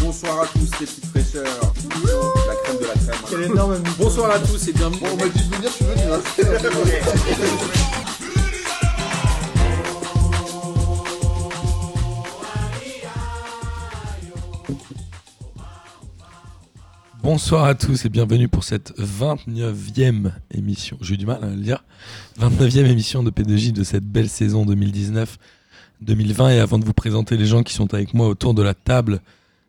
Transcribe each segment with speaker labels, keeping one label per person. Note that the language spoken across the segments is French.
Speaker 1: Bonsoir à tous les petites fraîcheurs. La crème de la crème.
Speaker 2: Quel énorme
Speaker 1: Bonsoir à tous et bienvenue.
Speaker 3: On m'a dit de venir, tu veux, tu vas.
Speaker 4: Bonsoir à tous et bienvenue pour cette 29e émission. J'ai eu du mal hein, à le dire. 29e émission de P2J de cette belle saison 2019-2020. Et avant de vous présenter les gens qui sont avec moi autour de la table,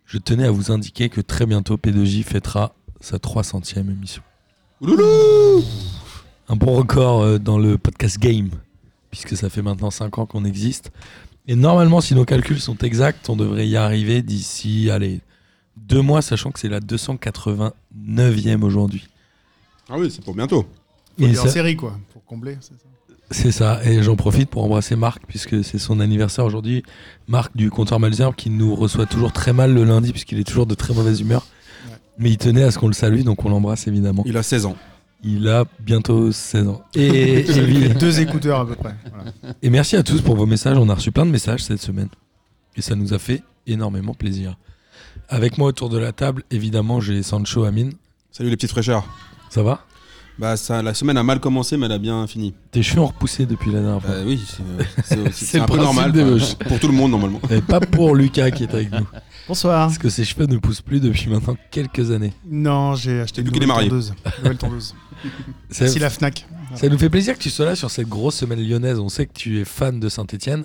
Speaker 4: je tenais à vous indiquer que très bientôt P2J fêtera sa 300e émission. Un bon record euh, dans le podcast game, puisque ça fait maintenant 5 ans qu'on existe. Et normalement, si nos calculs sont exacts, on devrait y arriver d'ici, allez, deux mois, sachant que c'est la 289e aujourd'hui.
Speaker 1: Ah oui, c'est pour bientôt.
Speaker 4: Et
Speaker 2: Il est en
Speaker 4: ça-
Speaker 2: série, quoi, pour combler. c'est ça
Speaker 4: C'est ça, et j'en profite pour embrasser Marc, puisque c'est son anniversaire aujourd'hui. Marc du comptoir Malzerbe qui nous reçoit toujours très mal le lundi, puisqu'il est toujours de très mauvaise humeur.
Speaker 2: Ouais.
Speaker 4: Mais il tenait à ce qu'on le salue, donc on l'embrasse évidemment.
Speaker 1: Il a 16 ans.
Speaker 4: Il a bientôt 16 ans. Et,
Speaker 2: Deux-
Speaker 4: et-
Speaker 2: Deux écouteurs à peu près. voilà.
Speaker 4: et merci à tous pour vos messages, on a reçu plein de messages cette semaine. Et ça nous a fait énormément plaisir. Avec moi autour de la table, évidemment, j'ai Sancho Amine.
Speaker 1: Salut les petites fraîcheurs.
Speaker 4: Ça va
Speaker 1: Bah ça, la semaine a mal commencé, mais elle a bien fini.
Speaker 4: Tes cheveux ont repoussé depuis la dernière fois.
Speaker 1: Bah oui, c'est- c'est- c'est
Speaker 4: C'est
Speaker 1: un
Speaker 4: le
Speaker 1: peu
Speaker 4: principe
Speaker 1: normal
Speaker 4: des
Speaker 1: quoi.
Speaker 4: moches.
Speaker 1: pour tout le monde normalement.
Speaker 4: Et pas pour Lucas qui est avec nous.
Speaker 2: Bonsoir.
Speaker 4: Parce que ses cheveux ne poussent plus depuis maintenant quelques années.
Speaker 2: Non, j'ai acheté une
Speaker 1: Luc, il est
Speaker 2: nouvelle
Speaker 1: marié.
Speaker 2: tondeuse. Une Nouvelle tondeuse.
Speaker 4: Ça-
Speaker 2: C'est la Fnac.
Speaker 4: Ça nous fait plaisir que tu sois là sur cette grosse semaine lyonnaise. On sait que tu es fan de Saint-Etienne.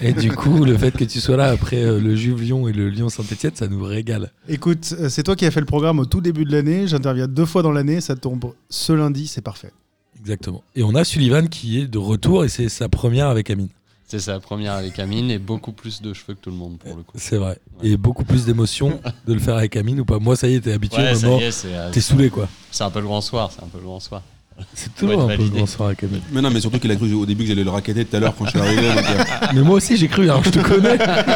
Speaker 4: et du coup, le fait que tu sois là après euh, le Juve Lyon et le Lyon Saint-Etienne, ça nous régale.
Speaker 2: Écoute, euh, c'est toi qui as fait le programme au tout début de l'année. J'interviens deux fois dans l'année. Ça tombe ce lundi, c'est parfait.
Speaker 4: Exactement. Et on a Sullivan qui est de retour et c'est sa première avec Amine.
Speaker 5: C'est sa première avec Amine et beaucoup plus de cheveux que tout le monde pour le coup.
Speaker 4: C'est vrai.
Speaker 5: Ouais.
Speaker 4: Et beaucoup plus d'émotion de le faire avec Amine ou pas. Moi, ça y est, t'es habitué.
Speaker 5: Ouais, ça
Speaker 4: maintenant,
Speaker 5: y est, c'est euh,
Speaker 4: t'es saoulé quoi.
Speaker 5: c'est un peu le grand soir, c'est un peu le grand soir.
Speaker 4: C'est toujours un peu le
Speaker 5: validé.
Speaker 4: grand soir avec Amine.
Speaker 1: Mais non, mais surtout qu'il a cru au début que j'allais le raqueter tout à l'heure quand je suis arrivé. donc, euh,
Speaker 4: Mais moi aussi, j'ai cru. Alors, je te connais. Moi,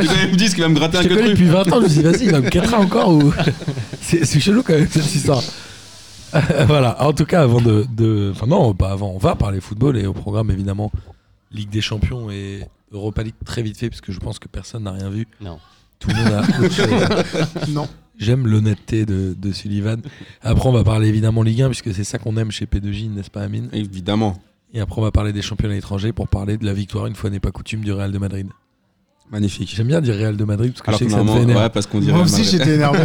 Speaker 1: Tu
Speaker 4: je-
Speaker 1: vas même dit qu'il va me gratter un
Speaker 4: Je te
Speaker 1: que
Speaker 4: connais
Speaker 1: truc.
Speaker 4: depuis 20 ans, je me suis dit, vas-y, il va me quêtera encore ou. c'est, c'est chelou quand même cette histoire. voilà, en tout cas, avant de, de- Enfin, non, pas avant, on va parler football et au programme évidemment Ligue des Champions et Europa League très vite fait, parce que je pense que personne n'a rien vu.
Speaker 5: Non.
Speaker 4: Tout le monde a autre chose.
Speaker 2: Non.
Speaker 4: J'aime l'honnêteté de, de Sullivan. Après, on va parler évidemment Ligue 1, puisque c'est ça qu'on aime chez P2J, n'est-ce pas, Amine
Speaker 1: Évidemment,
Speaker 4: Et après, on va parler des championnats étrangers pour parler de la victoire, une fois n'est pas coutume, du Real de Madrid.
Speaker 1: magnifique.
Speaker 4: J'aime bien dire Real de Madrid, parce que
Speaker 1: Alors
Speaker 4: je
Speaker 1: que
Speaker 4: sais que ça me
Speaker 1: normalement,
Speaker 4: fait
Speaker 1: ouais, parce qu'on dirait.
Speaker 2: Moi aussi,
Speaker 1: Madrid.
Speaker 2: j'étais énervé.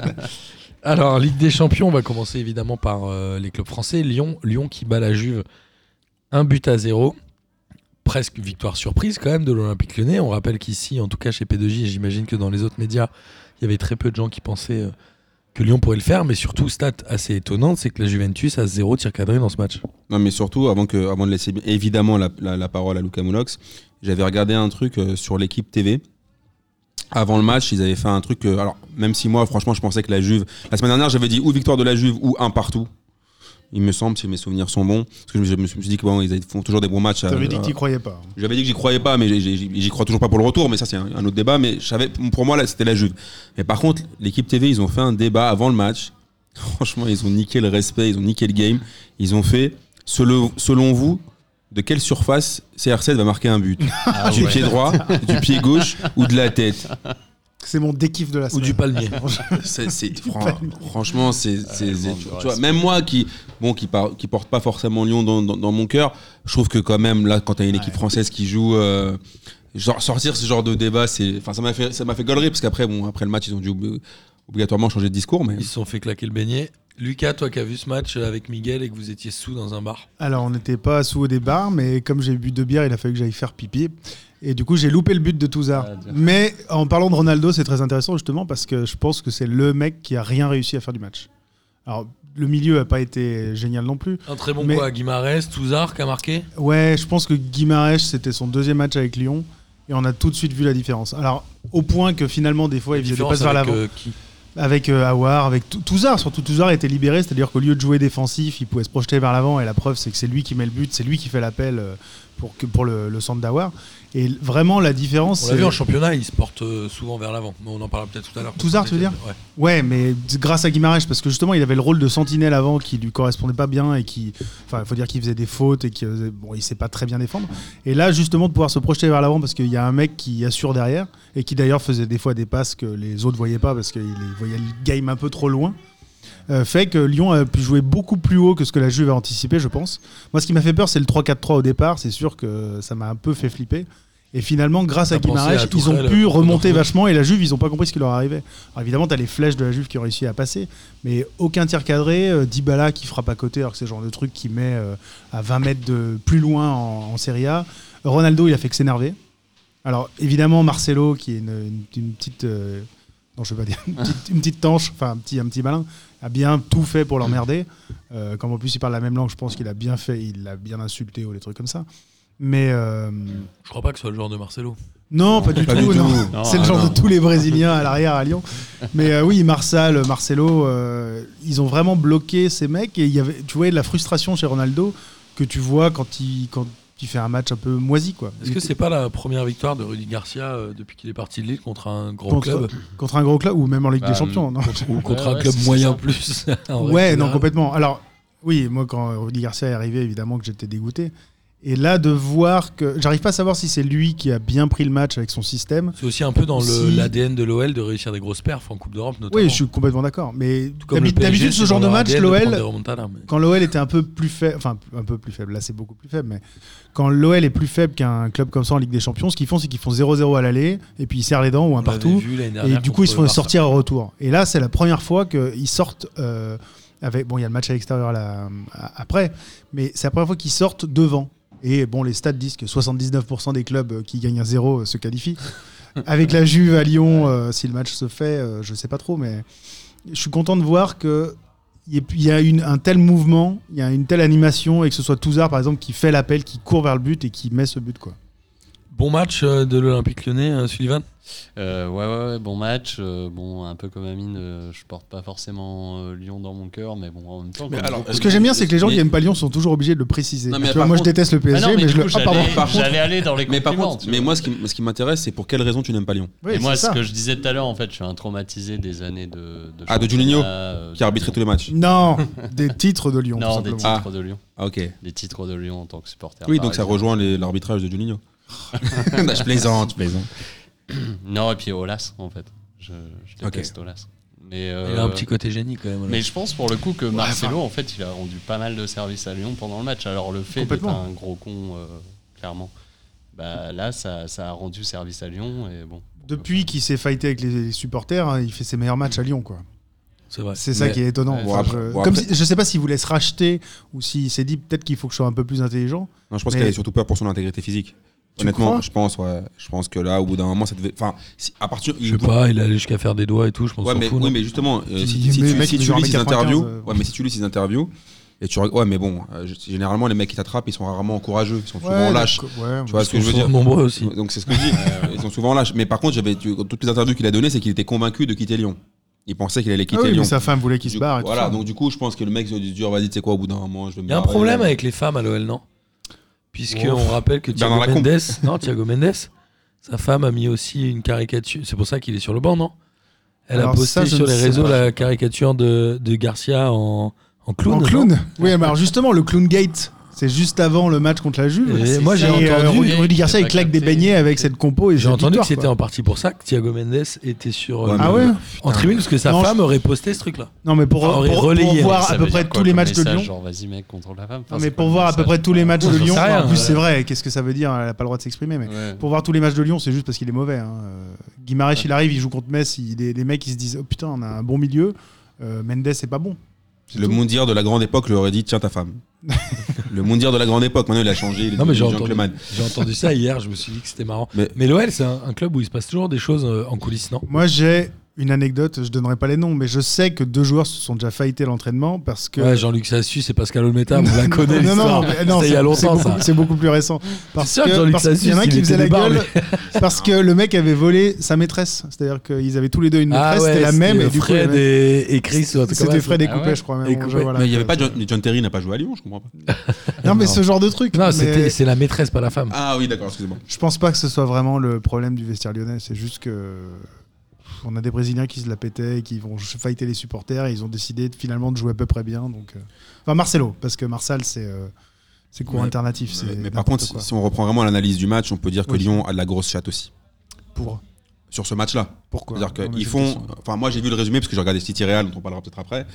Speaker 4: Alors, Ligue des Champions, on va commencer évidemment par euh, les clubs français. Lyon, Lyon qui bat la Juve, un but à zéro. Presque victoire surprise quand même de l'Olympique lyonnais. On rappelle qu'ici, en tout cas chez P2J, et j'imagine que dans les autres médias, il y avait très peu de gens qui pensaient euh, que Lyon pourrait le faire. Mais surtout, stat assez étonnante, c'est que la Juventus a zéro tir cadré dans ce match.
Speaker 1: Non, mais surtout, avant, que, avant de laisser évidemment la, la- la parole à Luca Moulox, j'avais regardé un truc euh, sur l'équipe TV. Avant le match, ils avaient fait un truc. euh, alors, même si moi, franchement, je pensais que la Juve. La semaine dernière, j'avais dit ou victoire de la Juve ou un partout. Il me semble, si mes souvenirs sont bons. Parce que je me suis je me suis dit que bon, ils avaient- font toujours des bons matchs. euh, à-
Speaker 2: T'avais dit que
Speaker 1: à-
Speaker 2: t'y croyais pas.
Speaker 1: j'avais dit que j'y croyais pas, mais j'ai- j'ai- j'y crois toujours pas pour le retour, mais ça c'est un, un autre débat. Mais je savais- pour moi, là, c'était la Juve. Mais par contre, l'équipe TV, ils ont fait un débat avant le match. Franchement, ils ont niqué le respect, ils ont niqué le game. Ils ont fait, selon, selon vous, de quelle surface CR7 va marquer un but
Speaker 5: Ah
Speaker 1: Du
Speaker 5: ouais.
Speaker 1: pied droit, du pied gauche ou de la tête
Speaker 2: C'est mon dékiff de la
Speaker 4: Ou
Speaker 2: semaine.
Speaker 4: du palmier.
Speaker 1: C'est- c'est- fran- Franchement, c'est. c'est-
Speaker 5: Ah, le
Speaker 1: c'est-
Speaker 5: manque
Speaker 1: tu
Speaker 5: de
Speaker 1: vois,
Speaker 5: respect.
Speaker 1: même moi qui, bon, qui, par- qui porte pas forcément Lyon dans, dans- dans mon cœur, je trouve que quand même, là, quand t'as une équipe française qui joue. euh, genre, sortir ce genre de débat, c'est. Enfin, ça m'a fait, ça m'a fait gollerie, parce qu'après, bon, après le match, ils ont dû ob- obligatoirement changer de discours, mais.
Speaker 4: Ils se sont fait claquer le beignet. Lucas, toi qui as vu ce match euh, avec Miguel et que vous étiez sous dans un bar.
Speaker 2: Alors, on n'était pas sous au départ, mais comme j'ai bu deux bières, il a fallu que j'aille faire pipi. Et du coup, j'ai loupé le but de Touzard.
Speaker 5: Ah, dur.
Speaker 2: mais en parlant de Ronaldo, c'est très intéressant justement parce que je pense que c'est le mec qui a rien réussi à faire du match. Alors, le milieu a pas été génial non plus.
Speaker 4: Un très bon
Speaker 2: Mais-
Speaker 4: quoi, Guimarães, Touzard qui a marqué.
Speaker 2: Ouais, je pense que Guimarães, c'était son deuxième match avec Lyon. Et on a tout de suite vu la différence. Alors, au point que finalement, des fois, il faisait des passes vers
Speaker 4: avec,
Speaker 2: l'avant.
Speaker 4: euh, qui
Speaker 2: Avec euh, Aouar, avec Tou- Touzard, surtout Touzard était libéré, c'est-à-dire qu'au lieu de jouer défensif, il pouvait se projeter vers l'avant et la preuve c'est que c'est lui qui met le but, c'est lui qui fait l'appel euh, pour, que, pour le, le centre d'Aouar. Et l- vraiment, la différence.
Speaker 4: On l'a
Speaker 2: c'est-
Speaker 4: vu en championnat, il se porte euh, souvent vers l'avant. Mais on en parlera peut-être tout à l'heure.
Speaker 2: Touzard, tu veux dire
Speaker 4: Ouais.
Speaker 2: Ouais, mais grâce à Guimarães, parce que justement, il avait le rôle de sentinelle avant qui lui correspondait pas bien et qui, enfin, il faut dire qu'il faisait des fautes et qu'il faisait- bon, il sait pas très bien défendre. Et là, justement, de pouvoir se projeter vers l'avant parce qu'il y a un mec qui assure derrière et qui d'ailleurs faisait des fois des passes que les autres voyaient pas parce qu'il les voyait le game un peu trop loin. euh, fait que Lyon a pu jouer beaucoup plus haut que ce que la Juve a anticipé, je pense. Moi, ce qui m'a fait peur, c'est le 3-4-3 au départ. C'est sûr que ça m'a un peu fait flipper. Et finalement, grâce à
Speaker 4: T'as pensé à
Speaker 2: Guimarães, ils ont
Speaker 4: Tourelle,
Speaker 2: pu
Speaker 4: euh,
Speaker 2: remonter
Speaker 4: contre-
Speaker 2: vachement. Et la Juve, ils n'ont pas compris ce qui leur arrivait. Alors évidemment, tu as les flèches de la Juve qui ont réussi à passer, mais aucun tir cadré. euh, Dybala qui frappe à côté, alors que c'est le genre de truc qui met euh, à 20 mètres de, plus loin en, en Serie A. Ronaldo, il a fait que s'énerver. Alors évidemment, Marcelo, qui est une, une- une petite. euh, non, je vais pas dire. Une petite, une petite tanche, enfin un petit, un petit malin, a bien tout fait pour l'emmerder. Euh, comme en plus, il parle la même langue, je pense qu'il a bien fait, il l'a bien insulté ou des trucs comme ça. Mais. euh,
Speaker 4: Je crois pas que ce soit le genre de Marcelo.
Speaker 2: non, pas du
Speaker 1: Pas
Speaker 2: tout.
Speaker 1: du
Speaker 2: non.
Speaker 1: tout.
Speaker 5: Non,
Speaker 2: C'est le
Speaker 5: ah
Speaker 2: genre
Speaker 5: non.
Speaker 2: de tous les Brésiliens à l'arrière à Lyon. Mais euh, oui, Marsal, Marcelo, euh, ils ont vraiment bloqué ces mecs. Et il y avait, tu vois, de la frustration chez Ronaldo que tu vois quand il, quand il fait un match un peu moisi. quoi.
Speaker 4: Est-ce
Speaker 2: Il
Speaker 4: que
Speaker 2: était
Speaker 4: c'est pas la première victoire de Rudy Garcia euh, depuis qu'il est parti de Lille contre un gros
Speaker 2: Contre-
Speaker 4: club
Speaker 2: Contre un gros club, ou même en Ligue
Speaker 5: Bah,
Speaker 2: des Champions. Non
Speaker 4: Ou contre
Speaker 5: Ouais,
Speaker 4: un
Speaker 5: ouais,
Speaker 4: club
Speaker 5: c'est
Speaker 4: moyen
Speaker 5: ça.
Speaker 4: plus en règle
Speaker 2: Ouais, non,
Speaker 4: générale.
Speaker 2: complètement. Alors, oui, moi, quand Rudy Garcia est arrivé, évidemment que j'étais dégoûté. Et là, de voir que. J'arrive pas à savoir si c'est lui qui a bien pris le match avec son système.
Speaker 4: C'est aussi un peu dans le-
Speaker 2: Si.
Speaker 4: l'ADN de l'OL de réussir des grosses perfs en Coupe d'Europe notamment.
Speaker 2: Oui, je suis complètement d'accord. Mais
Speaker 4: Tout comme le
Speaker 2: d'habi-
Speaker 4: PSG,
Speaker 2: d'habitude, ce
Speaker 4: c'est
Speaker 2: genre
Speaker 4: dans
Speaker 2: de
Speaker 4: leur
Speaker 2: match,
Speaker 4: ADN prendre
Speaker 2: l'OL.
Speaker 4: des remontadas, mais-
Speaker 2: quand l'OL était un peu plus faible, enfin un peu plus faible, là c'est beaucoup plus faible, mais quand l'OL est plus faible qu'un club comme ça en Ligue des Champions, ce qu'ils font c'est qu'ils font 0-0 à l'aller et puis ils serrent les dents ou un
Speaker 4: On l'avait
Speaker 2: partout
Speaker 4: vu l'année dernière
Speaker 2: et du coup ils se
Speaker 4: contre le
Speaker 2: font
Speaker 4: Barça.
Speaker 2: sortir au retour. Et là c'est la première fois qu'ils sortent euh, avec, bon il y a le match à l'extérieur là, euh, après, mais c'est la première fois qu'ils sortent devant. Et bon les stats disent que 79% des clubs euh, qui gagnent un 0 euh, se qualifient. Avec la Juve à Lyon, euh, si le match se fait, euh, je sais pas trop, mais je suis content de voir que il y a- il y a une, un tel mouvement, il y a une telle animation, et que ce soit Touzard par exemple qui fait l'appel, qui court vers le but et qui met ce but quoi.
Speaker 4: Bon match euh, de l'Olympique Lyonnais, euh, Sullivan.
Speaker 5: Euh, ouais, ouais, ouais, bon match. euh, bon, un peu comme Amine, euh, je porte pas forcément euh, Lyon dans mon cœur, mais bon, en même temps.
Speaker 1: Mais
Speaker 5: comme
Speaker 1: alors,
Speaker 5: beaucoup
Speaker 2: Ce que j'aime bien, c'est que les gens
Speaker 5: Mais-
Speaker 2: qui aiment pas Lyon sont toujours obligés de le préciser.
Speaker 1: Non, mais
Speaker 2: Tu
Speaker 1: par
Speaker 2: vois, moi je
Speaker 1: contre-
Speaker 2: déteste le
Speaker 5: Ah
Speaker 2: PSG,
Speaker 5: non, mais,
Speaker 2: mais,
Speaker 5: du
Speaker 2: je le.
Speaker 5: coup,
Speaker 2: Ah, pardon.
Speaker 5: j'allais,
Speaker 1: Par contre-
Speaker 5: j'allais aller dans les
Speaker 1: Mais par
Speaker 5: compliments,
Speaker 1: contre,
Speaker 5: tu
Speaker 1: mais
Speaker 5: vois.
Speaker 1: moi, ce qui, m- ce qui m'intéresse, c'est pour quelle raison tu n'aimes pas Lyon
Speaker 2: Oui,
Speaker 5: et
Speaker 2: c'est
Speaker 5: moi,
Speaker 2: ça.
Speaker 5: ce que je disais tout à l'heure, en fait, je suis un traumatisé des années de. de
Speaker 1: Ah, de Juninho,
Speaker 5: championnat, euh,
Speaker 1: Qui a arbitré tous les matchs
Speaker 2: Non, des titres de Lyon. tout
Speaker 5: Non, des
Speaker 2: simplement.
Speaker 5: titres de Lyon.
Speaker 1: Ah, ok.
Speaker 5: Des titres de Lyon en tant que supporter.
Speaker 1: Oui, donc ça
Speaker 5: parisien.
Speaker 1: rejoint les- l'arbitrage de Juninho. Non, je plaisante, je plaisante.
Speaker 5: Non, et puis Olas, en fait. Je, je
Speaker 1: Ok.
Speaker 5: déteste Olas. Mais, euh,
Speaker 4: Il a un petit côté génie quand même.
Speaker 5: mais je pense pour le coup que Marcelo, en fait, il a rendu pas mal de services à Lyon pendant le match. Alors le fait d'être
Speaker 2: Complètement.
Speaker 5: un gros con, euh, clairement, bah, là, ça, ça a rendu service à Lyon. Et bon,
Speaker 2: Depuis qu'il s'est fighté avec les supporters, hein, il fait ses meilleurs matchs à Lyon quoi.
Speaker 4: c'est vrai.
Speaker 2: C'est ça
Speaker 4: Mais
Speaker 2: qui est étonnant.
Speaker 5: Ouais,
Speaker 2: Enfin,
Speaker 1: bon,
Speaker 2: je...
Speaker 1: bon,
Speaker 2: comme
Speaker 1: après-
Speaker 2: si- je sais pas s'il voulait se racheter ou s'il s'est dit peut-être qu'il faut que je sois un peu plus intelligent.
Speaker 1: Non, je pense
Speaker 2: Mais-
Speaker 1: qu'elle avait surtout peur pour son intégrité physique.
Speaker 2: Tu
Speaker 1: Honnêtement,
Speaker 2: crois
Speaker 1: je pense, ouais. Je pense que là, au bout d'un moment, ça devait. Enfin, si- à partir.
Speaker 4: Je sais pas, il allait jusqu'à faire des doigts et tout, je pense.
Speaker 1: Ouais,
Speaker 4: qu'on
Speaker 1: mais,
Speaker 4: fout,
Speaker 1: oui,
Speaker 4: non
Speaker 1: mais justement, euh, si,
Speaker 2: Tu-
Speaker 1: si- si
Speaker 2: mais
Speaker 1: tu,
Speaker 2: le mec,
Speaker 1: si
Speaker 2: il
Speaker 1: tu
Speaker 2: mesure
Speaker 1: lis ses
Speaker 2: 1m95,
Speaker 1: interviews,
Speaker 2: euh,
Speaker 1: ouais, mais si tu lis ses interviews, et tu, reg- ouais, mais bon, euh, g- généralement les mecs qui t'attrapent, ils sont rarement courageux, ils sont souvent
Speaker 2: Ouais,
Speaker 1: lâches.
Speaker 2: d'accord, ouais.
Speaker 1: Tu vois ce que je veux
Speaker 4: Ils sont
Speaker 1: dire
Speaker 4: nombreux aussi.
Speaker 1: Donc c'est ce que je dis. ils sont souvent lâches. Mais par contre, j'avais tu- toutes les interviews qu'il a données, c'est qu'il était convaincu de quitter Lyon. Il pensait qu'il allait
Speaker 2: Ah
Speaker 1: quitter
Speaker 2: oui, mais
Speaker 1: Lyon.
Speaker 2: sa femme voulait qu'il
Speaker 1: Du
Speaker 2: se
Speaker 1: coup,
Speaker 2: barre. et tout
Speaker 1: Voilà,
Speaker 2: ça.
Speaker 1: donc du coup, je pense que le mec se dit dire, vas-y, tu sais quoi, au bout d'un moment, je vais me
Speaker 4: Il y a un
Speaker 1: barrer.
Speaker 4: problème
Speaker 2: euh,
Speaker 4: avec les femmes à l'OL, non Puisque
Speaker 1: Ouf.
Speaker 4: on rappelle que Thiago
Speaker 1: Bernard Lacombe.
Speaker 4: Mendes, non, Thiago Mendes, sa femme a mis aussi une caricature. C'est pour ça qu'il est sur le banc, non Elle a
Speaker 2: Alors
Speaker 4: posté
Speaker 2: ça, je
Speaker 4: sur
Speaker 2: ne
Speaker 4: les
Speaker 2: sais
Speaker 4: réseaux
Speaker 2: pas.
Speaker 4: la caricature de, de Garcia en, en clown.
Speaker 2: En
Speaker 4: non
Speaker 2: clown Oui, mais alors justement, le clown gate, c'est juste avant le match contre la Juve.
Speaker 5: Bah,
Speaker 4: Et moi, j'ai
Speaker 2: Et, euh,
Speaker 4: entendu-
Speaker 2: Rudy- Rudy Garcia, il
Speaker 5: J'ai pas
Speaker 2: claque des
Speaker 5: capté.
Speaker 2: beignets euh, avec cette compo. et
Speaker 4: J'ai
Speaker 2: cette
Speaker 4: entendu que
Speaker 2: victoire,
Speaker 4: c'était
Speaker 2: quoi.
Speaker 4: en partie pour ça que Thiago Mendes était sur euh,
Speaker 1: Ouais,
Speaker 2: Ah ouais
Speaker 4: en tribune parce que sa
Speaker 2: Non,
Speaker 4: femme aurait posté ce truc-là.
Speaker 2: Non, mais pour,
Speaker 4: Ah,
Speaker 2: pour-
Speaker 4: aurait
Speaker 2: pour
Speaker 4: relayé,
Speaker 2: voir
Speaker 5: Ça
Speaker 2: à
Speaker 5: veut
Speaker 2: peu près
Speaker 5: dire quoi
Speaker 2: tous les
Speaker 5: comme
Speaker 2: matchs de
Speaker 5: message,
Speaker 2: Lyon.
Speaker 5: Genre, vas-y, mec, contrôle la femme. Enfin,
Speaker 2: Non,
Speaker 5: c'est
Speaker 2: mais
Speaker 5: quoi
Speaker 2: pour
Speaker 5: le
Speaker 2: voir à peu
Speaker 5: message
Speaker 2: près tous les matchs
Speaker 4: Ouais,
Speaker 2: de
Speaker 4: j'en
Speaker 2: Lyon.
Speaker 4: sais rien,
Speaker 2: En plus,
Speaker 5: hein.
Speaker 4: ouais.
Speaker 2: c'est vrai, qu'est-ce que ça veut dire Elle n'a pas le droit de s'exprimer. mais
Speaker 5: Ouais.
Speaker 2: Pour voir tous les matchs de Lyon, c'est juste parce qu'il est mauvais. hein. Euh, Guimarães, il arrive, il joue contre Metz. il- les, les mecs, ils se disent Oh putain, on a un bon milieu. Euh, Mendes, c'est pas bon.
Speaker 1: Le mondier de la grande époque leur aurait dit tiens ta femme. le mondier de la grande époque, maintenant il a changé, il est
Speaker 4: Non, mais j'ai
Speaker 1: devenu
Speaker 4: entendu,
Speaker 1: gentleman.
Speaker 4: j'ai entendu ça hier, je me suis dit que c'était marrant.
Speaker 1: Mais-
Speaker 4: Mais, l'OL, c'est un, un club où il se passe toujours des choses euh, en coulisses, non
Speaker 2: Moi, j'ai une anecdote, je donnerai pas les noms, mais je sais que deux joueurs se sont déjà faillités à l'entraînement parce que.
Speaker 4: Ouais, Jean-Luc Sassu, c'est Pascal Olmeta, on la connaît.
Speaker 2: non, non,
Speaker 4: l'histoire.
Speaker 2: mais non,
Speaker 4: C'était il y a
Speaker 2: c'est-
Speaker 4: longtemps,
Speaker 2: c'est
Speaker 4: ça.
Speaker 2: beaucoup- C'est beaucoup plus récent. Parce
Speaker 4: sûr que Jean-Luc
Speaker 2: parce qu'il y en a
Speaker 4: Sassus,
Speaker 2: un
Speaker 4: il
Speaker 2: qui faisait
Speaker 4: était
Speaker 2: la
Speaker 4: des
Speaker 2: gueule parce que le mec avait volé sa maîtresse. C'est-à-dire qu'ils avaient tous les deux une maîtresse, c'était la même.
Speaker 4: Ah c'était
Speaker 2: Et du coup,
Speaker 4: Fred
Speaker 2: le mec-
Speaker 4: et, et Chris. ou un truc comme
Speaker 2: c'était
Speaker 4: ça.
Speaker 2: Fred et
Speaker 5: Ah
Speaker 2: Coupé,
Speaker 5: ouais.
Speaker 2: je crois.
Speaker 4: Et
Speaker 2: même,
Speaker 4: Coupé.
Speaker 2: je- voilà.
Speaker 1: Mais il y avait pas John, John Terry n'a pas joué à Lyon, je comprends pas.
Speaker 2: Non, mais
Speaker 4: Non.
Speaker 2: ce genre de truc.
Speaker 4: Non,
Speaker 2: mais
Speaker 4: c'était- c'est la maîtresse, pas la femme.
Speaker 1: Ah oui, d'accord, excusez-moi.
Speaker 2: Je pense pas que ce soit vraiment le problème du vestiaire lyonnais. C'est juste que. On a des Brésiliens qui se la pétaient, et qui vont fighter les supporters, et ils ont décidé de- finalement de jouer à peu près bien. Donc, euh. Enfin, Marcelo, parce que Marsal, c'est euh, c'est cours
Speaker 1: Ouais.
Speaker 2: alternatif. c'est
Speaker 1: Mais, Euh, mais par
Speaker 2: n'importe
Speaker 1: contre,
Speaker 2: quoi.
Speaker 1: si, si on reprend vraiment l'analyse du match, on peut dire que
Speaker 2: Oui.
Speaker 1: Lyon a de la grosse chatte aussi.
Speaker 2: Pour-
Speaker 1: Sur ce match-là.
Speaker 2: pourquoi
Speaker 1: C'est-à-dire
Speaker 2: Non, mais
Speaker 1: qu'ils
Speaker 2: j'ai
Speaker 1: font.
Speaker 2: l'impression.
Speaker 1: Enfin, moi j'ai vu le résumé parce que j'ai regardé City Real, dont on parlera peut-être après.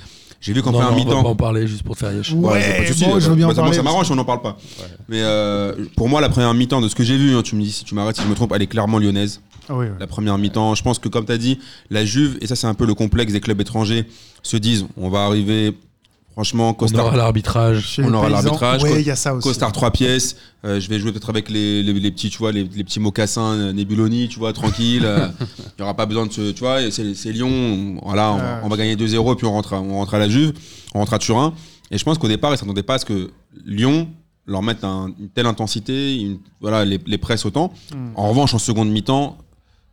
Speaker 1: J'ai vu qu'en
Speaker 4: Non,
Speaker 1: fait un
Speaker 4: non, on va pas
Speaker 1: mi-temps.
Speaker 4: en parler juste pour te faire rire.
Speaker 2: bah, Ouais,
Speaker 1: y a pas de souci.
Speaker 2: bon, je veux bien en
Speaker 1: Bah, moi,
Speaker 2: parler.
Speaker 1: ça m'arrange si on n'en parle pas. Mais euh, pour moi, la première mi-temps, de ce que j'ai vu, hein, tu me dis si tu m'arrêtes, si je me trompe, elle est clairement lyonnaise.
Speaker 2: Ah oui, oui.
Speaker 1: La première mi-temps, je pense que comme tu as dit, la Juve, et ça c'est un peu le complexe des clubs étrangers, se disent on va arriver, franchement,
Speaker 4: On
Speaker 1: costard,
Speaker 4: aura l'arbitrage.
Speaker 2: Chez
Speaker 1: on
Speaker 2: les
Speaker 1: aura
Speaker 2: paysans,
Speaker 1: l'arbitrage,
Speaker 2: Ouais,
Speaker 1: co-
Speaker 2: il y a ça aussi. Ah,
Speaker 1: costard 3 pièces, euh, je vais jouer peut-être avec les, les- les petits, tu vois, les, les petits mocassins euh, Nebuloni, tu vois, tranquille, euh, il n'y aura pas besoin de se. Tu vois, et c'est c'est Lyon, voilà, on, va-
Speaker 2: Ah.
Speaker 1: on va gagner 2-0, puis on rentre, à, on rentre à la Juve, on rentre à Turin. Et je pense qu'au départ, ils ne s'attendaient pas à ce que Lyon leur mette un- une telle intensité, une- voilà, les, les presse autant.
Speaker 2: Mm.
Speaker 1: En revanche, en seconde mi-temps,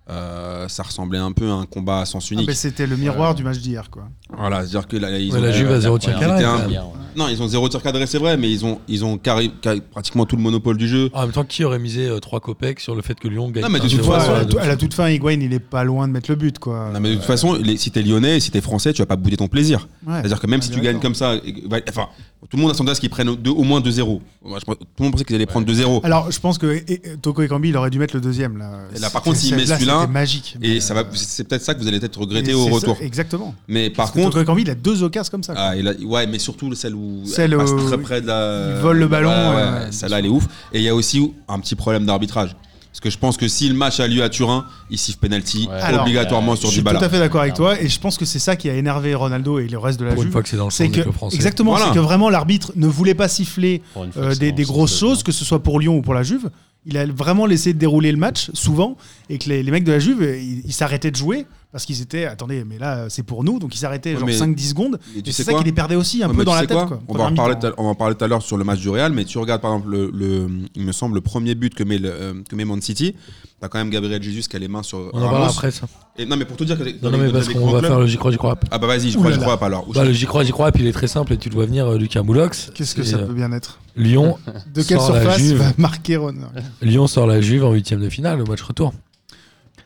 Speaker 1: euh, ça ressemblait un peu à un combat à sens
Speaker 2: Ah,
Speaker 1: unique.
Speaker 2: mais c'était le miroir du match d'hier, quoi.
Speaker 1: voilà, c'est-à-dire que là, ils
Speaker 4: Ouais,
Speaker 1: ont,
Speaker 4: la Juve a zéro tir cadré,
Speaker 1: quand même. non, ils ont zéro tir cadré, c'est vrai, mais ils ont, ils ont carré- carré- pratiquement tout le monopole du jeu.
Speaker 4: En même temps, qui aurait misé 3 copecs sur le fait que Lyon gagne
Speaker 1: Non, mais de
Speaker 4: un
Speaker 1: toute
Speaker 4: zéro,
Speaker 1: façon,
Speaker 2: à,
Speaker 4: euh,
Speaker 2: la,
Speaker 1: ouais,
Speaker 2: tou-
Speaker 4: de-
Speaker 2: à la toute fin, Higuain, il est pas loin de mettre le but, quoi.
Speaker 1: Non, mais de toute façon, les- si t'es lyonnais, si t'es français, tu vas pas bouder ton plaisir.
Speaker 2: Ouais.
Speaker 1: C'est-à-dire que même
Speaker 2: Ah,
Speaker 1: si tu
Speaker 2: bien
Speaker 1: gagnes
Speaker 2: d'accord.
Speaker 1: comme ça, et que- va- enfin, tout le monde attendait à ce qu'ils prennent deux- au moins 2-0. Moi, je pense- Tout le monde pensait qu'ils allaient prendre 2-0.
Speaker 2: Alors, je pense que eh, eh, Toko Ekambi, il aurait dû mettre le deuxième. Là,
Speaker 1: Et là, par contre, s'il
Speaker 2: C'était-
Speaker 1: met
Speaker 2: là,
Speaker 1: celui-là,
Speaker 2: c'était magique.
Speaker 1: Et
Speaker 2: Mais,
Speaker 1: ça
Speaker 2: euh,
Speaker 1: va, c'est peut-être ça que vous allez peut-être regretter
Speaker 2: et
Speaker 1: au
Speaker 2: c'est
Speaker 1: retour.
Speaker 2: ça, exactement.
Speaker 1: Mais par
Speaker 2: Parce que
Speaker 1: contre,
Speaker 2: Toko Ekambi, il a deux occasions comme ça. quoi.
Speaker 1: Ah, et là- ouais, mais surtout celle où
Speaker 2: Celle
Speaker 1: elle passe
Speaker 2: où
Speaker 1: très près de la.
Speaker 2: il vole le ballon,
Speaker 1: Ouais, ouais,
Speaker 2: euh,
Speaker 1: ouais, Celle-là, elle est ouf. Et il y a aussi un petit problème d'arbitrage. Parce que je pense que si le match a lieu à Turin, ils sifflent penalty
Speaker 5: Ouais. Alors,
Speaker 1: obligatoirement sur
Speaker 2: je suis
Speaker 1: Dybala.
Speaker 2: tout à fait d'accord avec toi. Et je pense que c'est ça qui a énervé Ronaldo et le reste de la
Speaker 4: Pour une
Speaker 2: Juve.
Speaker 4: fois que c'est dans le
Speaker 2: C'est
Speaker 4: sens
Speaker 2: que,
Speaker 4: des clubs français.
Speaker 2: exactement,
Speaker 1: Voilà.
Speaker 2: c'est que vraiment l'arbitre ne voulait pas siffler euh, des, des grosses choses, que ce soit pour Lyon ou pour la Juve. Il a vraiment laissé dérouler le match, souvent, et que les, les mecs de la Juve, euh, ils ils s'arrêtaient de jouer parce qu'ils étaient, attendez, mais là, euh, c'est pour nous, donc ils s'arrêtaient
Speaker 1: Ouais,
Speaker 2: genre
Speaker 1: mais-
Speaker 2: 5-10 secondes.
Speaker 1: Et
Speaker 2: Et c'est ça qui les perdait aussi un
Speaker 1: Ouais,
Speaker 2: peu
Speaker 1: mais
Speaker 2: dans
Speaker 1: tu
Speaker 2: la
Speaker 1: sais
Speaker 2: tête.
Speaker 1: quoi
Speaker 2: quoi,
Speaker 1: on, va en
Speaker 2: première
Speaker 1: parler tout
Speaker 2: mi-temps.
Speaker 1: à- on va en parler tout à l'heure sur le match du Real, mais tu regardes par exemple, le, le- il me semble, le premier but que met, le, euh, que met Man City. T'as quand même Gabriel Jesus qui a les mains sur.
Speaker 4: On en
Speaker 1: Ramos.
Speaker 4: parlera après ça.
Speaker 1: Et, non, mais pour te dire que.
Speaker 4: Non, non, mais parce qu'on va faire le j'y crois, j'y crois.
Speaker 1: Ah bah vas-y, je
Speaker 2: Ouh
Speaker 1: crois,
Speaker 2: là
Speaker 1: je
Speaker 2: là.
Speaker 1: crois pas alors. Ou
Speaker 4: Bah, le j'y crois, j'y crois, puis il est très simple et tu le vois venir, euh, Lucas Moulox.
Speaker 2: Qu'est-ce que
Speaker 4: Et,
Speaker 2: ça
Speaker 4: euh,
Speaker 2: peut bien être
Speaker 4: Lyon,
Speaker 2: De quelle
Speaker 4: sort la
Speaker 2: surface
Speaker 4: Juve.
Speaker 2: va marquer Ronaldo
Speaker 4: Lyon sort la Juve en huitième de finale au match retour.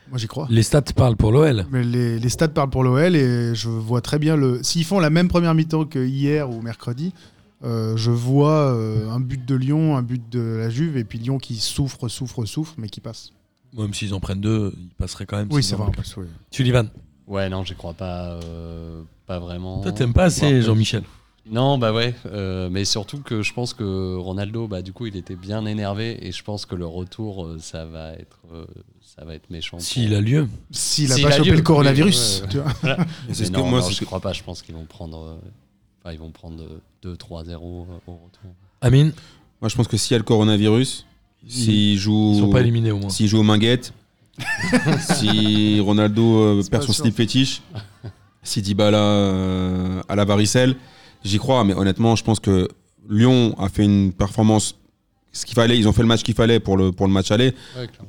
Speaker 2: Moi, j'y crois.
Speaker 4: Les stats parlent pour l'OL.
Speaker 2: Mais les, les stats parlent pour l'OL et je vois très bien le. S'ils font la même première mi-temps que hier ou mercredi, euh, je vois euh, un but de Lyon, un but de la Juve et puis Lyon qui souffre, souffre, souffre, mais qui passe.
Speaker 4: Même s'ils en prennent deux, ils passeraient quand même.
Speaker 2: Oui,
Speaker 4: s'ils
Speaker 2: c'est
Speaker 4: en
Speaker 2: vrai.
Speaker 4: marquent. Sullivan,
Speaker 5: Ouais, non, j'y crois pas. euh, pas vraiment.
Speaker 4: toi t'aimes pas assez
Speaker 5: Voire-
Speaker 4: Jean-Michel.
Speaker 5: Non, bah ouais. euh, mais surtout que je pense que Ronaldo, bah du coup, il était bien énervé et je pense que le retour, euh, ça va être, euh, ça va être méchant. pour-
Speaker 4: S'il a lieu.
Speaker 2: S'il a
Speaker 5: S'il
Speaker 2: pas
Speaker 5: a
Speaker 2: chopé
Speaker 5: lieu,
Speaker 2: le coronavirus,
Speaker 5: mais, ouais.
Speaker 2: tu vois.
Speaker 1: Et c'est
Speaker 5: Mais
Speaker 1: ce que
Speaker 5: non,
Speaker 1: moi,
Speaker 5: non,
Speaker 1: c'est ce
Speaker 5: je
Speaker 1: que-
Speaker 5: crois pas. Je pense qu'ils vont prendre, euh, enfin, ils vont prendre euh, 2-3-0 euh, au retour.
Speaker 4: Amine,
Speaker 1: Moi, je pense que s'il y a le coronavirus, s'il joue.
Speaker 4: ils sont pas éliminés au moins.
Speaker 1: S'il joue aux minguettes, si Ronaldo euh,
Speaker 2: C'est
Speaker 1: perd
Speaker 2: pas
Speaker 1: son
Speaker 2: sûr.
Speaker 1: slip fétiche, si Dybala euh, à la varicelle, j'y crois, mais honnêtement, je pense que Lyon a fait une performance. Ce qu'il fallait, ils ont fait le match qu'il fallait pour le, pour le match aller.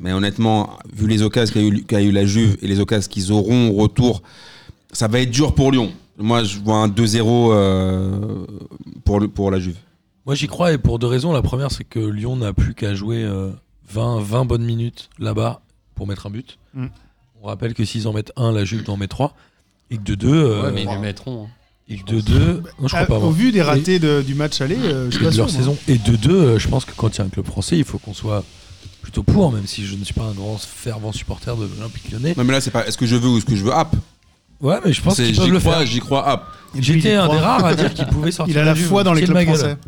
Speaker 1: Mais honnêtement, vu les occasions qu'a eu, qu'a eu la Juve et les occasions qu'ils auront au retour, ça va être dur pour Lyon. Moi, je vois un 2-0 euh, pour, le- pour la Juve.
Speaker 4: Moi j'y crois et pour deux raisons. La première c'est que Lyon n'a plus qu'à jouer euh, 20, 20 bonnes minutes là-bas pour mettre un but.
Speaker 2: Mm.
Speaker 4: On rappelle que s'ils en mettent un, la Juve en met trois. Et que de deux, euh,
Speaker 5: ouais, mais ils les mettront. hein.
Speaker 4: et que de deux, non, je crois
Speaker 2: Ah,
Speaker 4: pas.
Speaker 2: au
Speaker 4: moi.
Speaker 2: vu des ratés de- du match aller, euh, je suis
Speaker 4: et
Speaker 2: pas
Speaker 4: de
Speaker 2: sûr.
Speaker 4: leur
Speaker 2: moi.
Speaker 4: saison. Et de deux, euh, je pense que quand il y a un club français, il faut qu'on soit plutôt pour, même si je ne suis pas un grand fervent supporter de l'Olympique lyonnais.
Speaker 1: Non, mais là, c'est pas est-ce que je veux ou est-ce que je veux app.
Speaker 4: Ouais, mais je pense
Speaker 1: C'est
Speaker 4: qu'ils
Speaker 1: J'y
Speaker 4: peuvent le
Speaker 1: crois,
Speaker 4: faire.
Speaker 1: j'y crois app.
Speaker 2: Et puis, il
Speaker 4: J'étais
Speaker 2: y
Speaker 4: un
Speaker 2: croit.
Speaker 4: des rares à dire qu'il pouvait sortir.
Speaker 2: Il a la
Speaker 4: Juve,
Speaker 2: foi dans les
Speaker 4: tiens de
Speaker 2: clubs
Speaker 4: ma gueule.
Speaker 2: français.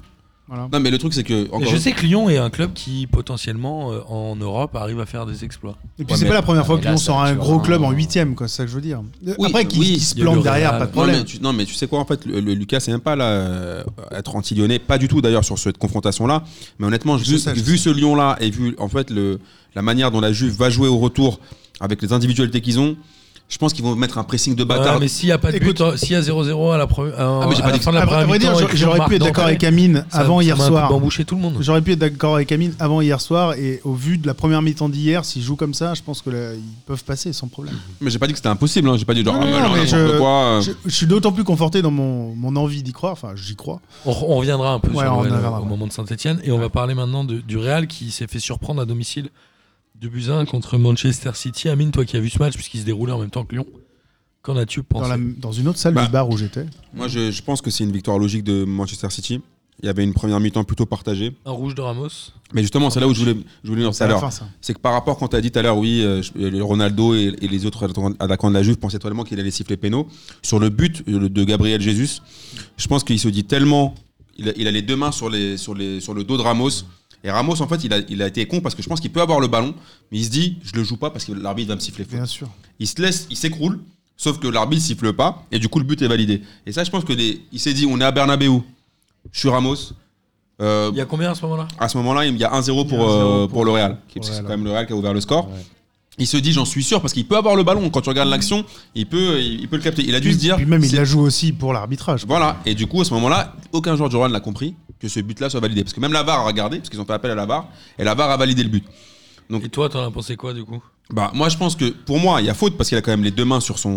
Speaker 2: Voilà.
Speaker 1: Non, mais le truc, c'est que.
Speaker 4: Et
Speaker 1: encore
Speaker 4: Je sais que Lyon est un club qui potentiellement euh, en Europe arrive à faire des exploits.
Speaker 2: Et puis
Speaker 1: Ouais,
Speaker 2: c'est
Speaker 1: mais-
Speaker 2: pas la première fois
Speaker 5: mais
Speaker 2: que
Speaker 5: là,
Speaker 2: Lyon
Speaker 5: ça
Speaker 2: sort un
Speaker 5: tue
Speaker 2: gros
Speaker 5: un-
Speaker 2: club en huitième, quoi. C'est ça que je veux dire.
Speaker 1: Oui,
Speaker 2: Après, qu'il
Speaker 1: oui,
Speaker 2: qu'il se
Speaker 4: il y a eu
Speaker 2: plante
Speaker 4: le
Speaker 2: derrière,
Speaker 4: Real.
Speaker 2: pas de
Speaker 1: Non
Speaker 2: problème.
Speaker 1: mais, tu, non, mais tu sais quoi en fait le, le Lucas c'est même pas là euh, être anti-lyonnais pas du tout d'ailleurs sur cette confrontation là mais honnêtement
Speaker 2: Je
Speaker 1: vu,
Speaker 2: sais, je
Speaker 1: vu ce Lyon là et vu en fait le, la manière dont la Juve va jouer au retour avec les individualités qu'ils ont Je pense qu'ils vont mettre un pressing de
Speaker 4: Ouais,
Speaker 1: bâtard.
Speaker 4: mais s'il y a pas de but,
Speaker 2: Écoute-
Speaker 4: hein, s'il y a 0-0 à la, pre- à-
Speaker 1: Ah, mais j'ai
Speaker 4: à
Speaker 1: pas
Speaker 4: la
Speaker 1: dit-
Speaker 4: fin de
Speaker 2: À
Speaker 4: la
Speaker 2: vrai- à
Speaker 4: première
Speaker 2: vrai dire,
Speaker 4: mi-temps, et
Speaker 2: j'a-
Speaker 4: que
Speaker 2: j'aurais
Speaker 4: Jean-Marc
Speaker 2: pu être d'accord
Speaker 4: Dandré,
Speaker 2: avec Amine
Speaker 4: ça-
Speaker 2: avant
Speaker 4: ça
Speaker 2: hier
Speaker 4: met un coup
Speaker 2: soir.
Speaker 4: d'emboucher tout le monde.
Speaker 2: J'aurais pu être d'accord avec Amine avant hier soir et au vu de la première mi-temps d'hier, s'ils jouent comme ça, je pense que là, ils peuvent passer sans problème.
Speaker 1: Mais j'ai pas dit que c'était impossible. hein. J'ai pas dit genre,
Speaker 2: Non,
Speaker 1: ah,
Speaker 2: non,
Speaker 1: mais
Speaker 2: non,
Speaker 1: non,
Speaker 2: mais
Speaker 1: n'importe
Speaker 2: je-
Speaker 1: quoi. euh.
Speaker 2: Je, je suis d'autant plus conforté dans mon, mon envie d'y croire, enfin j'y crois.
Speaker 4: On, re- on reviendra un peu
Speaker 2: Ouais,
Speaker 4: sur
Speaker 2: on
Speaker 4: l'OL, euh,
Speaker 2: reviendra,
Speaker 4: au
Speaker 2: ouais.
Speaker 4: moment de Saint-Etienne. Et on va parler maintenant de- du Real qui s'est fait surprendre à domicile de Buzyn contre Manchester City. Amine, toi qui as vu ce match, puisqu'il se déroulait en même temps que Lyon, qu'en as-tu
Speaker 2: Dans,
Speaker 4: pensé
Speaker 2: la- dans une autre salle
Speaker 1: Bah.
Speaker 2: du bar où j'étais.
Speaker 1: Moi, je, je pense que c'est une victoire logique de Manchester City. Il y avait une première mi-temps plutôt partagée.
Speaker 4: Un rouge de Ramos
Speaker 1: Mais justement, c'est là où je voulais, je voulais lancer
Speaker 2: C'est
Speaker 1: à
Speaker 2: à la
Speaker 1: l'heure.
Speaker 2: fin ça.
Speaker 1: C'est que par rapport, quand tu as dit tout à l'heure, oui, euh, je- euh, Ronaldo et, et les autres attaquants de la Juve pensaient tellement qu'il allait siffler pénaux. Sur le but euh, le- de Gabriel Jesus, je pense qu'il se dit tellement. Il a, il a les deux mains sur, les, sur, les, sur le dos de Ramos. Et Ramos, en fait, il a, il a été con parce que je pense qu'il peut avoir le ballon, mais il se dit, je le joue pas parce que l'arbitre va me siffler faute
Speaker 2: Bien sûr.
Speaker 1: il se laisse, il s'écroule, sauf que l'arbitre siffle pas, et du coup le but est validé. Et ça, je pense que des- il s'est dit, on est à Bernabeu, je suis Ramos. Euh,
Speaker 4: Il y a combien à ce moment-là
Speaker 1: à ce moment-là, il y a 1-0
Speaker 2: Il y
Speaker 1: pour,
Speaker 2: a 1-0
Speaker 1: euh,
Speaker 2: pour-
Speaker 1: pour le Real, qui-
Speaker 2: pour
Speaker 1: parce que
Speaker 2: le
Speaker 1: c'est quand
Speaker 2: Real.
Speaker 1: même le Real qui a ouvert le score.
Speaker 5: Ouais.
Speaker 1: Il se dit, j'en suis sûr, parce qu'il peut avoir le ballon. Quand tu regardes l'action, il peut, il, il peut le capter. Il a dû
Speaker 2: Mm. Puis,
Speaker 1: se dire.
Speaker 2: puis même il
Speaker 1: c'est-
Speaker 2: la joue aussi pour l'arbitrage.
Speaker 1: Voilà. Et du coup, à ce moment-là, aucun joueur du Real n'a compris que ce but-là soit validé. Parce que même la VAR a regardé, parce qu'ils ont fait appel à la VAR, et la VAR a validé le but.
Speaker 4: Et toi, t'en as pensé quoi du coup
Speaker 1: Bah, moi, je pense que pour moi, il y a faute parce qu'il a quand même les deux mains sur son,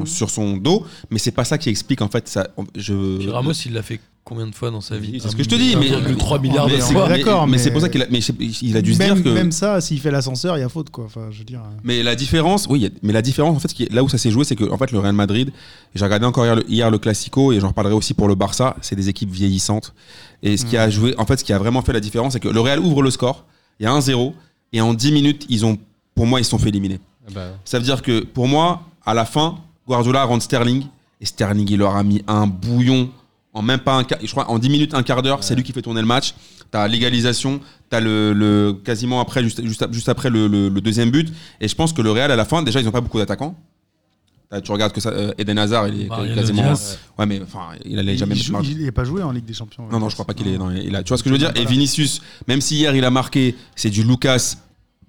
Speaker 2: Mm.
Speaker 1: sur son dos, mais c'est pas ça qui explique en fait. Ça,
Speaker 4: Puis
Speaker 1: je,
Speaker 4: Ramos, il l'a fait combien de fois dans sa vie
Speaker 1: C'est ce que je te dis, mais
Speaker 4: 3 milliards de
Speaker 1: mais c'est-
Speaker 4: fois.
Speaker 1: mais-
Speaker 2: D'accord,
Speaker 1: mais,
Speaker 2: euh, mais-
Speaker 1: c'est pour ça qu'il a, mais je sais- il a dû
Speaker 2: même,
Speaker 1: se dire que.
Speaker 2: même ça, s'il fait l'ascenseur, il y a faute quoi. Enfin, je veux dire. euh,
Speaker 1: Mais la différence, oui, il y a- mais la différence en fait, qui est- là où ça s'est joué, c'est que en fait le Real Madrid. J'ai regardé encore hier le, hier le Classico et j'en reparlerai aussi pour le Barça. C'est des équipes vieillissantes et ce qui a joué, en fait, ce qui a vraiment fait la différence, c'est que le Real ouvre le score, il y a 1-0 et en 10 minutes, ils ont, pour moi, ils se sont fait éliminer.
Speaker 2: Ah
Speaker 5: Bah,
Speaker 1: Ça veut dire que pour moi, à la fin, Guardiola rentre Sterling. Et Sterling, il leur a mis un bouillon en même pas un quart, je crois en 10 minutes, un quart d'heure. C'est lui qui fait tourner le match. T'as l'égalisation, t'as le, le quasiment après, juste, juste, ap- juste après le, le- le deuxième but. Et je pense que le Real, à la fin, déjà, ils n'ont pas beaucoup d'attaquants. T'as- Tu regardes que ça, euh, Eden Hazard, il est
Speaker 2: Bah,
Speaker 4: Mariano
Speaker 1: quasiment.
Speaker 4: Diaz.
Speaker 1: Ouais, mais enfin, il allait
Speaker 2: il-
Speaker 1: jamais.
Speaker 2: il, joue-
Speaker 1: marquer.
Speaker 2: il est pas joué en Ligue des Champions.
Speaker 1: Non, non, je crois pas qu'il est. non, il a- tu vois ce que je veux dire Et
Speaker 2: Voilà.
Speaker 1: Vinicius, même si hier il a marqué, c'est du Lucas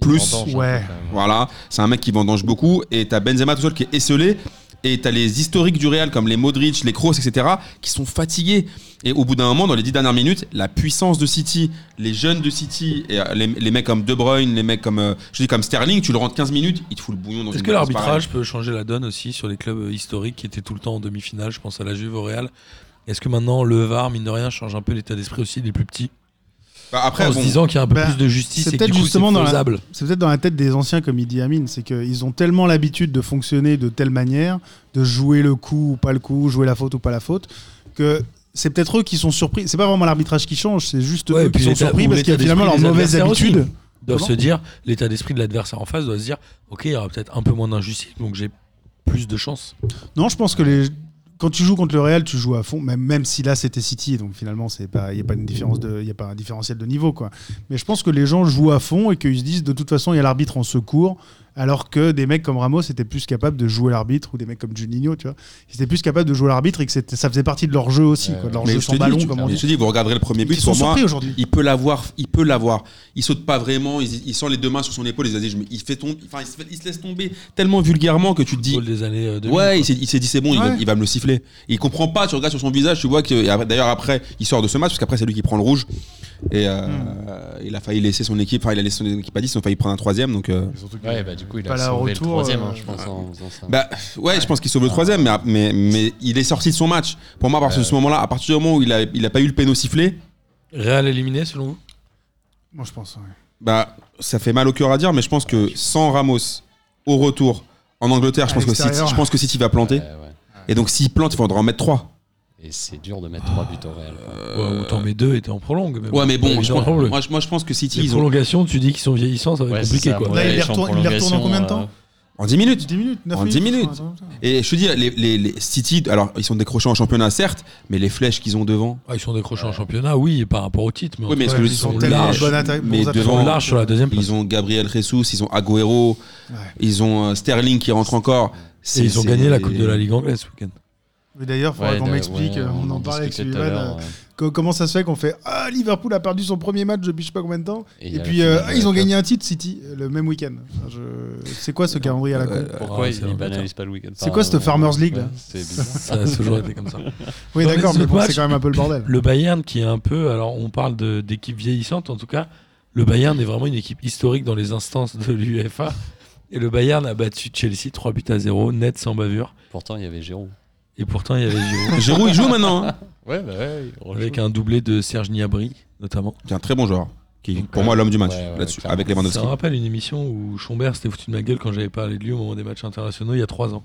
Speaker 1: plus.
Speaker 5: vendange un peu,
Speaker 2: ouais.
Speaker 5: quand même.
Speaker 1: Voilà, c'est un mec qui vendange beaucoup. Et t'as Benzema tout seul qui est esselé. Et t'as les historiques du Real comme les Modric, les Kroos, etc. qui sont fatigués. Et au bout d'un moment, dans les dix dernières minutes, la puissance de City, les jeunes de City, et euh, les, les mecs comme De Bruyne, les mecs comme, euh, je dis comme Sterling, tu le rentres 15 minutes, il te fout le bouillon dans
Speaker 4: Est-ce
Speaker 1: une
Speaker 4: que
Speaker 1: défense
Speaker 4: l'arbitrage peut changer la donne aussi sur les clubs euh, historiques qui étaient tout le temps en demi-finale Je pense à la Juve, au Real. Est-ce que maintenant le VAR, mine de rien, change un peu l'état d'esprit aussi des plus petits
Speaker 1: pareille. Bah, après,
Speaker 4: En se
Speaker 1: bon,
Speaker 4: disant qu'il y a un peu
Speaker 2: Ben,
Speaker 4: plus de justice
Speaker 2: c'est
Speaker 4: et que du
Speaker 2: peut-être
Speaker 4: coup, c'est
Speaker 2: justement dans la-
Speaker 4: faisable.
Speaker 2: C'est peut-être dans la tête des anciens, comme il dit Amine, c'est qu'ils ont tellement l'habitude de fonctionner de telle manière, de jouer le coup ou pas le coup, jouer la faute ou pas la faute, que c'est peut-être eux qui sont surpris. C'est pas vraiment l'arbitrage qui change, c'est juste
Speaker 4: Ouais, et
Speaker 2: eux
Speaker 4: puis
Speaker 2: qui sont
Speaker 4: l'état-
Speaker 2: surpris
Speaker 4: ou
Speaker 2: parce qu'il y a
Speaker 4: l'état
Speaker 2: finalement leurs
Speaker 4: d'esprit des
Speaker 2: mauvaises
Speaker 4: adversaires
Speaker 2: habitudes.
Speaker 4: Ils doivent
Speaker 2: Comment
Speaker 4: se dire, l'état d'esprit de l'adversaire en face doit se dire, ok, il y aura peut-être un peu moins d'injustice, donc j'ai plus de chance.
Speaker 2: Non, je pense que les. Quand tu joues contre le Real, tu joues à fond, même, même si là c'était City, donc finalement c'est pas, il y a pas une différence de, il y a pas un différentiel de niveau quoi. Mais je pense que les gens jouent à fond et qu'ils se disent de toute façon il y a l'arbitre en secours, alors que des mecs comme Ramos étaient plus capables de jouer l'arbitre ou des mecs comme Juninho, tu vois, ils étaient plus capables de jouer l'arbitre et que c'était- ça faisait partie de leur jeu aussi,
Speaker 5: Ouais,
Speaker 2: quoi, de leur
Speaker 1: mais
Speaker 2: jeu
Speaker 1: je te
Speaker 2: sans
Speaker 1: dis,
Speaker 2: ballon
Speaker 1: tu-
Speaker 2: comme
Speaker 1: mais
Speaker 2: on
Speaker 1: je
Speaker 2: dit.
Speaker 1: te dis, vous regarderez le premier
Speaker 2: Ils
Speaker 1: but
Speaker 2: sont
Speaker 1: pour moi.
Speaker 2: surpris aujourd'hui.
Speaker 1: Il peut l'avoir, il peut l'avoir. Il saute pas vraiment, il, il sent les deux mains sur son épaule, il se, dit, je me- il fait tomber, enfin, il, se fait- il se laisse tomber tellement vulgairement que tu te dis.
Speaker 4: Football des années euh, 2000.
Speaker 1: Ouais, il s'est, il s'est dit c'est bon, il, va,
Speaker 2: Ouais.
Speaker 1: il va me le siffler. Il comprend pas, tu regardes sur son visage, tu vois que. et après- D'ailleurs, après, il sort de ce match, parce qu'après, c'est lui qui prend le rouge. Et euh, il a failli laisser son équipe, enfin, il a laissé son équipe à 10, ils ont failli prendre un troisième. Donc, euh,
Speaker 5: Ouais, bah du coup, il
Speaker 2: Pas
Speaker 5: a
Speaker 2: là,
Speaker 5: sauvé
Speaker 2: retour,
Speaker 5: le troisième,
Speaker 2: euh,
Speaker 5: hein, je pense, en faisant ça.
Speaker 1: bah, ouais, je pense qu'il sauve le troisième, mais, mais, mais il est sorti de son match. Pour moi, à partir de ce moment-là, à partir du moment où il a, il a pas eu le péno sifflé,
Speaker 4: Real éliminé selon vous
Speaker 2: Moi je pense. ouais.
Speaker 1: bah, ça fait mal au cœur à dire, mais je pense que sans Ramos au retour en Angleterre, je
Speaker 2: À
Speaker 1: pense, que City,
Speaker 2: l'extérieur.
Speaker 1: je pense que City va planter.
Speaker 5: Ouais, ouais.
Speaker 1: Et donc, s'il plante, il faudra en mettre trois.
Speaker 5: Et c'est dur de mettre trois buts au Real. quoi.
Speaker 1: Euh,
Speaker 4: Ouais, Ou t'en mets deux et t'es en prolongue.
Speaker 1: Ouais, mais bon, je
Speaker 4: Évidemment,
Speaker 1: pense-
Speaker 4: le-
Speaker 1: moi, je- moi, je pense que City,
Speaker 4: les
Speaker 1: ils ont.
Speaker 4: prolongations, tu dis qu'ils sont vieillissants, ça va
Speaker 5: Ouais,
Speaker 4: être
Speaker 5: c'est
Speaker 4: compliqué.
Speaker 5: ça,
Speaker 4: quoi.
Speaker 5: ouais,
Speaker 2: Là, il les
Speaker 5: champs
Speaker 2: retourne- il les retourne en combien de temps
Speaker 5: euh,
Speaker 1: En 10 minutes
Speaker 2: 10 minutes, 9
Speaker 1: En 10
Speaker 2: minutes. je
Speaker 1: minutes.
Speaker 2: crois, un truc comme ça.
Speaker 1: Et je te dis, les, les, les City, alors ils sont décrochés en championnat, certes, mais les flèches qu'ils ont devant.
Speaker 4: Ah, ils sont décrochés en championnat, oui, par rapport au titre. Mais, en
Speaker 1: Oui, mais
Speaker 4: tout
Speaker 1: est-ce
Speaker 4: cas,
Speaker 1: que le-
Speaker 4: ils
Speaker 2: Ils
Speaker 4: sont
Speaker 2: ont
Speaker 1: mais-
Speaker 2: tellement de
Speaker 4: larges.
Speaker 2: bonnes attaques.
Speaker 1: mais
Speaker 2: bons attaques.
Speaker 4: Ils sont
Speaker 1: devant-
Speaker 4: larges sur la deuxième place.
Speaker 1: Ils ont Gabriel Jesus, ils ont Agüero,
Speaker 2: Ouais.
Speaker 1: ils ont euh, Sterling qui rentre encore.
Speaker 4: Et ils ont gagné la Coupe de la Ligue anglaise ce week-end.
Speaker 2: Mais D'ailleurs, il faudrait
Speaker 5: Ouais,
Speaker 2: qu'on
Speaker 5: de-
Speaker 2: m'explique,
Speaker 5: ouais,
Speaker 2: euh, on, en parlait avec
Speaker 5: discutait tout à
Speaker 2: Sullivan, euh,
Speaker 5: l'heure, ouais.
Speaker 2: co- comment ça se fait qu'on fait Ah, Liverpool a perdu son premier match depuis je sais pas combien de temps
Speaker 5: Et il
Speaker 2: Et,
Speaker 5: y a la
Speaker 2: puis,
Speaker 5: finale
Speaker 2: euh,
Speaker 5: de
Speaker 2: ah,
Speaker 5: la
Speaker 2: ils ont
Speaker 5: Cup.
Speaker 2: gagné un titre, City, le même week-end. Je- C'est quoi ce calendrier à la con
Speaker 5: Pourquoi
Speaker 4: Ah,
Speaker 5: ils
Speaker 4: c'est un
Speaker 5: ils
Speaker 4: bâtard.
Speaker 5: banalisent pas le week-end
Speaker 2: C'est quoi cette Farmers League, là
Speaker 5: Ouais, C'est bizarre.
Speaker 4: Ça a toujours été comme ça.
Speaker 2: Oui,
Speaker 4: Dans les
Speaker 2: d'accord, mais
Speaker 4: autres
Speaker 2: bon, c'est
Speaker 4: matchs-
Speaker 2: quand même un peu le bordel.
Speaker 4: Le Bayern qui est un peu, alors on parle de- d'équipe vieillissante en tout cas, le Bayern est vraiment une équipe historique dans les instances de l'UEFA. Et le Bayern a battu Chelsea 3 buts à 0, net sans bavure.
Speaker 5: Pourtant, il y avait Giroud.
Speaker 4: Et pourtant il y avait Giroud
Speaker 1: Giroud, il joue maintenant. hein,
Speaker 5: Ouais, bah ouais. il rejoue.
Speaker 4: avec un doublé de Serge Niabri notamment.
Speaker 1: qui est un très bon joueur. Qui,
Speaker 4: Donc,
Speaker 1: pour moi, l'homme du match,
Speaker 5: ouais, ouais,
Speaker 1: là-dessus,
Speaker 5: clairement.
Speaker 1: avec Lewandowski.
Speaker 4: Ça me rappelle une émission où Schombert s'était foutu de ma gueule quand j'avais parlé de lui au moment des matchs internationaux il y a 3 ans.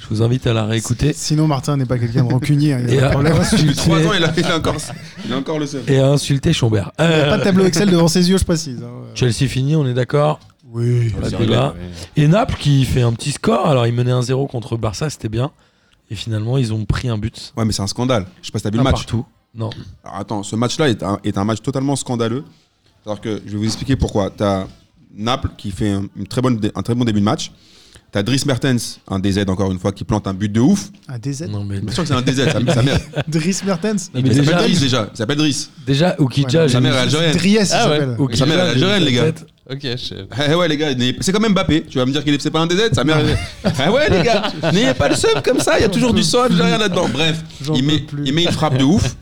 Speaker 4: Je vous invite à la réécouter.
Speaker 2: Sinon, Martin n'est pas quelqu'un de rancunier, hein, il y a
Speaker 4: Et
Speaker 2: pas
Speaker 4: à,
Speaker 2: de problème.
Speaker 1: Depuis trois
Speaker 4: insulter,
Speaker 1: ans, il a, il a encore, il a encore le seul.
Speaker 4: et à insulter Schombert.
Speaker 2: Il n'y a
Speaker 4: Euh,
Speaker 2: pas de tableau Excel devant ses yeux, je précise. hein.
Speaker 4: Chelsea fini, on est d'accord
Speaker 2: Oui.
Speaker 4: Pas de débat. Et Naples qui fait un petit score. Alors, ils menaient 1-0 contre Barça, c'était bien. Et finalement, ils ont pris un but.
Speaker 1: Ouais, mais c'est un scandale. Je sais pas si t'as vu
Speaker 4: Un
Speaker 1: le match.
Speaker 4: partout. Non.
Speaker 1: Alors, attends, ce match-là est un, est un match totalement scandaleux. Alors que je vais vous expliquer pourquoi. T'as Naples qui fait un, une très bonne, dé- un très bon début de match. T'as Dries Mertens, un DZ encore une fois, qui plante un but de ouf.
Speaker 2: Un DZ
Speaker 4: Non, mais
Speaker 1: Bien sûr que c'est un DZ, sa, sa mère.
Speaker 2: Dries Mertens
Speaker 4: Non, mais
Speaker 1: Il s'appelle
Speaker 4: déjà,
Speaker 1: Dries déjà. Il s'appelle Dries.
Speaker 4: déjà, Oukidja,
Speaker 2: Ouais,
Speaker 4: j'ai
Speaker 1: Sa
Speaker 4: vu-
Speaker 1: mère est algérienne.
Speaker 2: Dries, il
Speaker 5: Ah ouais.
Speaker 2: s'appelle.
Speaker 4: Oukidja,
Speaker 1: Sa mère est
Speaker 4: j'ai
Speaker 1: algérienne,
Speaker 4: vu
Speaker 1: les
Speaker 4: sa
Speaker 1: gars.
Speaker 4: tête.
Speaker 5: Ok, je sais.
Speaker 1: Eh ouais les gars, n'ayez- c'est comme Mbappé. Tu vas me dire qu'il est- c'est pas un DZ, sa mère. est- Eh ouais les gars, n'ayez pas le seum comme ça. Il y a toujours du sol derrière là-dedans. Bref,
Speaker 2: J'en
Speaker 1: il
Speaker 2: peux
Speaker 1: met,
Speaker 2: plus.
Speaker 1: il met une frappe de ouf.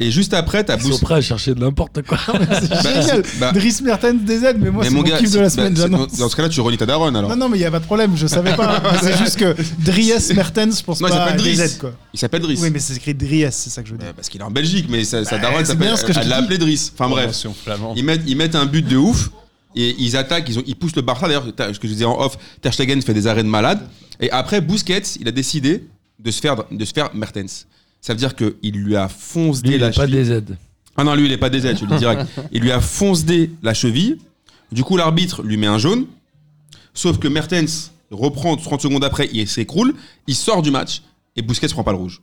Speaker 1: Et juste après, t'as Bous-
Speaker 4: Ils sont prêts à chercher de n'importe quoi.
Speaker 2: C'est
Speaker 1: Bah,
Speaker 2: génial.
Speaker 1: c'est- bah-
Speaker 2: Dries Mertens DZ, mais moi,
Speaker 1: Mais
Speaker 2: c'est mon kiff de la
Speaker 1: si-
Speaker 2: semaine,
Speaker 1: bah, c'est-
Speaker 2: j'annonce.
Speaker 1: Dans ce cas-là, tu relis ta daronne alors.
Speaker 2: Non, non, mais il n'y a pas de problème, je savais pas. c'est juste que Dries Mertens, je pense
Speaker 1: Non, il
Speaker 2: pas à
Speaker 1: s'appelle Dries.
Speaker 2: DZ, quoi.
Speaker 1: Il s'appelle Driss.
Speaker 2: Oui, mais c'est écrit Dries, c'est ça que je veux dire.
Speaker 1: Euh, Parce qu'il est en Belgique, mais sa, sa daronne
Speaker 2: Bah, c'est
Speaker 1: s'appelle.
Speaker 2: bien ce que je
Speaker 1: Elle l'a
Speaker 2: dis.
Speaker 1: appelé Driss. Enfin bref.
Speaker 5: Promotion flamande.
Speaker 1: Ils mettent, ils mettent un but de ouf. Et ils attaquent, ils, ont, ils poussent le Barça. D'ailleurs, t'as- ce que je disais en off, Ter Stegen fait des arrêts de malade. Et après, Busquets, il a décidé de se faire, de se faire Mertens. Ça veut dire qu'il lui a foncé
Speaker 4: Lui, il
Speaker 1: la
Speaker 4: a pas
Speaker 1: cheville.
Speaker 4: des aides.
Speaker 1: Ah non, lui, il est pas DZ, je le dis direct. Il lui a foncé la cheville. Du coup, l'arbitre lui met un jaune. Sauf que Mertens reprend 30 secondes après, il s'écroule, il sort du match et Busquets prend pas le rouge.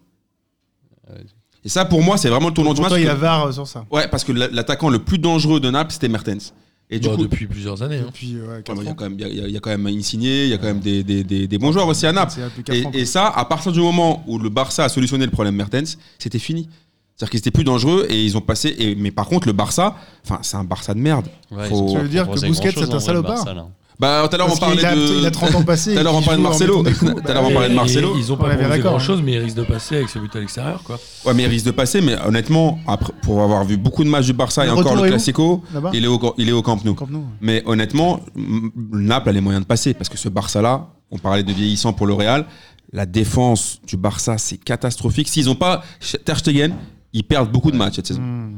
Speaker 1: Et ça, pour moi, c'est vraiment le tournant du match.
Speaker 2: Pourtant, il a
Speaker 1: parce
Speaker 2: VAR euh, sur ça.
Speaker 1: que- Ouais, parce que la- l'attaquant le plus dangereux de Naples, c'était Mertens. Et du coup,
Speaker 4: Bah, Depuis plusieurs années. hein.
Speaker 2: Depuis euh, ouais,
Speaker 1: Ouais,
Speaker 2: quatre
Speaker 1: mais il y a
Speaker 2: ans.
Speaker 1: quand même- il y a- il y a- il y a quand même Insigné, il y a quand même des, des- des- des bons joueurs aussi à Naples.
Speaker 2: C'est depuis quatre
Speaker 1: Et,
Speaker 2: ans,
Speaker 1: et ça, à partir du moment où le Barça a solutionné le problème Mertens, c'était fini. C'est-à-dire qu'ils étaient plus dangereux et ils ont passé. et- mais par contre, le Barça, enfin, c'est un Barça de merde.
Speaker 5: Ouais,
Speaker 1: Faut-
Speaker 5: ils ont
Speaker 1: Tu
Speaker 2: veux dire que
Speaker 5: proposé
Speaker 2: Busquets,
Speaker 5: grand-chose,
Speaker 2: c'est un
Speaker 5: en vrai, le
Speaker 2: salopard
Speaker 5: Barça, là.
Speaker 1: Bah, tout à l'heure, on
Speaker 2: Parce
Speaker 1: parlait
Speaker 2: qu'il a-
Speaker 1: de.
Speaker 2: Il a 30 ans passés.
Speaker 1: Tout à l'heure,
Speaker 2: et
Speaker 1: on
Speaker 2: qu'il
Speaker 1: parlait de
Speaker 2: joue en
Speaker 1: Marcelo.
Speaker 2: mettant des coups.
Speaker 1: Tout à l'heure, on
Speaker 2: Bah,
Speaker 1: parlait de
Speaker 4: Et-
Speaker 1: Marcelo.
Speaker 4: et Ils ont
Speaker 2: On
Speaker 4: pas
Speaker 2: avait hein.
Speaker 4: proposé
Speaker 2: d'accord,
Speaker 4: grand chose, mais ils risquent de passer avec ce but à l'extérieur. quoi.
Speaker 1: Ouais, mais il risque de passer. Mais honnêtement, après, pour avoir vu beaucoup de matchs du Barça
Speaker 2: Le
Speaker 1: et encore
Speaker 2: retour
Speaker 1: le
Speaker 2: est où
Speaker 1: Classico,
Speaker 2: Là-bas
Speaker 1: il est, au, il est au Camp Nou.
Speaker 2: Camp Nou.
Speaker 1: Mais honnêtement, M- Naples a les moyens de passer parce que ce Barça-là, on parlait de vieillissant pour le Real, la défense du Barça, c'est catastrophique. S'ils n'ont pas Ter Stegen, ils perdent beaucoup de matchs cette saison.
Speaker 2: Hmm.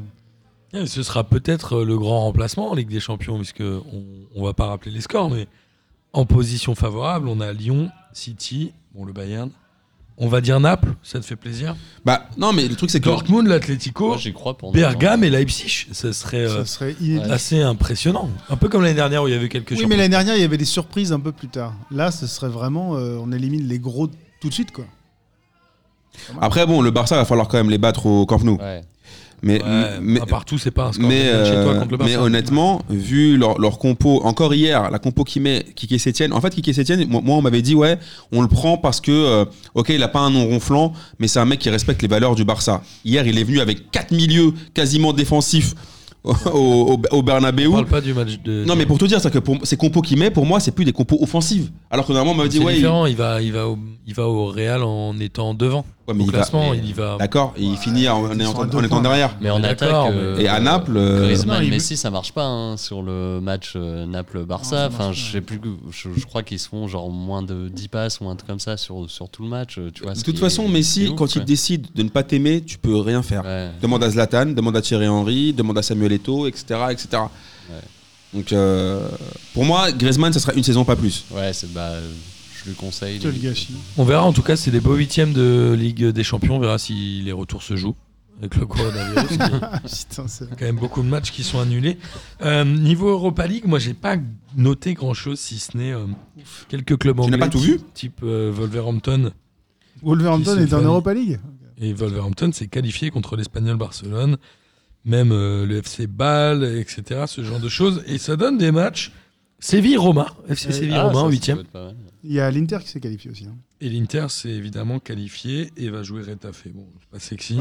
Speaker 4: Et ce sera peut-être euh, le grand remplacement en Ligue des Champions, puisque on, on va pas rappeler les scores, mais en position favorable, on a Lyon, City, bon le Bayern. On va dire Naples, ça te fait plaisir.
Speaker 1: Bah non, mais le truc c'est que
Speaker 4: Dortmund, l'Atlético,
Speaker 5: Moi, j'y crois pour
Speaker 4: Bergame et Leipzig. Ce serait
Speaker 2: Ça
Speaker 4: euh,
Speaker 2: serait inédit.
Speaker 5: Ouais.
Speaker 4: assez impressionnant. Un peu comme l'année dernière où il y avait quelques
Speaker 2: Oui, mais
Speaker 4: surprises.
Speaker 2: l'année dernière, il y avait des surprises un peu plus tard. Là, ce serait vraiment. euh, on élimine les gros tout de suite, quoi.
Speaker 1: après bon, le Barça va falloir quand même les battre au Camp Nou.
Speaker 5: Ouais.
Speaker 1: Mais
Speaker 4: Ouais,
Speaker 1: mais
Speaker 4: un partout, c'est pas un score.
Speaker 1: mais,
Speaker 4: Même chez toi
Speaker 1: euh,
Speaker 4: contre le
Speaker 1: mais
Speaker 4: Barça.
Speaker 1: honnêtement, vu leur, leur compo, encore hier, la compo qui met Kike Sétienne, en fait Kike Sétienne, moi, moi, on m'avait dit ouais, on le prend parce que euh, ok il a pas un nom ronflant, mais c'est un mec qui respecte les valeurs du Barça. Hier il est venu avec quatre milieux quasiment défensifs au, au, au Bernabeu.
Speaker 4: on parle pas du match de.
Speaker 1: Non mais pour te dire, c'est que pour, ces compos qu'il met, pour moi c'est plus des compos offensives. Alors que normalement on m'avait dit
Speaker 4: c'est
Speaker 1: ouais, il-
Speaker 4: différent. Il... va, il va, au, il va au Real en étant devant.
Speaker 1: ouais, mais il
Speaker 4: au
Speaker 1: va-
Speaker 4: classement,
Speaker 5: mais-
Speaker 4: il y va.
Speaker 1: d'accord, et il finit en, en-
Speaker 2: ils sont
Speaker 1: en-
Speaker 2: à deux
Speaker 1: en étant
Speaker 2: points.
Speaker 1: derrière.
Speaker 5: Mais en attaque,
Speaker 4: D'accord, mais-
Speaker 5: euh,
Speaker 1: Et à Naples, euh,
Speaker 5: Griezmann,
Speaker 2: Non, il-
Speaker 5: Messi, ça marche pas hein, sur le match euh,
Speaker 2: ça
Speaker 5: Naples-Barça.
Speaker 2: marche
Speaker 5: Enfin,
Speaker 2: pas,
Speaker 5: je
Speaker 2: ouais.
Speaker 5: sais plus, que- je, je crois qu'ils se font genre moins de 10 passes ou un truc comme ça sur, sur tout le match. euh, Tu vois,
Speaker 1: De
Speaker 5: ce
Speaker 1: toute
Speaker 5: qui
Speaker 1: façon,
Speaker 5: est-
Speaker 1: Messi,
Speaker 5: c'est ouf,
Speaker 1: quand il
Speaker 5: ouais.
Speaker 1: décide de ne pas t'aimer, tu peux rien faire.
Speaker 5: Ouais.
Speaker 1: Demande à Zlatan, demande à Thierry Henry, demande à Samuel Eto'o, etc. etc. Donc, euh, pour moi, Griezmann, ça sera une saison, pas plus.
Speaker 5: Ouais, c'est bah, euh, je lui conseille. Ah,
Speaker 2: Quel
Speaker 5: lui.
Speaker 2: gâchis.
Speaker 4: On verra en tout cas, c'est des beaux huitièmes de Ligue des Champions. On verra si les retours se jouent avec le coronavirus. Il y a
Speaker 2: Ah, Putain, c'est.
Speaker 4: quand même beaucoup de matchs qui sont annulés. Euh, niveau Europa League, moi j'ai pas noté grand chose si ce n'est euh, quelques clubs
Speaker 1: n'as
Speaker 4: anglais.
Speaker 1: pas tout vu
Speaker 4: type- Type euh, Wolverhampton.
Speaker 2: Wolverhampton
Speaker 4: Qui
Speaker 2: est
Speaker 4: se
Speaker 2: en
Speaker 4: fait-
Speaker 2: Europa League
Speaker 4: Et Wolverhampton s'est qualifié contre l'Espagnol Barcelone, même euh, le FC Bâle, etc. Ce genre de choses. Et ça donne des matchs Séville Romain, FC
Speaker 1: Euh,
Speaker 2: Ouais.
Speaker 4: Séville
Speaker 5: Ah, ça,
Speaker 4: Romain
Speaker 5: ça
Speaker 4: 8
Speaker 5: peut être pas mal.
Speaker 2: Il y a l'Inter qui s'est qualifié aussi. hein.
Speaker 4: et l'Inter s'est évidemment qualifié et va jouer Retafe. Bon, c'est pas sexy.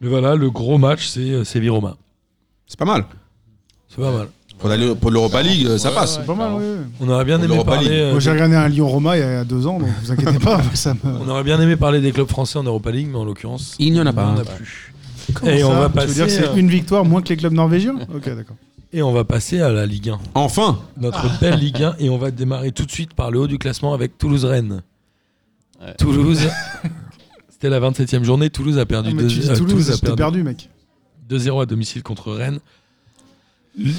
Speaker 4: Mais voilà, le gros match c'est euh, Séville Romain.
Speaker 1: C'est pas mal.
Speaker 4: C'est pas mal.
Speaker 1: Pour, aller- pour l'Europa League, euh, ça
Speaker 5: Ouais,
Speaker 1: passe.
Speaker 5: ouais.
Speaker 2: C'est pas mal,
Speaker 5: clairement.
Speaker 2: oui. oui.
Speaker 4: On aurait bien
Speaker 1: Pour
Speaker 4: aimé
Speaker 1: l'Europa
Speaker 4: parler
Speaker 1: League.
Speaker 4: euh,
Speaker 2: Moi, j'ai
Speaker 4: des-
Speaker 2: regardé un Lyon-Roma il y a deux ans, donc vous inquiétez pas. ça me...
Speaker 4: on aurait bien aimé parler des clubs français en Europa League mais en l'occurrence
Speaker 1: Il n'y en a pas.
Speaker 4: on n'en a
Speaker 5: Ouais.
Speaker 4: plus.
Speaker 2: Comment
Speaker 4: Et on
Speaker 2: ça
Speaker 4: va
Speaker 2: Tu veux dire que
Speaker 4: passer,
Speaker 2: c'est
Speaker 4: euh,
Speaker 2: une victoire moins que les clubs norvégiens Ok, d'accord.
Speaker 4: Et on va passer à la Ligue 1.
Speaker 1: Enfin
Speaker 4: notre
Speaker 2: Ah.
Speaker 4: belle Ligue 1 et on va démarrer tout de suite par le haut du classement avec Toulouse-Rennes.
Speaker 5: Ouais.
Speaker 4: Toulouse, c'était la 27e journée, Toulouse a perdu
Speaker 2: Ah, mais
Speaker 4: 2
Speaker 2: tu dis Toulouse, t'es perdu, mec.
Speaker 4: 2-0 à domicile contre Rennes. Il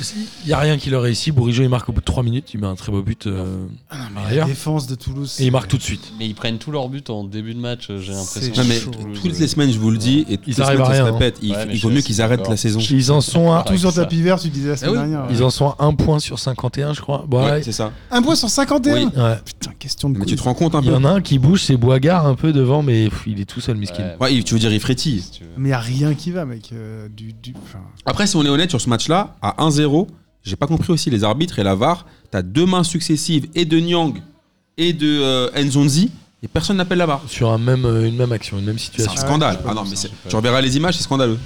Speaker 4: n'y a rien qui leur réussit. Bourigeau, il marque au bout de 3 minutes. Il met un très beau but euh,
Speaker 2: La
Speaker 4: arrière.
Speaker 2: défense de Toulouse.
Speaker 4: Et il marque tout de suite.
Speaker 5: Mais ils prennent tous leurs buts en début de match, euh, j'ai l'impression.
Speaker 2: C'est
Speaker 1: Non, mais
Speaker 2: chaud.
Speaker 5: Toulouse,
Speaker 1: toutes
Speaker 5: euh,
Speaker 1: les semaines, je vous le dis, et toutes
Speaker 4: Ils
Speaker 1: les
Speaker 4: arrivent
Speaker 1: semaines,
Speaker 4: à
Speaker 1: ça se
Speaker 4: rien, hein.
Speaker 1: répète. Il,
Speaker 5: Ouais, mais
Speaker 1: il vaut
Speaker 5: je
Speaker 1: mieux
Speaker 5: suis
Speaker 1: qu'ils arrêtent
Speaker 5: d'accord.
Speaker 1: la saison.
Speaker 4: Ils en sont à,
Speaker 5: Ouais,
Speaker 2: Tous en
Speaker 5: ça.
Speaker 2: tapis vert, tu disais la semaine
Speaker 1: oui.
Speaker 2: dernière.
Speaker 4: ils en sont à 1 point sur 51, je crois. Bon, ouais.
Speaker 1: Ouais, c'est ça.
Speaker 2: Un point sur 51
Speaker 1: Oui.
Speaker 4: Ouais.
Speaker 2: Putain, question de
Speaker 1: Mais tu
Speaker 2: couille.
Speaker 1: te rends compte un
Speaker 4: Il y
Speaker 2: bah.
Speaker 1: peu
Speaker 4: en a un qui bouge, c'est Boigard un peu devant, mais pff, il est tout seul, miskin.
Speaker 5: Ouais,
Speaker 1: Ouais, tu veux dire, il frétille.
Speaker 5: si tu veux.
Speaker 2: Mais y a rien qui va, mec. euh, du, du- enfin,
Speaker 1: Après, si on est honnête sur ce match-là, à 1-0, j'ai pas compris aussi les arbitres et la VAR. T'as deux mains successives et de Nyang et de euh, Nzonzi, et personne n'appelle la VAR.
Speaker 4: Sur un même, euh, une même action, une même
Speaker 1: C'est
Speaker 4: situation.
Speaker 1: un scandale.
Speaker 2: je peux
Speaker 1: Ah non, mais
Speaker 5: dire ça,
Speaker 1: c'est-
Speaker 5: je peux
Speaker 1: tu reverras les images, c'est scandaleux.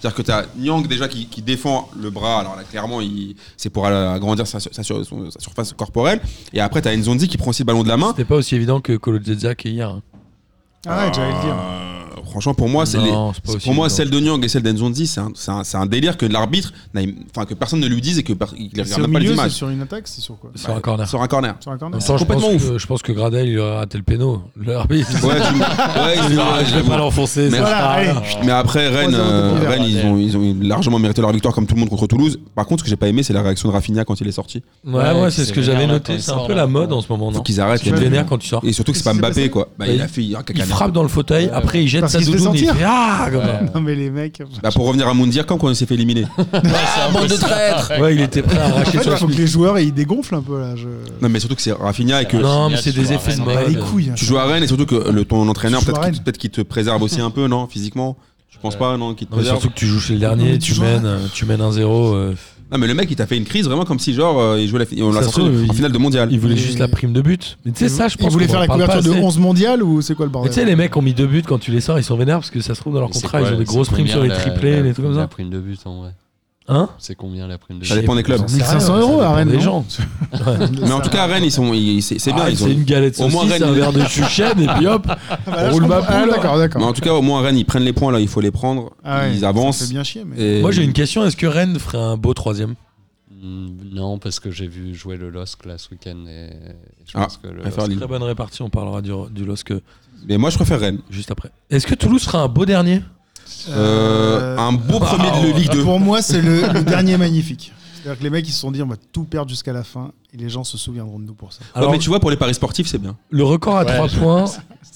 Speaker 1: C'est-à-dire que t'as Nyang déjà qui, qui défend le bras, alors là clairement il- c'est pour euh, agrandir sa, sa- sur- son- sa surface corporelle, et après t'as Nzonzi qui prend aussi le ballon de la main.
Speaker 4: C'était pas aussi évident que Colo que hier. hein.
Speaker 2: Arrête, j'allais le dire.
Speaker 1: Euh, franchement, pour moi, c'est les-
Speaker 4: Non, c'est pas
Speaker 1: c'est-
Speaker 4: aussi
Speaker 1: pour moi
Speaker 4: évident.
Speaker 1: celle de Nyang et celle d'Enzondi, c'est un, c'est un- c'est un délire que l'arbitre, n'aille- enfin que personne ne lui dise et que per- il
Speaker 2: C'est
Speaker 1: regarde
Speaker 2: au
Speaker 1: même pas les
Speaker 2: milieu, c'est
Speaker 1: images.
Speaker 2: sur une attaque, c'est sur quoi
Speaker 4: Sur un corner.
Speaker 1: Sur un corner.
Speaker 2: Sur un
Speaker 4: En
Speaker 2: corner
Speaker 4: même temps, je, pense
Speaker 1: complètement
Speaker 4: que, je pense que Gradel il aurait raté le péno. L'arbitre.
Speaker 1: Ouais, tu me- ouais,
Speaker 4: il
Speaker 1: c'est
Speaker 4: dira,
Speaker 1: vrai,
Speaker 4: Ah, je vais
Speaker 1: j'avoue.
Speaker 4: pas l'enfoncer.
Speaker 1: Mais-
Speaker 4: ça
Speaker 2: Voilà,
Speaker 4: sert à
Speaker 2: allez.
Speaker 4: rien.
Speaker 1: Mais après, Rennes,
Speaker 2: 3-0
Speaker 1: euh,
Speaker 2: depuis
Speaker 1: Rennes, ils, ont, ils ont largement mérité leur victoire comme tout le monde contre Toulouse. Par contre, ce que j'ai pas aimé, c'est la réaction de Rafinha quand il est sorti.
Speaker 4: Ouais, ouais,
Speaker 5: Ouais,
Speaker 4: c'est
Speaker 5: c'est
Speaker 4: ce que
Speaker 5: vénère,
Speaker 4: j'avais
Speaker 5: là, quand
Speaker 4: noté.
Speaker 5: il
Speaker 4: C'est un
Speaker 5: sort,
Speaker 4: peu
Speaker 5: là.
Speaker 4: la mode en ce moment.
Speaker 1: Faut
Speaker 4: Oh Non
Speaker 1: qu'ils arrêtent.
Speaker 4: tu
Speaker 1: les
Speaker 4: te
Speaker 2: Ouais.
Speaker 1: mecs.
Speaker 4: vénères quand tu sors.
Speaker 1: Et surtout que c'est pas
Speaker 2: Qu'est-ce qui s'est
Speaker 1: Mbappé,
Speaker 2: passé
Speaker 1: quoi. Bah,
Speaker 4: Ouais,
Speaker 1: il a
Speaker 4: il-
Speaker 1: fait il racaque
Speaker 4: Il
Speaker 1: un
Speaker 4: frappe dans le fauteuil,
Speaker 5: Ouais.
Speaker 4: après il jette
Speaker 2: Parce
Speaker 4: sa
Speaker 2: qu'il se fait
Speaker 4: doudoune et il
Speaker 2: sentir.
Speaker 4: fait Ah comme ça.
Speaker 5: Ouais.
Speaker 2: Non, mais les mecs.
Speaker 1: peu. Bah, pour revenir à Mundir, quand on s'est fait éliminer.
Speaker 4: Bande de traîtres Ouais, il était prêt à
Speaker 2: En
Speaker 4: arracher
Speaker 2: fait,
Speaker 4: sur
Speaker 2: il
Speaker 4: le
Speaker 2: faut que les joueurs ils dégonflent un peu là. Je...
Speaker 1: Non, mais surtout que c'est Rafinha et que
Speaker 4: Ah Non, mais
Speaker 5: Génial,
Speaker 4: c'est
Speaker 5: tu
Speaker 4: des
Speaker 5: vois,
Speaker 4: effets de
Speaker 5: Rennes, on est
Speaker 4: mode.
Speaker 5: pas
Speaker 2: les couilles. hein.
Speaker 1: tu joues à Rennes et surtout que le, ton entraîneur
Speaker 2: Tu joues à
Speaker 1: peut-être qu'il
Speaker 2: Rennes.
Speaker 1: peut-être qu'il te préserve aussi un peu, non, physiquement. Je pense pas, non, qu'il te
Speaker 4: Euh, Non, mais
Speaker 1: préserve.
Speaker 4: surtout que tu joues chez le
Speaker 2: Non, mais
Speaker 4: dernier,
Speaker 2: tu
Speaker 4: tu
Speaker 2: joues à-
Speaker 4: mènes, euh, tu mènes 1-0. euh,
Speaker 1: Non, mais le mec, il t'a fait une crise vraiment comme si, genre, euh, il jouait la, fi- on l'a
Speaker 4: Ça
Speaker 1: sorti
Speaker 4: se trouve,
Speaker 1: en
Speaker 4: il-
Speaker 1: finale de mondial.
Speaker 4: Il voulait
Speaker 2: Et-
Speaker 4: juste la prime de but. Mais tu sais, ça, je pense
Speaker 2: Ils voulaient
Speaker 4: qu'on
Speaker 2: faire la
Speaker 4: en parle pas
Speaker 2: couverture de
Speaker 4: assez.
Speaker 2: 11 mondial ou c'est quoi le
Speaker 4: Mais
Speaker 2: bordel
Speaker 4: tu sais, les mecs ont mis deux buts quand tu les sors, ils sont vénères parce que ça se trouve dans leur
Speaker 5: Mais c'est
Speaker 4: contrat,
Speaker 5: quoi,
Speaker 4: ils ont des
Speaker 5: c'est
Speaker 4: grosses primes
Speaker 5: combien
Speaker 4: sur les
Speaker 5: la-
Speaker 4: triplés,
Speaker 5: la-
Speaker 4: des trucs comme
Speaker 5: La
Speaker 4: ça.
Speaker 5: prime de but en vrai.
Speaker 4: Hein
Speaker 5: C'est combien la prime de but
Speaker 1: Ça dépend des clubs.
Speaker 4: J'en sais rien,
Speaker 2: 1500 euros
Speaker 4: ça
Speaker 2: à Rennes.
Speaker 4: dépend des
Speaker 2: non
Speaker 4: gens. Ouais.
Speaker 1: Mais en tout cas, à Rennes, ils sont, ils- c'est c'est bien.
Speaker 4: Ah,
Speaker 1: ils ont-
Speaker 4: C'est une galette
Speaker 1: Au
Speaker 4: saucisse,
Speaker 1: moins, Rennes,
Speaker 4: un
Speaker 1: il-
Speaker 4: verre de chouchène et puis hop.
Speaker 2: Ah, bah là,
Speaker 4: On
Speaker 2: je
Speaker 4: roule ma
Speaker 2: comprends. Ah,
Speaker 4: poule.
Speaker 2: D'accord,
Speaker 1: Mais
Speaker 2: d'accord.
Speaker 1: en tout cas, au moins, Rennes, ils prennent les points là, il faut les prendre.
Speaker 2: Ah ouais,
Speaker 1: ils
Speaker 2: Ça
Speaker 1: avancent.
Speaker 2: fait bien chier, mais.
Speaker 1: Et-
Speaker 4: Moi j'ai une question, est-ce que Rennes ferait un beau troisième
Speaker 5: Hmm, Non, parce que j'ai vu jouer le LOSC là ce week-end et je
Speaker 1: Ah,
Speaker 5: pense que le
Speaker 1: à faire
Speaker 5: LOSC-
Speaker 1: Lille.
Speaker 4: Très bonne répartie, on parlera du, du LOSC
Speaker 1: Mais moi, je préfère Rennes.
Speaker 4: juste après. Est-ce que Toulouse sera un beau dernier
Speaker 1: Euh, un beau premier de Ligue 2.
Speaker 2: bah, ah, Pour moi, c'est le, le dernier magnifique. C'est-à-dire que les mecs, ils se sont dit, on va tout perdre jusqu'à la fin, et les gens se souviendront de nous pour ça.
Speaker 4: Alors,
Speaker 1: mais tu vois, pour les paris sportifs, c'est bien.
Speaker 4: Le record à
Speaker 5: Ouais,
Speaker 4: 3
Speaker 5: je-
Speaker 4: points,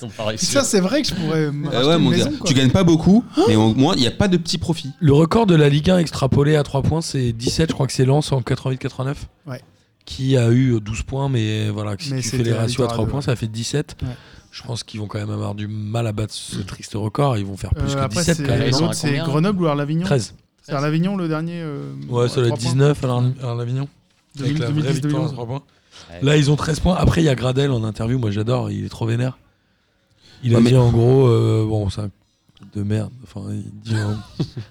Speaker 5: Ton pari
Speaker 2: Et
Speaker 5: sûr.
Speaker 2: ça, c'est vrai que je pourrais me
Speaker 1: Euh,
Speaker 2: racheter
Speaker 1: ouais,
Speaker 2: une
Speaker 1: mon
Speaker 2: maison,
Speaker 1: gars.
Speaker 2: quoi.
Speaker 1: Tu gagnes pas beaucoup, mais au moins, il n'y a pas de petit profit.
Speaker 4: le record de la Ligue 1 extrapolé à 3 points, c'est 17, je crois que c'est Lens en 88-89.
Speaker 2: Ouais.
Speaker 4: Qui a eu 12 points, mais voilà, si
Speaker 2: Mais
Speaker 4: tu fais
Speaker 2: c'était
Speaker 4: les
Speaker 2: la
Speaker 4: ratios à
Speaker 2: victoire à
Speaker 4: 3
Speaker 2: deux,
Speaker 4: points, ça fait 17.
Speaker 2: Ouais.
Speaker 4: Je pense qu'ils vont quand même avoir du mal à battre ce triste record, ils vont faire plus
Speaker 2: Euh,
Speaker 4: que
Speaker 2: après,
Speaker 4: 17
Speaker 2: c'est
Speaker 4: quand même.
Speaker 5: Ils sont à
Speaker 2: l'autre, c'est
Speaker 5: combien
Speaker 2: Grenoble ou Arlavignon
Speaker 4: 13.
Speaker 2: C'est Arlavignon le dernier. euh,
Speaker 4: Ouais, ça doit être
Speaker 2: trois points.
Speaker 4: 19 à l'Ar- à l'Avignon. Avec
Speaker 2: 2000,
Speaker 4: la vraie
Speaker 2: 2010,
Speaker 4: victoire à
Speaker 2: 2011.
Speaker 4: trois points.
Speaker 5: Ouais.
Speaker 4: Là, ils ont 13 points. Après, il y a Gradel en interview. Moi, j'adore. Il est trop vénère. Il a
Speaker 1: Ouais,
Speaker 4: dit
Speaker 1: mais-
Speaker 4: en gros, euh, bon, c'est un de merde. Enfin, il dit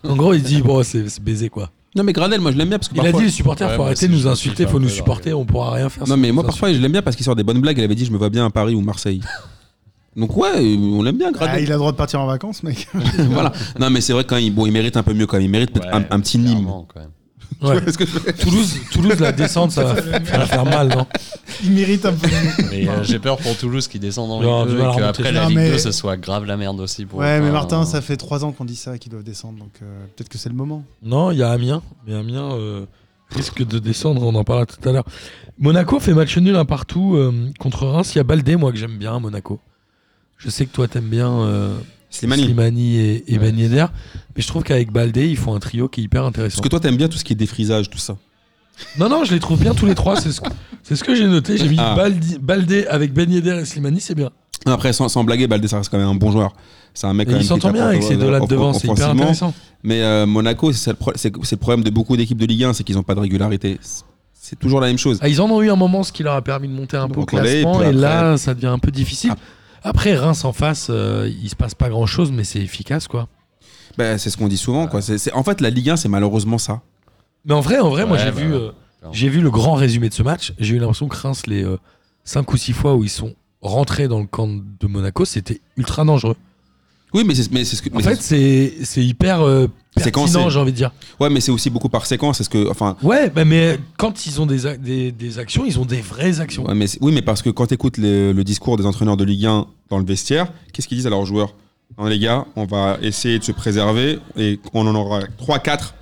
Speaker 4: en... en gros, il dit, bon, c'est c'est baisé quoi.
Speaker 1: Non, mais Gradel, moi, je l'aime bien parce que
Speaker 4: Il a dit, les supporters,
Speaker 5: Ouais,
Speaker 4: faut
Speaker 5: moi
Speaker 4: arrêter
Speaker 5: aussi,
Speaker 4: de
Speaker 5: je
Speaker 4: nous
Speaker 5: me suis
Speaker 4: insulter,
Speaker 5: fait
Speaker 4: faut
Speaker 5: un
Speaker 4: nous
Speaker 5: peu
Speaker 4: supporter, on pourra rien faire.
Speaker 1: Non, mais moi,
Speaker 4: sans
Speaker 1: parfois, je l'aime bien parce qu'il sort des bonnes blagues. Il avait dit, je me vois bien à Paris ou Marseille. Donc, ouais, on l'aime bien,
Speaker 2: Ah,
Speaker 1: Gradel.
Speaker 2: il a le droit de partir en vacances, mec.
Speaker 1: voilà. Non, mais c'est vrai, quand même, il, bon, il mérite un peu mieux, quand même. Il mérite peut-être
Speaker 5: Ouais,
Speaker 1: un, un petit Nîmes.
Speaker 5: clairement, quand même.
Speaker 4: insulter. Ouais.
Speaker 1: Parce que je-
Speaker 4: Toulouse, Toulouse, la descente, ça va, ça va faire mal, non
Speaker 2: Il mérite un peu.
Speaker 5: Mais euh, j'ai peur pour Toulouse qui descend en
Speaker 4: Non,
Speaker 5: Ligue
Speaker 4: tu
Speaker 5: 2
Speaker 4: vas la
Speaker 5: et
Speaker 4: remonter.
Speaker 5: qu'après la
Speaker 2: Non,
Speaker 5: Ligue
Speaker 2: mais-
Speaker 5: 2, ce soit grave la merde aussi pour.
Speaker 2: Ouais, mais
Speaker 5: enfin,
Speaker 2: Martin, ça fait trois ans qu'on dit ça qu'ils doivent descendre, donc euh, peut-être que c'est le moment.
Speaker 4: Non, il y a Amiens, mais Amiens euh, risque de descendre, on en parlera tout à l'heure. Monaco fait match nul un partout euh, contre Reims. Il y a Baldé, moi, que j'aime bien, à Monaco. Je sais que toi, t'aimes bien euh,
Speaker 1: Slimani.
Speaker 4: Slimani et, et
Speaker 5: Ouais.
Speaker 4: Ben Yedder, mais je trouve qu'avec Baldé, ils font un trio qui est hyper intéressant.
Speaker 1: Parce que toi, t'aimes bien tout ce qui est défrisage, tout ça.
Speaker 4: Non, non, je les trouve bien tous les trois, c'est ce que, c'est ce que j'ai noté. J'ai mis
Speaker 1: Ah.
Speaker 4: Baldi- Baldé avec Ben Yedder et Slimani, c'est bien.
Speaker 1: Non, Après, sans, sans blaguer, Baldé, ça reste quand même un bon joueur. C'est un mec quand
Speaker 4: Et ils
Speaker 1: même qui
Speaker 4: s'entendent bien
Speaker 1: t'apporte,
Speaker 4: avec ces
Speaker 1: euh,
Speaker 4: deux-là de
Speaker 1: off-
Speaker 4: devant, c'est hyper
Speaker 1: offensivement.
Speaker 4: intéressant.
Speaker 1: Mais euh, Monaco, c'est ça le, pro- c'est- c'est le problème de beaucoup d'équipes de Ligue 1, c'est qu'ils n'ont pas de régularité. c'est toujours la même chose.
Speaker 4: Ah, ils en ont eu un moment, ce qui leur a permis de monter un
Speaker 1: De
Speaker 4: peu au
Speaker 1: reconnaître,
Speaker 4: classement,
Speaker 1: puis
Speaker 4: et
Speaker 1: après-
Speaker 4: là, ça devient un peu difficile.
Speaker 1: Ah.
Speaker 4: Après, Reims en face, euh, il se passe pas grand chose, mais c'est efficace, quoi.
Speaker 1: Bah, c'est ce qu'on dit souvent. Quoi. C'est- c'est- en fait, la Ligue 1, c'est malheureusement ça.
Speaker 4: Mais en vrai, en vrai, moi,
Speaker 5: Ouais,
Speaker 4: j'ai
Speaker 5: bah
Speaker 4: vu,
Speaker 5: ouais.
Speaker 4: euh, j'ai vu le grand résumé de ce match. J'ai eu l'impression que Reims, les 5 ou 6 fois où ils sont rentrés dans le camp de Monaco, c'était ultra dangereux.
Speaker 1: Oui, mais c'est mais c'est ce que.
Speaker 4: En
Speaker 1: mais
Speaker 4: fait,
Speaker 1: c'est-
Speaker 4: c'est c'est hyper euh,
Speaker 1: Séquencé.
Speaker 4: pertinent, j'ai envie de dire.
Speaker 1: ouais, mais c'est aussi beaucoup par séquence. C'est ce que, enfin,
Speaker 4: Ouais, bah, mais quand ils ont des, ac- des, des actions, ils ont des vraies actions.
Speaker 1: Ouais, Ah, mais c'est- oui, mais parce que quand tu écoutes le discours des entraîneurs de Ligue 1 dans le vestiaire, qu'est-ce qu'ils disent à leurs joueurs Non, Les gars, on va essayer de se préserver et on en aura 3-4.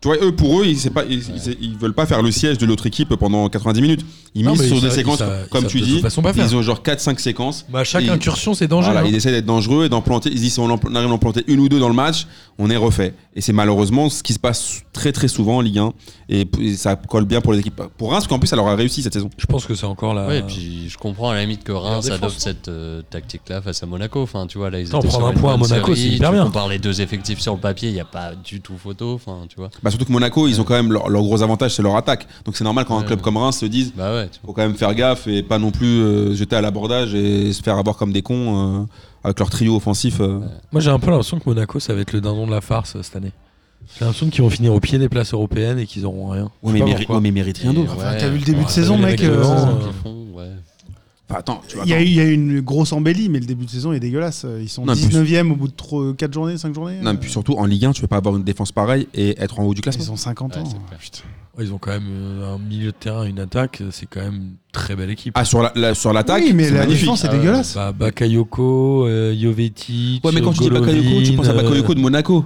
Speaker 1: Tu vois, eux, pour eux, ils ne pas, ils, ils- ils veulent pas faire le siège de l'autre équipe pendant 90 minutes. Ils
Speaker 4: Non,
Speaker 1: misent
Speaker 4: mais
Speaker 1: sur
Speaker 4: ils
Speaker 1: des
Speaker 4: savent-
Speaker 1: séquences,
Speaker 4: ils savent-
Speaker 1: comme
Speaker 4: ils
Speaker 1: tu
Speaker 4: savent de
Speaker 1: dis.
Speaker 4: toute façon pas faire.
Speaker 1: Ils ont genre 4-5 séquences.
Speaker 4: Bah, chaque
Speaker 1: Et-
Speaker 4: incursion, c'est dangereux.
Speaker 1: voilà,
Speaker 4: hein.
Speaker 1: ils essaient d'être dangereux et d'en planter. Ils disent si on en- on arrive à en planter une ou deux dans le match, on est refait. Et c'est malheureusement ce qui se passe très très souvent en Ligue 1. Et, p- et ça colle bien pour les équipes. Pour Reims, parce qu'en plus, ça leur a réussi cette saison.
Speaker 4: Je pense que c'est encore la.
Speaker 5: Ouais, et puis je comprends à la limite que Reims
Speaker 4: défense,
Speaker 5: adopte cette euh, tactique-là face à Monaco. Enfin, tu vois, là, ils
Speaker 4: hein. Attends,
Speaker 5: étaient
Speaker 4: prendre
Speaker 5: sur
Speaker 4: un
Speaker 5: une
Speaker 4: point à
Speaker 5: bonne
Speaker 4: Monaco,
Speaker 5: série,
Speaker 4: c'est hyper
Speaker 5: tu
Speaker 4: bien.
Speaker 5: compares les deux effectifs sur le papier, il n'y a pas du tout photo. Enfin, tu vois.
Speaker 1: Bah, surtout que Monaco, ils ont quand même leur, leur gros avantage, c'est leur attaque. Donc c'est normal quand un
Speaker 5: Ouais.
Speaker 1: club comme Reims se dise,
Speaker 5: Bah ouais, tu vois.
Speaker 1: faut quand même faire gaffe et pas non plus euh, se jeter à l'abordage et se faire avoir comme des cons euh, avec leur trio offensif. euh.
Speaker 4: Moi, j'ai un peu l'impression que Monaco, ça va être le dindon de la farce euh, cette année. J'ai l'impression qu'ils vont finir au pied des places européennes et qu'ils auront rien.
Speaker 1: Ouais,
Speaker 4: Je sais
Speaker 1: mais
Speaker 4: pas
Speaker 1: mérite-
Speaker 4: pourquoi.
Speaker 1: ouais, mais mérite rien d'autre.
Speaker 5: Et
Speaker 2: Enfin,
Speaker 5: ouais,
Speaker 2: T'as vu le début de
Speaker 4: ouais,
Speaker 2: saison,
Speaker 4: les
Speaker 2: mec.
Speaker 4: mecs,
Speaker 2: euh,
Speaker 4: ils
Speaker 5: Saison
Speaker 4: euh,
Speaker 5: qu'ils font, ouais.
Speaker 1: Enfin, attends, tu vois,
Speaker 2: Il y, a
Speaker 1: attends.
Speaker 2: eu- il y a eu une grosse embellie, mais le début de saison est dégueulasse. Ils sont
Speaker 1: Non, mais
Speaker 2: 19e au bout de 4 journées, 5 journées. euh,
Speaker 1: Non, mais puis surtout en Ligue 1, tu peux pas avoir une défense pareille et être en haut du classement.
Speaker 2: Ils ont 50
Speaker 5: Ouais,
Speaker 2: ans.
Speaker 5: c'est clair.
Speaker 4: Ouais, Ils ont quand même euh, un milieu de terrain, une attaque. euh, C'est quand même une très belle équipe.
Speaker 1: Ah, sur la, la- sur l'attaque,
Speaker 2: oui, mais
Speaker 1: c'est
Speaker 2: la
Speaker 1: magnifique.
Speaker 2: défense est
Speaker 5: Ah ouais.
Speaker 2: dégueulasse.
Speaker 4: Bah, Bakayoko, euh, Jovetic. euh,
Speaker 1: Ouais, mais quand tu dis Bakayoko, tu penses à Bakayoko de Monaco.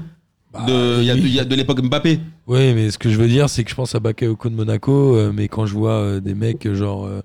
Speaker 4: Bah,
Speaker 1: De- Il y a de-
Speaker 4: oui.
Speaker 1: il y a de l'époque Mbappé.
Speaker 4: Ouais, mais ce que je veux dire, c'est que je pense à Bakayoko de Monaco, euh, mais quand je vois euh, des mecs euh, genre euh,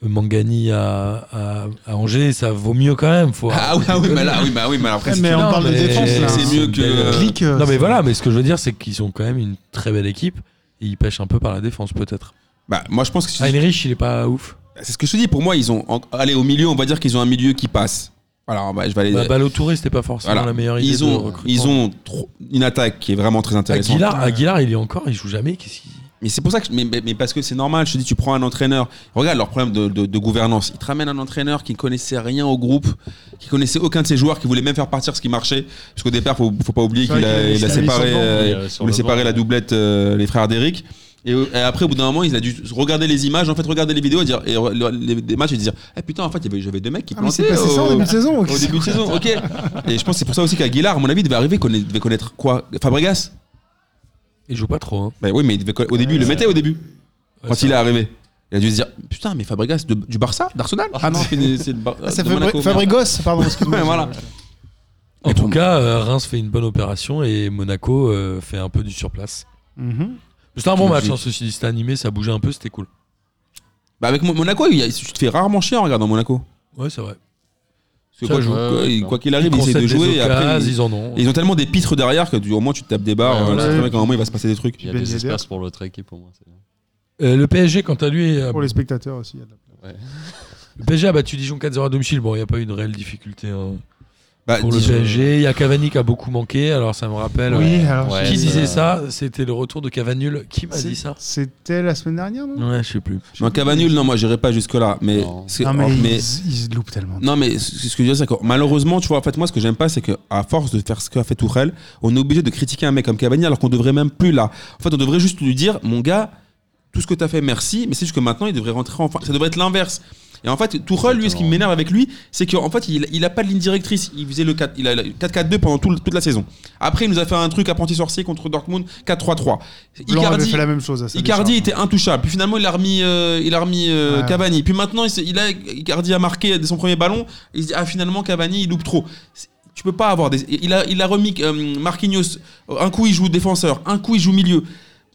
Speaker 4: Mangani à, à, à Angers, ça vaut mieux quand même. Faut
Speaker 1: Ah oui, ah oui, mais là, oui, bah, oui, mais après,
Speaker 2: Ouais,
Speaker 1: c'est-
Speaker 2: mais on
Speaker 4: Non,
Speaker 2: parle de
Speaker 4: mais
Speaker 2: défense, là.
Speaker 1: c'est mieux que, euh,
Speaker 2: Clique, euh,
Speaker 4: non, mais
Speaker 2: c'est-
Speaker 4: voilà, mais ce que je veux dire, c'est qu'ils ont quand même une très belle équipe. Et ils pêchent un peu par la défense, peut-être.
Speaker 2: Ah,
Speaker 1: bah, moi, je pense que c'est-
Speaker 4: Heinrich, il est pas ouf.
Speaker 1: c'est ce que je te dis. Pour moi, ils ont. en- Allez, au milieu, on va dire qu'ils ont un milieu qui passe. Alors, bah, je vais aller.
Speaker 4: Bah, Balotouré, c'était pas forcément
Speaker 1: Voilà.
Speaker 4: la meilleure idée.
Speaker 1: ils
Speaker 4: de
Speaker 1: ont,
Speaker 4: recrutement. Ah,
Speaker 1: ils ont euh, trop- une attaque qui est vraiment très intéressante.
Speaker 4: Aguilar, Aguilar, il est encore, il joue jamais. Qu'est-ce qu'il-
Speaker 1: Mais c'est pour ça que, je- mais, mais- mais parce que c'est normal. Je te dis, tu prends un entraîneur. Regarde leur problème de, de- de gouvernance. Ils te ramènent un entraîneur qui ne connaissait rien au groupe, qui connaissait aucun de ses joueurs, qui voulait même faire partir ce qui marchait. Parce qu'au départ, faut, faut pas oublier
Speaker 2: C'est
Speaker 1: qu'il
Speaker 2: vrai
Speaker 1: a,
Speaker 2: qu'il
Speaker 1: il a
Speaker 2: a mis son
Speaker 1: séparé,
Speaker 2: banc,
Speaker 1: euh,
Speaker 5: mais, euh, sur
Speaker 1: il a
Speaker 5: le
Speaker 1: séparé
Speaker 5: banc,
Speaker 1: la
Speaker 5: ouais.
Speaker 1: doublette, euh, les frères d'Eric. Et, euh, et après, au bout d'un moment, il a dû regarder les images, en fait, regarder les vidéos et dire, et, re- les, les matchs et dire, eh putain, en fait, il y avait- j'avais deux mecs qui
Speaker 2: Ah, mais c'est
Speaker 1: plantaient
Speaker 2: passé ça
Speaker 1: au-
Speaker 2: en début de saison.
Speaker 1: au début de saison, ok. Et je pense que c'est pour ça aussi qu'Aguilar, à mon avis, devait arriver, conna- devait connaître quoi Fabregas
Speaker 4: Il joue pas trop. hein. Euh,
Speaker 1: Bah oui, mais il devait conna- au début, il le mettait au début,
Speaker 4: Ouais,
Speaker 1: quand
Speaker 4: ça-
Speaker 1: il est arrivé. Il a dû se dire, putain, mais Fabregas de- du Barça D'Arsenal Ah non, c'est c'est de, Bar-
Speaker 2: Ah, ça
Speaker 1: de
Speaker 2: fait
Speaker 1: Monaco, merde.
Speaker 2: Fabregos, pardon, excuse-moi.
Speaker 1: Ouais, voilà.
Speaker 4: En
Speaker 1: Et
Speaker 4: tout
Speaker 1: pour-
Speaker 4: cas, euh, Reims fait une bonne opération et Monaco euh, fait un peu du surplace.
Speaker 2: Mhm.
Speaker 4: C'était un bon
Speaker 1: Je
Speaker 4: match,
Speaker 1: dis-
Speaker 4: hein, ceci dit, c'était animé, ça bougeait un peu, c'était cool.
Speaker 1: Bah avec Mo- Monaco, il y a- tu te fais rarement chier en regardant Monaco.
Speaker 4: Ouais, c'est vrai.
Speaker 1: Parce que
Speaker 4: Ça
Speaker 1: quoi-
Speaker 4: joue.
Speaker 1: quoi-
Speaker 5: Ouais,
Speaker 1: il-
Speaker 5: non.
Speaker 1: quoi qu'il arrive, ils essaient de
Speaker 4: concèdent
Speaker 1: jouer.
Speaker 4: des
Speaker 1: et après,
Speaker 4: occasions,
Speaker 1: ils,
Speaker 4: ils en ont.
Speaker 1: et ils ont tellement des pitres derrière que du, au moins, tu te tapes des barres.
Speaker 5: Ouais,
Speaker 1: euh,
Speaker 5: ouais.
Speaker 1: tu sais bien qu'à un moment, il va se passer des trucs.
Speaker 5: Il y a
Speaker 2: Ben
Speaker 5: des
Speaker 2: Yedder.
Speaker 5: espaces pour l'autre équipe au moins. c'est bien.
Speaker 4: Euh, le PSG, quant à lui, a-
Speaker 2: Pour les spectateurs aussi. il y a de la place.
Speaker 4: le PSG a battu Dijon 4-0 à domicile. Bon, il n'y a pas eu de réelle difficulté hein,
Speaker 1: Bah,
Speaker 4: pour le
Speaker 1: dis-
Speaker 4: PSG. Il y a Cavani qui a beaucoup manqué, alors ça me rappelle. euh,
Speaker 2: Oui, alors,
Speaker 5: Ouais,
Speaker 4: Qui
Speaker 5: ça-
Speaker 4: disait ça C'était le retour de Cavanul. Qui m'a
Speaker 2: c'est-
Speaker 4: dit ça
Speaker 2: C'était la semaine dernière, non
Speaker 4: Ouais, je sais plus.
Speaker 1: Non, Cavanul, non, moi, j'irai pas jusque-là. Mais,
Speaker 5: Non.
Speaker 1: c'est-
Speaker 2: Non, Ah, mais,
Speaker 1: mais-
Speaker 2: Ils, ils loupent tellement.
Speaker 1: Non, mais ce ce que je veux dire, c'est que malheureusement, tu vois, en fait, moi, ce que j'aime pas, c'est que à force de faire ce qu'a fait Tourelle, on est obligé de critiquer un mec comme Cavani alors qu'on devrait même plus là. En fait, on devrait juste lui dire, mon gars, tout ce que t'as fait, merci, mais c'est juste que maintenant, il devrait rentrer en fin. Ça devrait être l'inverse. Et en fait, Tourelle, lui, ce qui
Speaker 5: Exactement.
Speaker 1: m'énerve avec lui, c'est qu'en fait, il, il a pas de ligne directrice. Il faisait le 4, il a le 4-4-2 pendant tout le- toute la saison. Après, il nous a fait un truc apprenti sorcier contre Dortmund 4-3-3.
Speaker 2: Blanc avait
Speaker 1: Icardi-
Speaker 2: fait la même chose à sa
Speaker 1: Icardi
Speaker 2: décharge.
Speaker 1: était intouchable. Puis finalement, il a remis, euh, il a remis euh,
Speaker 2: Ouais.
Speaker 1: Cavani. Puis maintenant, il, s'est- il a, Icardi a marqué dès son premier ballon. Il se dit, ah, finalement, Cavani, il loupe trop. C'est- Tu peux pas avoir des. Il a, il a remis euh, Marquinhos. Un coup, il joue défenseur. Un coup, il joue milieu.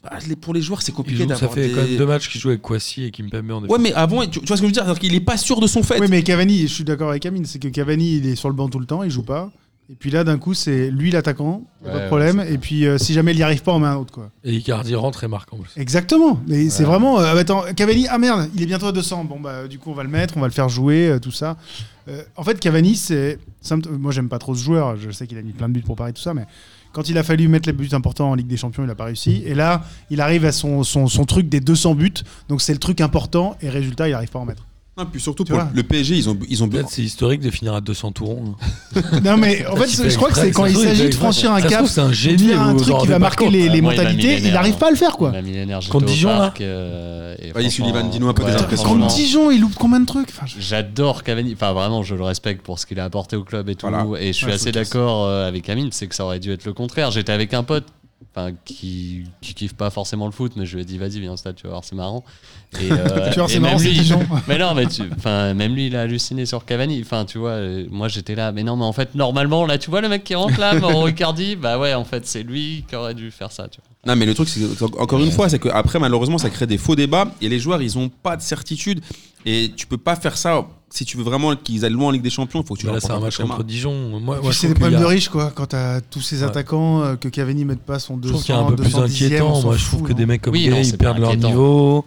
Speaker 1: Bah, les- pour les joueurs, c'est
Speaker 4: Il
Speaker 1: compliqué
Speaker 4: joue- ça
Speaker 1: d'avoir
Speaker 4: fait
Speaker 1: des-
Speaker 4: quand même deux matchs qu'il joue avec Kwasi et Kimpembe en défense.
Speaker 1: Ouais, mais avant, tu, tu vois ce que je veux dire C'est-à-dire qu'il est pas sûr de son fait.
Speaker 2: Oui, mais Cavani, je suis d'accord avec Amine, c'est que Cavani, il est sur le banc tout le temps, il joue pas. Et Et puis là, d'un coup, c'est lui l'attaquant, y a pas
Speaker 5: Ouais,
Speaker 2: de
Speaker 5: ouais,
Speaker 2: problème.
Speaker 5: c'est ça.
Speaker 2: et puis euh, si jamais il n'y arrive pas, on met un autre. Quoi.
Speaker 4: Et Icardi rentre et marque en plus.
Speaker 2: Exactement. Mais c'est
Speaker 5: Ouais.
Speaker 2: vraiment. euh, attends, Cavani, ah merde, il est bientôt à 200. Bon, bah, du coup, on va le mettre, on va le faire jouer, euh, tout ça. Euh, en fait, Cavani, c'est. c'est un p- Moi, j'aime pas trop ce joueur. Je sais qu'il a mis plein de buts pour Paris, tout ça, mais. Quand il a fallu mettre les buts importants en Ligue des Champions, il n'a pas réussi. Et là, il arrive à son, son, son truc des 200 buts. Donc c'est le truc important. Et résultat, il n'arrive pas à en mettre.
Speaker 1: Ah, puis surtout
Speaker 2: Tu
Speaker 1: pour
Speaker 2: vois.
Speaker 1: le PSG, ils ont, ils ont
Speaker 4: Peut-être c'est historique de finir à 200 tourons.
Speaker 2: Non, mais en fait,
Speaker 4: hein. Il fait
Speaker 2: je crois que c'est quand
Speaker 4: exprès, ça
Speaker 2: il
Speaker 4: se trouve,
Speaker 2: s'agit
Speaker 4: fait
Speaker 2: de
Speaker 4: exprès.
Speaker 2: franchir un
Speaker 4: Ça se
Speaker 2: cap,
Speaker 4: trouve, c'est un
Speaker 2: de
Speaker 4: génie.
Speaker 2: faire un
Speaker 4: vous
Speaker 2: truc
Speaker 4: en
Speaker 2: qui
Speaker 4: rendez
Speaker 2: va
Speaker 4: pas
Speaker 2: marquer
Speaker 4: compte.
Speaker 2: les, les
Speaker 5: Ah, moi, il m'a mis
Speaker 2: mentalités.
Speaker 5: les
Speaker 2: Il
Speaker 5: nerfs,
Speaker 2: n'arrive
Speaker 5: hein.
Speaker 2: pas à le faire, quoi.
Speaker 5: Il m'a mis l'énergie
Speaker 4: Contre
Speaker 5: au
Speaker 4: Dijon, là
Speaker 5: parc, euh, et
Speaker 1: Vas-y,
Speaker 5: franchement,
Speaker 1: Sullivan, dis-nous un peu tes
Speaker 5: ouais,
Speaker 1: impressions.
Speaker 5: franchement,
Speaker 2: Contre Dijon, il loupe combien de trucs Enfin, je-
Speaker 5: J'adore Cavani, enfin vraiment je le respecte pour ce qu'il a apporté au club et tout,
Speaker 1: Voilà.
Speaker 5: et je suis
Speaker 2: Ouais, faut
Speaker 5: assez
Speaker 2: le dire.
Speaker 5: d'accord euh, avec Amine, c'est que ça aurait dû être le contraire. J'étais avec un pote enfin, qui, qui kiffe pas forcément le foot, mais je lui ai dit vas-y viens ça, tu vas voir c'est marrant. Et, euh,
Speaker 2: Tu vois,
Speaker 5: et
Speaker 2: c'est marrant,
Speaker 5: même
Speaker 2: c'est
Speaker 5: lui-
Speaker 2: Dijon.
Speaker 5: mais non, mais tu, enfin, même lui, il a halluciné sur Cavani. Enfin, tu vois, euh, moi j'étais là, mais non, mais en fait, normalement, là, tu vois le mec qui rentre là, Mauro Icardi, bah ouais, en fait, c'est lui qui aurait dû faire ça, tu vois.
Speaker 1: Non, mais le truc, c'est que, encore une fois, c'est qu'après, malheureusement, ça crée des faux débats et les joueurs, ils n'ont pas de certitude. Et tu peux pas faire ça si tu veux vraiment qu'ils aillent loin en Ligue des Champions. Il faut que tu
Speaker 4: Là,
Speaker 1: leur
Speaker 4: c'est
Speaker 1: apportes
Speaker 4: un
Speaker 1: un
Speaker 4: match
Speaker 1: schéma.
Speaker 4: contre Dijon. Moi,
Speaker 2: Puis c'est
Speaker 4: moi, je trouve
Speaker 2: des
Speaker 4: qu'il y
Speaker 2: problèmes de
Speaker 4: a-
Speaker 2: riches, quoi. Quand t'as tous ces
Speaker 4: Ouais.
Speaker 2: attaquants, euh, que Cavani mette pas son 200,
Speaker 4: je trouve qu'il y a un peu plus
Speaker 2: 210e, on
Speaker 4: inquiétant.
Speaker 2: s'en
Speaker 4: Moi, je
Speaker 2: fout,
Speaker 4: trouve que des
Speaker 2: hein.
Speaker 4: mecs comme
Speaker 5: Oui,
Speaker 4: Gay,
Speaker 5: non, c'est
Speaker 4: ils
Speaker 5: pas
Speaker 4: perdent leur
Speaker 5: inquiétant.
Speaker 4: niveau.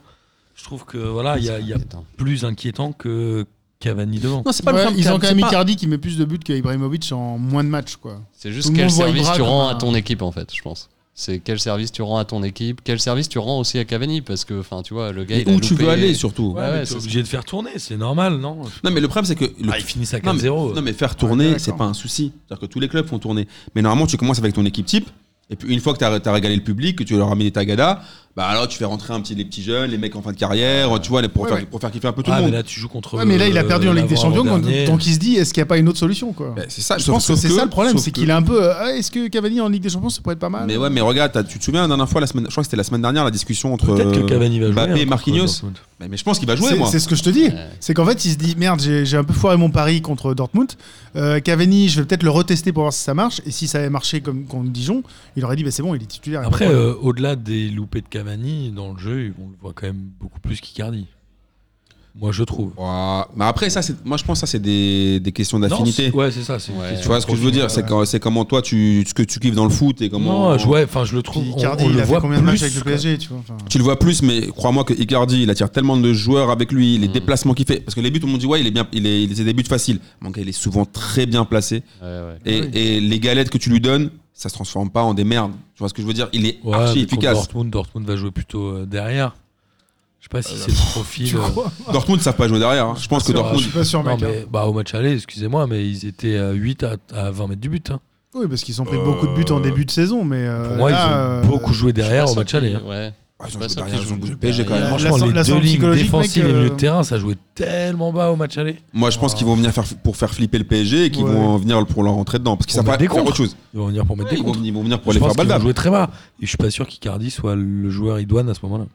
Speaker 4: Je trouve que voilà, Ah, il y a, il y a
Speaker 5: Attends.
Speaker 4: plus inquiétant que Cavani devant.
Speaker 1: Non, c'est pas
Speaker 2: Ouais,
Speaker 1: le problème.
Speaker 2: ils ont quand
Speaker 1: c'est
Speaker 2: même
Speaker 1: pas-
Speaker 2: Icardi qui met plus de buts que Ibrahimovic en moins de matchs, quoi.
Speaker 5: C'est
Speaker 2: Tout
Speaker 5: juste
Speaker 2: le
Speaker 5: quel
Speaker 2: monde voit
Speaker 5: service
Speaker 2: Ibra
Speaker 5: tu
Speaker 2: comme
Speaker 5: rends à
Speaker 2: un-
Speaker 5: ton équipe en fait, je pense. C'est quel service tu rends à ton équipe, quel service tu rends aussi à Cavani parce que enfin tu vois le gars
Speaker 1: Et
Speaker 5: il a
Speaker 1: où tu
Speaker 5: loupé-
Speaker 1: veux aller, surtout.
Speaker 5: Ouais, ouais,
Speaker 4: t'es
Speaker 5: c'est
Speaker 4: obligé de faire tourner, c'est normal, non
Speaker 1: Non, mais le problème, c'est que. Le...
Speaker 4: Ah, ils finissent à
Speaker 1: non, mais,
Speaker 4: 4-0.
Speaker 1: non, mais faire
Speaker 2: Ouais,
Speaker 1: tourner,
Speaker 2: d'accord.
Speaker 1: c'est pas un souci. C'est-à-dire que tous les clubs font tourner. Mais normalement, tu commences avec ton équipe type. Et puis, une fois que tu as, régalé le public, que tu leur as mis des tagadas, bah alors tu fais rentrer un petit, les petits jeunes, les mecs en fin de carrière, tu vois, les, pour,
Speaker 2: Ouais,
Speaker 1: faire,
Speaker 2: mais-
Speaker 1: pour faire kiffer un peu tout
Speaker 4: Ah,
Speaker 1: le
Speaker 4: mais
Speaker 1: monde.
Speaker 4: là, tu joues contre. euh,
Speaker 2: Ouais, mais là, il a perdu en Ligue des Champions, donc,
Speaker 4: l'avant-dernier.
Speaker 2: donc il se dit, est-ce qu'il n'y a pas une autre solution, quoi
Speaker 1: Bah, c'est ça,
Speaker 2: Je pense que c'est ça le problème,
Speaker 1: sauf
Speaker 2: c'est
Speaker 1: que-
Speaker 2: qu'il a un peu. euh, Ah, est-ce que Cavani en Ligue des Champions, ça pourrait être pas mal
Speaker 1: Mais ouais, mais regarde, t'as- tu te souviens la dernière fois, la semaine, je crois que c'était la semaine dernière, la discussion entre
Speaker 4: Peut-être que
Speaker 1: euh,
Speaker 4: Cavani va jouer.
Speaker 1: Mbappé
Speaker 4: hein,
Speaker 1: et
Speaker 4: contre
Speaker 1: Marquinhos.
Speaker 4: Dortmund.
Speaker 1: Mais, mais je pense qu'il va jouer,
Speaker 2: C'est-
Speaker 1: moi.
Speaker 2: C'est ce que je te dis.
Speaker 5: Ouais.
Speaker 2: C'est qu'en fait, il se dit merde, j'ai j'ai un peu foiré mon pari contre Dortmund. Euh, Cavani, je vais peut-être le retester pour voir si ça marche. Et si ça avait marché comme contre Dijon, il aurait dit bah, c'est bon, il est titulaire.
Speaker 4: Après, euh, au-delà des loupés de Cavani, dans le jeu, on le voit quand même beaucoup plus qu'Icardi. Moi, je trouve.
Speaker 1: Ouah. Mais après, ça, c'est- moi, je pense que ça, c'est des, des questions d'affinité.
Speaker 4: Non, c'est- Ouais, c'est ça. c'est une
Speaker 5: Ouais.
Speaker 4: question
Speaker 1: Tu vois ce que je veux dire C'est quand- c'est comment toi, tu, ce que tu kiffes dans le foot et comment.
Speaker 4: Non, je, ouais, enfin, je le
Speaker 2: Puis
Speaker 4: trouve. on-
Speaker 2: Icardi,
Speaker 4: on,
Speaker 2: il
Speaker 4: le
Speaker 2: a
Speaker 4: voit
Speaker 2: fait combien de
Speaker 4: plus,
Speaker 2: matchs avec le
Speaker 4: quoi.
Speaker 2: PSG tu vois enfin,
Speaker 1: Tu le vois plus, mais crois-moi que Icardi, il attire tellement de joueurs avec lui, les
Speaker 5: Mm.
Speaker 1: déplacements qu'il fait. Parce que les buts, tout le monde dit, ouais, il est bien, il est, il c'est des buts faciles. Mon gars, il est souvent très bien placé.
Speaker 5: Ouais, ouais.
Speaker 4: Ah
Speaker 1: Et,
Speaker 2: Oui.
Speaker 1: et les galettes que tu lui donnes, ça se transforme pas en des merdes. Tu vois ce que je veux dire Il est
Speaker 4: Ouais, mais
Speaker 1: archi
Speaker 4: contre
Speaker 1: Ah, efficace.
Speaker 4: Dortmund, Dortmund va jouer plutôt euh, derrière. Je sais pas
Speaker 1: Ah,
Speaker 4: si
Speaker 1: bah,
Speaker 4: c'est le profil.
Speaker 2: Tu
Speaker 4: euh,
Speaker 2: crois
Speaker 1: Dortmund ne savent pas jouer derrière. hein. Je pense que
Speaker 4: sûr,
Speaker 1: Dortmund.
Speaker 2: Je suis pas sûr,
Speaker 4: Non,
Speaker 2: mec. hein.
Speaker 4: mais bah, au match aller, excusez-moi, mais ils étaient à 8 à, à 20 mètres du but. hein.
Speaker 2: Oui, parce qu'ils ont pris beaucoup de buts en début de saison, mais euh,
Speaker 4: Pour moi,
Speaker 2: là,
Speaker 4: ils
Speaker 2: euh,
Speaker 4: ont beaucoup joué
Speaker 5: Je suis
Speaker 4: derrière
Speaker 5: pas
Speaker 4: au match
Speaker 5: sûr
Speaker 4: aller.
Speaker 5: qu'il-
Speaker 4: hein.
Speaker 5: Ouais.
Speaker 1: Ah, ils ont
Speaker 5: pas
Speaker 1: joué
Speaker 5: sûr
Speaker 1: derrière,
Speaker 5: qu'ils
Speaker 1: ils ont
Speaker 5: jouent
Speaker 1: joué le PSG quand même.
Speaker 2: derrière.
Speaker 1: Moi, je-
Speaker 4: Franchement,
Speaker 2: la-
Speaker 4: les
Speaker 2: la
Speaker 4: deux
Speaker 2: sortie
Speaker 4: lignes
Speaker 2: psychologique, mec,
Speaker 4: défensives et milieu
Speaker 2: euh,
Speaker 4: de terrain, ça jouait tellement bas au match aller.
Speaker 1: Moi, je pense qu'ils vont venir faire pour faire flipper le PSG et qu'ils
Speaker 2: Ouais.
Speaker 1: vont venir pour leur rentrer dedans. Parce qu'ils savent
Speaker 4: Pour
Speaker 1: pas
Speaker 4: mettre des
Speaker 1: faire
Speaker 4: contres.
Speaker 1: autre chose.
Speaker 4: Ils vont venir pour mettre des
Speaker 1: Ils vont,
Speaker 4: comptes.
Speaker 1: ils vont venir pour les
Speaker 4: je
Speaker 1: faire
Speaker 4: pense qu'ils vont
Speaker 1: baldables.
Speaker 4: jouer très bas. Et je suis pas sûr qu'Icardi soit le joueur idoine à ce moment-là.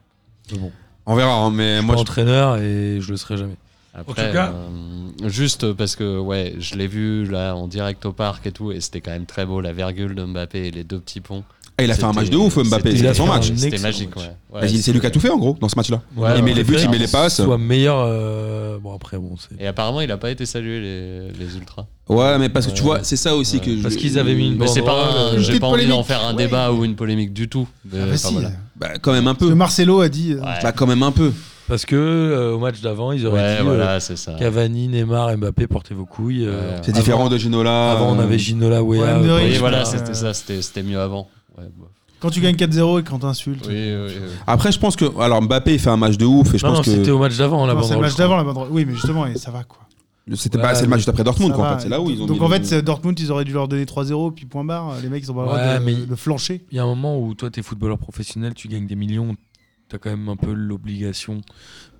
Speaker 4: Mais bon,
Speaker 1: On verra, hein, mais
Speaker 4: moi,
Speaker 1: moi, je-
Speaker 4: entraîneur et je le serai jamais.
Speaker 5: Après,
Speaker 4: tout cas-
Speaker 5: euh, juste parce que ouais, je l'ai vu là en direct au parc et tout, et c'était quand même très beau la virgule de Mbappé et les deux petits ponts.
Speaker 1: Ah, il a fait un
Speaker 5: C'était-
Speaker 1: match de ouf, Mbappé.
Speaker 5: c'était-
Speaker 1: C'était son
Speaker 4: Il a fait
Speaker 1: match.
Speaker 4: un
Speaker 5: C'était
Speaker 4: excellent
Speaker 5: magique,
Speaker 4: match.
Speaker 1: Vas-y,
Speaker 5: ouais. Ouais,
Speaker 1: c'est lui qui a tout fait en gros dans ce match-là.
Speaker 5: Ouais,
Speaker 1: il met
Speaker 5: ouais.
Speaker 1: les buts, il
Speaker 5: Préfère
Speaker 1: met les passes.
Speaker 4: Soit meilleur. euh, Bon, après, bon, c'est.
Speaker 5: Et apparemment, il a pas été salué les, les ultras.
Speaker 1: Ouais, mais parce que tu
Speaker 5: Ouais.
Speaker 1: vois, c'est ça aussi
Speaker 5: Ouais.
Speaker 1: que. je-
Speaker 4: Parce qu'ils avaient mis une
Speaker 5: Mais
Speaker 4: Bon,
Speaker 5: c'est
Speaker 4: voilà,
Speaker 5: pas, un-
Speaker 4: une
Speaker 5: j'ai
Speaker 2: petite
Speaker 5: pas envie d'en
Speaker 2: polémique.
Speaker 5: faire un
Speaker 2: Ouais.
Speaker 5: débat ou une polémique du tout.
Speaker 2: Ah,
Speaker 5: Mais,
Speaker 2: bah
Speaker 5: enfin,
Speaker 2: si.
Speaker 5: voilà.
Speaker 1: Bah, quand même un
Speaker 2: Parce que
Speaker 1: peu.
Speaker 2: Marcelo a dit. euh,
Speaker 5: Ouais.
Speaker 1: Bah, quand même un peu.
Speaker 4: Parce que euh, au match d'avant, ils auraient
Speaker 5: Ouais,
Speaker 4: dit
Speaker 5: voilà, c'est ça.
Speaker 4: euh, Cavani, Neymar, Mbappé, portez vos couilles. euh,
Speaker 5: Ouais.
Speaker 1: C'est
Speaker 4: avant-
Speaker 1: différent de Ginola.
Speaker 4: Avant, on
Speaker 1: euh,
Speaker 4: avait Ginola, Wea.
Speaker 2: Ouais, Emery,
Speaker 5: Oui,
Speaker 4: Pogba.
Speaker 5: voilà,
Speaker 2: c'est-
Speaker 5: c'était ça, c'était c'était mieux avant. Ouais, bah.
Speaker 2: Quand tu gagnes 4-0 et quand t'insultes.
Speaker 5: Oui, oui, oui.
Speaker 1: euh, Après, je pense que. Alors, Mbappé, il fait un match de ouf. Et je
Speaker 4: Non,
Speaker 1: pense
Speaker 4: non, c'était
Speaker 1: que.
Speaker 4: au match d'avant, la
Speaker 2: Non, c'est le
Speaker 4: banderole,
Speaker 2: match
Speaker 4: je crois.
Speaker 2: d'avant la banderole. Oui, mais justement, et ça va quoi.
Speaker 1: C'était
Speaker 4: Ouais,
Speaker 1: pas- c'est le
Speaker 4: mais-
Speaker 1: match juste après Dortmund,
Speaker 2: Ça
Speaker 1: quoi. en
Speaker 2: va.
Speaker 1: fait. C'est là où ils ont.
Speaker 2: Donc
Speaker 1: mis
Speaker 2: en
Speaker 1: le-
Speaker 2: fait, c'est Dortmund, ils auraient dû leur donner 3-0, puis point barre. Les mecs, ils ont pas le droit
Speaker 4: Ouais,
Speaker 2: de,
Speaker 4: mais-
Speaker 2: de flancher.
Speaker 4: Il y a un moment où toi, t'es footballeur professionnel, tu gagnes des millions, t'as quand même un peu l'obligation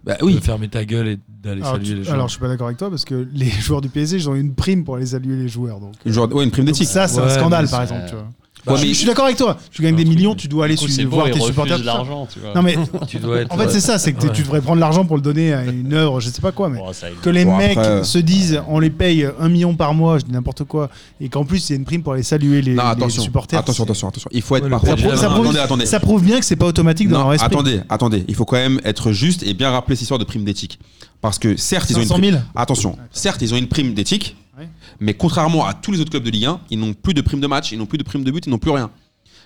Speaker 1: Bah oui.
Speaker 4: de fermer ta gueule et d'aller
Speaker 2: Alors,
Speaker 4: saluer
Speaker 2: tu-
Speaker 4: les gens.
Speaker 2: alors, je suis pas d'accord avec toi parce que les joueurs du PSG, ils ont une prime pour aller saluer les joueurs. Donc,
Speaker 1: Une genre- ouais, une prime
Speaker 2: Donc
Speaker 1: d'éthique.
Speaker 2: ça, c'est
Speaker 4: Ouais,
Speaker 2: un scandale
Speaker 4: mais
Speaker 2: par
Speaker 5: c'est-
Speaker 2: exemple. Tu vois.
Speaker 1: Ouais,
Speaker 2: je,
Speaker 1: mais-
Speaker 2: je suis d'accord avec toi. Tu gagnes des millions, tu dois aller
Speaker 5: Du coup,
Speaker 2: su-
Speaker 5: c'est beau,
Speaker 2: voir
Speaker 5: il
Speaker 2: tes supporters.
Speaker 5: refuse
Speaker 2: tout ça.
Speaker 5: l'argent, tu vois.
Speaker 2: Non mais
Speaker 4: tu dois être,
Speaker 2: en fait,
Speaker 4: euh,
Speaker 2: c'est ça, c'est que t'es-
Speaker 4: Ouais.
Speaker 2: tu devrais prendre l'argent pour le donner à une œuvre, je sais pas quoi, mais.
Speaker 5: Bon, ça, il-
Speaker 2: Que les
Speaker 1: Bon,
Speaker 2: mecs
Speaker 1: après-
Speaker 2: se disent, on les paye un million par mois, je dis n'importe quoi, et qu'en plus il y a une prime pour aller saluer les,
Speaker 1: Non,
Speaker 2: les
Speaker 1: attention.
Speaker 2: supporters.
Speaker 1: Attention,
Speaker 2: c'est-
Speaker 1: attention, attention. Il faut être
Speaker 4: Ouais,
Speaker 1: par
Speaker 4: le
Speaker 1: contre.
Speaker 4: PSG,
Speaker 1: Non,
Speaker 2: ça
Speaker 1: non,
Speaker 2: prouve-
Speaker 1: Attendez, attendez.
Speaker 2: Ça prouve bien que c'est pas automatique dans
Speaker 1: Non,
Speaker 2: leur respect.
Speaker 1: attendez, attendez. Il faut quand même être juste et bien rappeler cette histoire de prime d'éthique. Parce que certes, ils ont une
Speaker 2: 500
Speaker 1: prime.
Speaker 2: 000.
Speaker 1: Attention, certes, ils ont une prime d'éthique,
Speaker 2: Ouais.
Speaker 1: Mais contrairement à tous les autres clubs de Ligue 1, ils n'ont plus de prime de match, ils n'ont plus de prime de but, ils n'ont plus rien.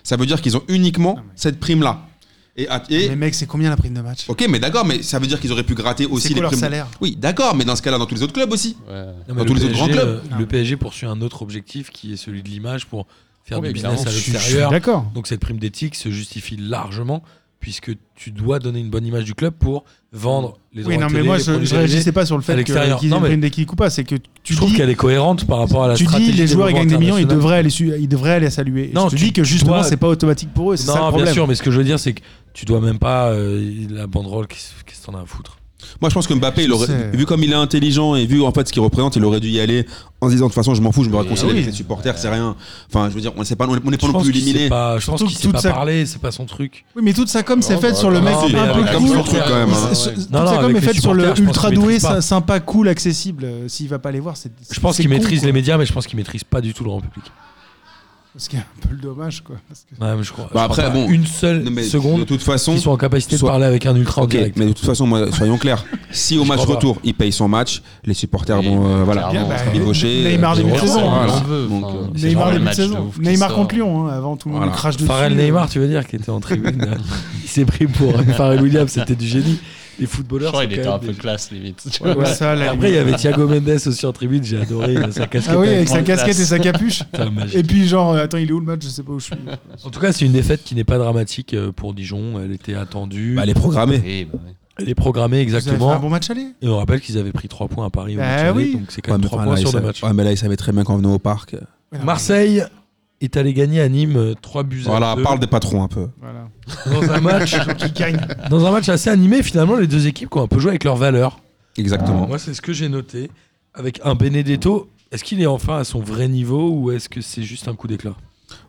Speaker 1: Ça veut dire qu'ils ont uniquement
Speaker 2: Ah, mais- Ah,
Speaker 1: cette prime-là. Et, à- et-
Speaker 2: Mais mec, c'est combien la prime de match
Speaker 1: Ok, mais d'accord, mais ça veut dire qu'ils auraient pu gratter aussi
Speaker 2: C'est quoi
Speaker 1: les
Speaker 2: leur
Speaker 1: primes.
Speaker 2: salaire
Speaker 1: Oui, d'accord, mais dans ce cas-là, dans tous les autres clubs aussi.
Speaker 5: Ouais.
Speaker 4: Non, mais
Speaker 1: Dans
Speaker 4: le
Speaker 1: tous les autres
Speaker 4: PSG,
Speaker 1: grands
Speaker 4: euh,
Speaker 2: clubs.
Speaker 4: Le PSG poursuit un autre objectif qui est celui de l'image pour faire
Speaker 5: Oui,
Speaker 4: du
Speaker 5: clairement.
Speaker 4: business à
Speaker 2: Oh, Je suis- je suis
Speaker 4: l'extérieur.
Speaker 2: d'accord.
Speaker 4: Donc cette prime d'éthique se justifie largement puisque tu dois donner une bonne image du club pour vendre les droits
Speaker 2: Oui, non,
Speaker 4: télé,
Speaker 2: mais moi,
Speaker 4: les
Speaker 2: je,
Speaker 4: produits
Speaker 2: je
Speaker 4: dérivés.
Speaker 2: réagissais pas sur le fait que-
Speaker 4: l'extérieur.
Speaker 2: qu'ils aient
Speaker 4: Non,
Speaker 2: une
Speaker 4: mais-
Speaker 2: prime d'équipe ou pas. C'est que tu
Speaker 4: Je trouve
Speaker 2: dis,
Speaker 4: qu'elle est cohérente par rapport à la
Speaker 2: tu
Speaker 4: stratégie
Speaker 2: dis les
Speaker 4: du
Speaker 2: joueurs
Speaker 4: mouvement
Speaker 2: gagnent des millions, ils
Speaker 4: international.
Speaker 2: devraient, aller su- ils devraient aller à saluer. Et
Speaker 4: Non,
Speaker 2: je te
Speaker 4: tu-
Speaker 2: dis que
Speaker 4: tu
Speaker 2: justement,
Speaker 4: dois-
Speaker 2: c'est pas automatique pour eux. C'est
Speaker 4: Non,
Speaker 2: ça le
Speaker 4: bien
Speaker 2: problème.
Speaker 4: sûr, mais ce que je veux dire, c'est que tu dois même pas euh, la banderole, qu'est-ce qu'est-ce que t'en as à foutre
Speaker 1: Moi, je pense que Mbappé, il
Speaker 2: Je
Speaker 1: aurait-
Speaker 2: sais.
Speaker 1: vu comme il est intelligent et vu en fait ce qu'il représente, il aurait dû y aller en se disant de toute façon, je m'en fous, je me
Speaker 5: Oui,
Speaker 1: réconcilie
Speaker 5: oui.
Speaker 1: avec les supporters, c'est rien. Enfin, je veux dire, on n'est pas, on est- on est pas
Speaker 4: Je
Speaker 1: non
Speaker 4: pense
Speaker 1: plus
Speaker 4: qu'il sait
Speaker 1: éliminé.
Speaker 4: pas, je pense
Speaker 2: Surtout
Speaker 4: qu'il
Speaker 2: que
Speaker 4: sait
Speaker 2: toute
Speaker 4: pas
Speaker 2: sa-
Speaker 4: parler, c'est pas son truc.
Speaker 2: Oui, mais toute sa com, c'est
Speaker 5: Non,
Speaker 2: faite
Speaker 5: bah,
Speaker 2: sur le
Speaker 5: non,
Speaker 2: mec
Speaker 4: mais
Speaker 2: un
Speaker 4: avec
Speaker 2: peu
Speaker 4: la
Speaker 2: cool.
Speaker 1: sur le truc, quand même, hein.
Speaker 2: Mais ce- ce-
Speaker 5: Ouais.
Speaker 2: Toute
Speaker 4: Non, non,
Speaker 2: sa com
Speaker 4: avec
Speaker 2: est
Speaker 4: les
Speaker 2: faite sur le
Speaker 4: supporters, je pense
Speaker 2: ultra
Speaker 4: qu'ils
Speaker 2: doué,
Speaker 4: maîtrisent pas.
Speaker 2: sy- sympa, cool, accessible. Euh, S'il va pas les voir, c'est.
Speaker 4: Je pense
Speaker 2: c'est
Speaker 4: qu'il
Speaker 2: con,
Speaker 4: maîtrise
Speaker 2: quoi.
Speaker 4: les médias, mais je pense qu'il maîtrise pas du tout le grand public.
Speaker 2: Ce qui est un peu le dommage, quoi. Parce que-
Speaker 4: Ouais, mais je crois. je
Speaker 1: Bah,
Speaker 4: crois
Speaker 1: après,
Speaker 4: pas
Speaker 1: bon,
Speaker 4: une seule
Speaker 1: Non, mais
Speaker 4: seconde
Speaker 1: de toute façon,
Speaker 4: qu'ils soient en capacité
Speaker 1: soit-
Speaker 4: de parler avec un ultra
Speaker 1: ok,
Speaker 4: en direct.
Speaker 1: mais de toute façon, moi, soyons clairs, si au
Speaker 4: Je
Speaker 1: match
Speaker 4: crois pas.
Speaker 1: retour, il paye son match, les supporters
Speaker 5: Oui,
Speaker 1: vont. euh,
Speaker 5: mais
Speaker 1: voilà.
Speaker 5: clairement,
Speaker 2: Bien,
Speaker 5: enfin,
Speaker 2: bah,
Speaker 1: Bill Gaucher,
Speaker 2: Neymar
Speaker 1: euh,
Speaker 4: début de
Speaker 1: Laurent,
Speaker 4: saison,
Speaker 1: voilà.
Speaker 5: on veut,
Speaker 1: Donc,
Speaker 5: enfin.
Speaker 1: euh,
Speaker 5: C'est
Speaker 2: Neymar
Speaker 5: genre le
Speaker 2: début de
Speaker 5: match de
Speaker 2: saison.
Speaker 5: ouf qui
Speaker 2: Neymar
Speaker 5: sort.
Speaker 2: contre Lyon, hein, avant tout le euh, monde
Speaker 1: Voilà.
Speaker 2: crache dessus.
Speaker 4: Pharrell Neymar, tu veux dire, qui était en tribune. là. il s'est pris pour euh, Pharrell Williams, c'était du génie. Les
Speaker 5: Je
Speaker 4: footballeurs,
Speaker 5: crois
Speaker 4: c'est
Speaker 5: qu'il
Speaker 4: quand
Speaker 5: était un
Speaker 4: même
Speaker 5: peu
Speaker 4: des-
Speaker 5: classe limite. tu
Speaker 2: Ouais,
Speaker 5: vois.
Speaker 2: ouais, ça, là,
Speaker 4: Après, il y avait Thiago Mendes aussi en tribune, j'ai adoré euh, sa casquette.
Speaker 2: Ah oui,
Speaker 4: avec-
Speaker 2: avec sa
Speaker 5: Grande
Speaker 2: casquette
Speaker 5: classe.
Speaker 2: et sa capuche.
Speaker 4: Putain, magique.
Speaker 2: Et puis, genre, euh, attends, il est où le match Je sais pas où je suis.
Speaker 4: En tout cas, c'est une défaite qui n'est pas dramatique euh, pour Dijon. Elle était attendue.
Speaker 1: Bah, elle est programmée.
Speaker 5: Oui, bah ouais.
Speaker 4: Elle est programmée
Speaker 2: Vous avez fait un
Speaker 4: exactement.
Speaker 2: bon match aller
Speaker 4: Et on rappelle qu'ils avaient pris 3 points à Paris. au
Speaker 2: Bah
Speaker 4: match aller,
Speaker 2: oui.
Speaker 4: Donc c'est quand
Speaker 1: Ouais,
Speaker 4: même
Speaker 1: mais
Speaker 4: 3
Speaker 1: enfin,
Speaker 4: points
Speaker 1: là, il
Speaker 4: sur le
Speaker 1: savait-
Speaker 4: match.
Speaker 1: ouais, mais là, il savait très bien qu'en venant au parc. euh,
Speaker 2: Ouais, non,
Speaker 4: Marseille est allé gagner à Nîmes euh, 3 buts à
Speaker 1: Voilà,
Speaker 4: deux
Speaker 1: parle des patrons un peu.
Speaker 2: Voilà.
Speaker 4: dans un match
Speaker 2: Qui gagne
Speaker 4: dans un match assez animé finalement les deux équipes qui ont un peu joué avec leurs valeurs.
Speaker 1: Exactement.
Speaker 4: Moi c'est ce que j'ai noté avec un Benedetto. Est-ce qu'il est enfin à son vrai niveau ou est-ce que c'est juste un coup d'éclat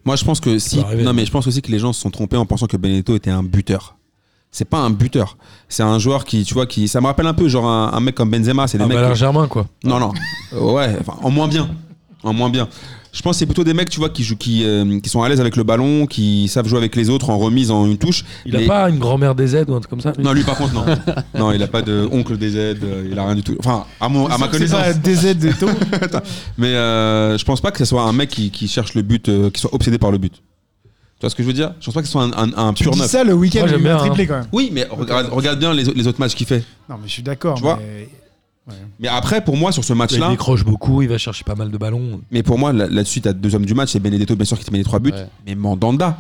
Speaker 1: Moi, je pense que si.
Speaker 4: va arriver.
Speaker 1: Non, mais je pense aussi que les gens se sont trompés en pensant que Benedetto était un buteur. C'est pas un buteur. C'est un joueur qui, tu vois, qui. Ça me rappelle un peu, genre, un, un mec comme Benzema. C'est des
Speaker 4: Un
Speaker 1: mecs.
Speaker 4: Valère Germain quoi.
Speaker 1: Non, non. Euh, Ouais, enfin, en moins bien. En moins bien. Je pense que c'est plutôt des mecs, tu vois, qui, jouent, qui, euh, qui sont à l'aise avec le ballon, qui savent jouer avec les autres en remise, en une touche.
Speaker 4: Il a
Speaker 1: Mais-
Speaker 4: pas une grand-mère des aides ou un truc comme ça lui
Speaker 1: Non, lui, par contre, non. non, il a pas de oncle des aides, euh, il a rien du tout. Enfin, à, mon- à ma connaissance.
Speaker 2: C'est pas DZ et tout.
Speaker 1: Mais euh, je pense pas que ce soit un mec qui, qui cherche le but, euh, qui soit obsédé par le but. Tu vois ce que je veux dire Je pense pas que ce soit un, un- un
Speaker 2: Tu
Speaker 1: pur
Speaker 2: dis
Speaker 1: neuf.
Speaker 2: ça le week-end,
Speaker 4: Moi,
Speaker 2: il
Speaker 4: j'aime
Speaker 2: met un
Speaker 4: bien,
Speaker 2: triplé quand même.
Speaker 1: Oui, mais regarde, regarde bien les, les autres matchs qu'il fait.
Speaker 2: Non, mais je suis d'accord.
Speaker 1: Tu vois
Speaker 2: mais-
Speaker 1: Mais après, pour moi, sur ce
Speaker 4: Il
Speaker 1: match-là,
Speaker 4: décroche beaucoup, il va chercher pas mal de ballons.
Speaker 1: mais pour moi, là- là-dessus, t'as deux hommes du match, c'est Benedetto, bien sûr, qui te met les trois buts,
Speaker 5: Ouais.
Speaker 1: mais Mandanda.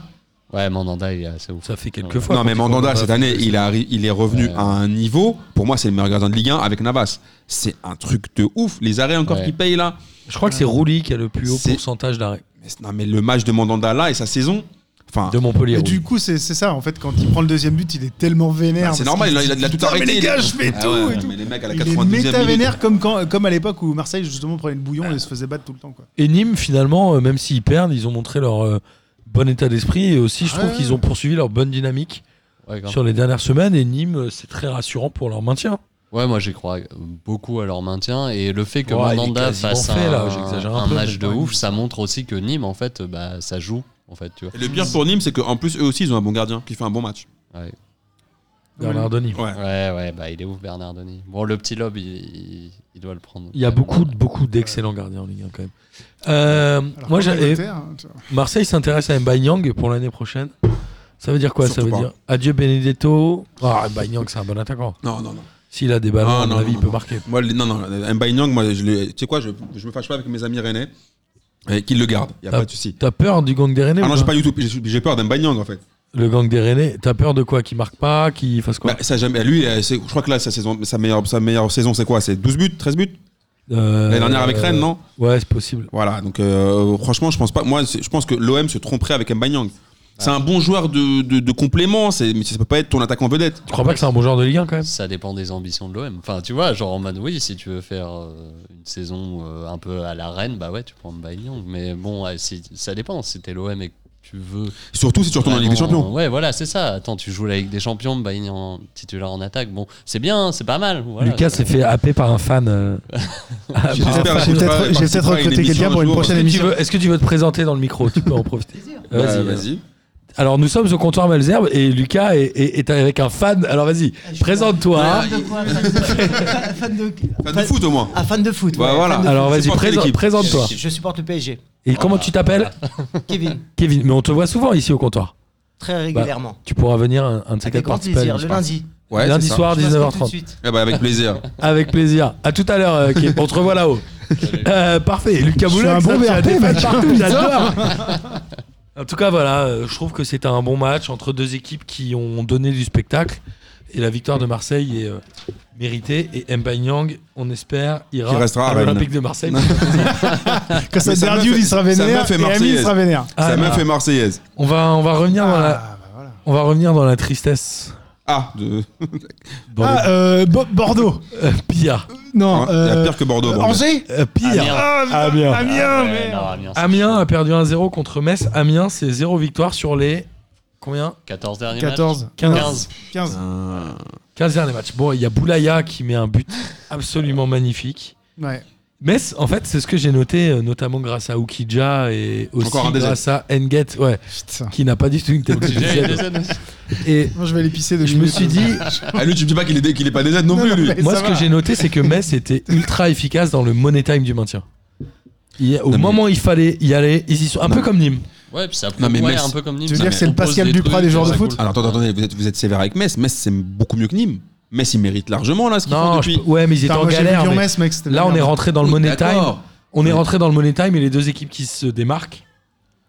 Speaker 5: Ouais, Mandanda, il est assez ouf.
Speaker 4: Ça fait quelques
Speaker 5: Non,
Speaker 4: fois.
Speaker 1: non, mais
Speaker 4: quand
Speaker 1: Mandanda,
Speaker 4: tu
Speaker 1: cette
Speaker 4: vois,
Speaker 1: année, il, arri- il est revenu
Speaker 5: Ouais.
Speaker 1: à un niveau, pour moi, c'est le meilleur gardien de Ligue 1 avec Navas. C'est un truc de ouf. Les arrêts encore
Speaker 5: Ouais.
Speaker 1: qu'il paye là.
Speaker 4: Je crois que c'est Rouli qui a le plus haut
Speaker 1: C'est-
Speaker 4: pourcentage d'arrêt
Speaker 1: Mais, c'est- non, mais le match de Mandanda là et sa saison, enfin,
Speaker 4: de Montpellier.
Speaker 2: Et
Speaker 4: Rouli.
Speaker 2: du coup, c'est c'est ça. En fait, quand il prend le deuxième but, il est tellement vénère.
Speaker 1: Bah, c'est
Speaker 2: Ah, parce
Speaker 1: normal,
Speaker 2: qu'il
Speaker 1: il a- il a-
Speaker 2: se
Speaker 1: il a
Speaker 2: dit,
Speaker 1: tout
Speaker 2: Putain,
Speaker 1: arrêté,
Speaker 2: Mais les
Speaker 1: il a-
Speaker 2: gars, je fais
Speaker 1: Ah
Speaker 2: tout
Speaker 1: ouais,
Speaker 2: et tout.
Speaker 1: mais les mecs à la
Speaker 2: Il est
Speaker 1: 92e
Speaker 2: méta
Speaker 1: minute.
Speaker 2: vénère comme, quand- comme à l'époque où Marseille justement prenait le bouillon et se faisait battre tout le temps. Quoi.
Speaker 4: Et Nîmes, finalement, euh, même s'ils perdent, ils ont montré leur euh, bon état d'esprit. Et aussi, je
Speaker 2: Ouais.
Speaker 4: trouve qu'ils ont poursuivi leur bonne dynamique
Speaker 5: Ouais, grave.
Speaker 4: sur les dernières semaines. Et Nîmes, euh, c'est très rassurant pour leur maintien.
Speaker 5: Ouais, moi j'y crois beaucoup à leur maintien et le fait que
Speaker 4: Ouais, il est
Speaker 5: Mandanda
Speaker 4: quasiment
Speaker 5: fasse
Speaker 4: fait,
Speaker 5: un,
Speaker 4: là, j'exagère un
Speaker 5: un
Speaker 4: peu,
Speaker 5: match
Speaker 4: mais
Speaker 5: de
Speaker 4: ouais.
Speaker 5: ouf, ça montre aussi que Nîmes en fait, bah ça joue en fait, tu vois.
Speaker 1: Et le pire pour Nîmes, c'est qu'en plus, eux aussi, ils ont un bon gardien qui fait un bon match.
Speaker 5: Ouais,
Speaker 4: Bernard Denis.
Speaker 1: Ouais.
Speaker 5: ouais, ouais, bah il est ouf Bernardoni. Bon, le petit lob, il, il- il doit le prendre.
Speaker 4: Il y a beaucoup, beaucoup d'excellents gardiens en Ligue 1 quand même. Euh,
Speaker 2: Alors,
Speaker 4: moi,
Speaker 2: qu'en
Speaker 4: j'avais-
Speaker 2: Angleterre, hein, tu vois.
Speaker 4: Marseille s'intéresse à Mbaye Niang pour l'année prochaine. Ça veut dire quoi Ça
Speaker 1: Surtout
Speaker 4: veut
Speaker 1: pas.
Speaker 4: dire adieu Benedetto. Ah, Mbaye Niang, c'est un bon attaquant.
Speaker 1: Non, non, non.
Speaker 4: S'il a des ballons,
Speaker 1: Ah,
Speaker 4: à mon
Speaker 1: non,
Speaker 4: avis,
Speaker 1: non,
Speaker 4: il peut
Speaker 1: non.
Speaker 4: marquer.
Speaker 1: Moi, le- non, non, Mbaye Niang, moi, je le- tu sais quoi, je, je me fâche pas avec mes amis rennais et qu'ils le gardent. Il n'y a
Speaker 4: Ah.
Speaker 1: pas de souci.
Speaker 4: T'as peur du gang des Rennais
Speaker 1: Ah
Speaker 4: ou
Speaker 1: non, j'ai
Speaker 4: pas
Speaker 1: pas du tout. j'ai- J'ai peur d'Mbaye Niang en fait.
Speaker 4: Le gang des Rennais, t'as peur de quoi Qu'il marque pas Qu'il fasse quoi
Speaker 1: Bah, ça, jamais, lui, euh, c'est- je crois que là, sa, saison, sa, meilleure, sa meilleure saison, c'est quoi C'est 12 buts 13 buts
Speaker 4: Euh,
Speaker 1: L'année Bah, dernière avec Rennes, non
Speaker 4: Ouais, c'est possible.
Speaker 1: Voilà, donc euh, franchement, je pense pas. Moi, c'est- je pense que l'OM se tromperait avec Mbaye Niang. C'est un bon joueur de, de, de complément, c'est- mais ça peut pas être ton attaquant vedette.
Speaker 4: Tu crois pas que c'est un bon joueur de Ligue 1 quand même
Speaker 5: Ça dépend des ambitions de l'OM. Enfin, tu vois, genre en mode oui, si tu veux faire euh, une saison euh, un peu à la reine, bah ouais, tu prends Mbaye Niang. Mais bon, ouais, si- ça dépend. Si t'es l'OM et que tu veux.
Speaker 1: Surtout si tu retournes en Ligue des
Speaker 5: vraiment-
Speaker 1: Champions.
Speaker 5: Ouais, voilà, c'est ça. Attends, tu joues la Ligue des Champions, Mbaye Niang titulaire en attaque. Bon, c'est bien, hein, c'est pas mal. voilà.
Speaker 4: Lucas s'est fait happer par un fan. euh,
Speaker 1: J'espère que
Speaker 4: par- par-
Speaker 2: J'ai
Speaker 1: je
Speaker 2: peut-être
Speaker 1: vais
Speaker 2: j'ai
Speaker 1: participer
Speaker 2: peut-être
Speaker 1: à une
Speaker 2: recruté
Speaker 1: émission
Speaker 2: quelqu'un
Speaker 1: un
Speaker 2: pour une
Speaker 1: jour.
Speaker 2: prochaine
Speaker 4: Est-ce que tu
Speaker 2: émission.
Speaker 4: veux- Est-ce que tu veux te présenter dans le micro Tu peux en profiter.
Speaker 1: Bah,
Speaker 4: Vas-y.
Speaker 1: vas-y.
Speaker 4: Ah, Alors nous sommes au comptoir Malzerbe et Lucas est, est- est avec un fan. Alors vas-y, présente-toi.
Speaker 3: Fan de quoi fan de- Fan de.
Speaker 1: Fan de foot au moins.
Speaker 3: Ah, fan de foot.
Speaker 1: Bah,
Speaker 3: ouais,
Speaker 1: voilà.
Speaker 3: fan de
Speaker 4: Alors
Speaker 1: C'est
Speaker 4: vas-y,
Speaker 1: pas quelle
Speaker 4: présente-
Speaker 1: équipe
Speaker 4: présente-toi.
Speaker 3: foot. Je supporte le PSG.
Speaker 4: Et comment tu t'appelles
Speaker 1: Ah.
Speaker 3: Kevin,
Speaker 4: Kevin, mais on te voit souvent ici au comptoir.
Speaker 3: très régulièrement.
Speaker 4: Tu pourras venir un, un de ces
Speaker 3: Avec
Speaker 4: Bah, quatre
Speaker 3: grand
Speaker 4: participer à
Speaker 3: plaisir, le
Speaker 4: l'émission.
Speaker 3: lundi.
Speaker 1: Ouais, c'est
Speaker 4: Lundi
Speaker 1: ça.
Speaker 4: soir,
Speaker 3: Je m'inscris tout de
Speaker 4: 19h30.
Speaker 3: suite.
Speaker 1: Ah bah, avec plaisir.
Speaker 4: Avec plaisir. À tout à l'heure, euh, Kev. On te revoit là-haut. Euh, parfait. Lucas
Speaker 2: Je suis
Speaker 4: Boulogne,
Speaker 2: un
Speaker 4: ça
Speaker 2: bon
Speaker 4: fait
Speaker 2: VRP,
Speaker 4: des fans
Speaker 2: mec.
Speaker 4: partout, j'adore. En tout cas, voilà, euh, je trouve que c'était un bon match entre deux équipes qui ont donné du spectacle. Et la victoire de Marseille est euh, méritée. Et Mbanyang, on espère, ira
Speaker 1: Qui restera
Speaker 4: à
Speaker 1: à Rennes.
Speaker 4: l'Olympique de Marseille.
Speaker 2: Quand ça
Speaker 1: Mais sa meuf
Speaker 2: Derdiou,
Speaker 1: est-
Speaker 2: il sera
Speaker 1: sa
Speaker 2: vénère.
Speaker 1: meuf est
Speaker 2: Et Ami, il
Speaker 1: marseillaise.
Speaker 2: sera vénère.
Speaker 4: Ah,
Speaker 1: Ça m'a
Speaker 4: bah.
Speaker 1: fait marseillaise.
Speaker 4: on, va, on, va revenir dans la,
Speaker 2: Ah, bah voilà.
Speaker 4: on va revenir dans la tristesse.
Speaker 1: Ah, de...
Speaker 4: Dans
Speaker 2: Ah, euh, Bo- Bordeaux.
Speaker 4: le- euh, pire.
Speaker 2: Non.
Speaker 1: il y a
Speaker 2: euh,
Speaker 1: pire que Bordeaux. bon.
Speaker 2: Angers
Speaker 4: Euh, pire.
Speaker 5: Amiens.
Speaker 2: Ah, putain,
Speaker 4: Amiens.
Speaker 5: Ah,
Speaker 2: Amiens,
Speaker 5: ouais,
Speaker 2: merde.
Speaker 5: non, Amiens, c'est
Speaker 4: Amiens
Speaker 5: chaud.
Speaker 4: a perdu 1-0 contre Metz. Amiens, c'est 0 victoire sur les. Combien
Speaker 5: 14 derniers matchs.
Speaker 2: 14.
Speaker 5: 15.
Speaker 2: 15.
Speaker 1: Ah.
Speaker 4: 15 derniers matchs. Bon, il y a Boulaya qui met un but absolument magnifique.
Speaker 2: Ouais.
Speaker 4: Metz, en fait, c'est ce que j'ai noté, euh, notamment grâce à Oukidja et aussi
Speaker 1: Encore un DZ.
Speaker 4: grâce à Enget, ouais,
Speaker 2: Putain.
Speaker 4: qui n'a pas du tout une tête de
Speaker 5: Déjà, il y a des
Speaker 4: DZ.
Speaker 5: années.
Speaker 4: Et
Speaker 2: Moi, je vais aller pisser de
Speaker 4: je me suis dit,
Speaker 1: Ah, lui, tu me dis pas qu'il est, qu'il est pas des aides non, plus, lui.
Speaker 2: mais- Et
Speaker 4: moi,
Speaker 2: ça
Speaker 4: ce que
Speaker 2: va.
Speaker 4: j'ai noté, c'est que Metz était ultra efficace dans le money time du maintien. Il y a- au
Speaker 1: Non, mais-
Speaker 4: moment où il fallait y aller, ils y sont. Un peu comme Nîmes.
Speaker 5: Ouais, puis ça
Speaker 1: Non, mais
Speaker 5: ouais,
Speaker 1: Metz-
Speaker 5: un peu comme Nîmes.
Speaker 2: Tu veux
Speaker 5: ça
Speaker 2: dire que c'est le
Speaker 5: propose
Speaker 2: Pascal
Speaker 5: des
Speaker 2: Duprat
Speaker 5: trucs,
Speaker 2: des joueurs de
Speaker 5: c'est
Speaker 2: foot
Speaker 5: cool.
Speaker 1: Alors, attendez, attendez, vous êtes, vous êtes sévère avec Metz. Metz, c'est beaucoup mieux que Nîmes. Metz, il mérite largement, là, ce qu'ils font
Speaker 4: Non, je-
Speaker 1: depuis.
Speaker 4: ouais, mais ils étaient en galère. mais Là, on est rentré dans le
Speaker 1: Oui,
Speaker 4: money time.
Speaker 1: d'accord.
Speaker 4: On est rentré dans le money time et les deux équipes qui se démarquent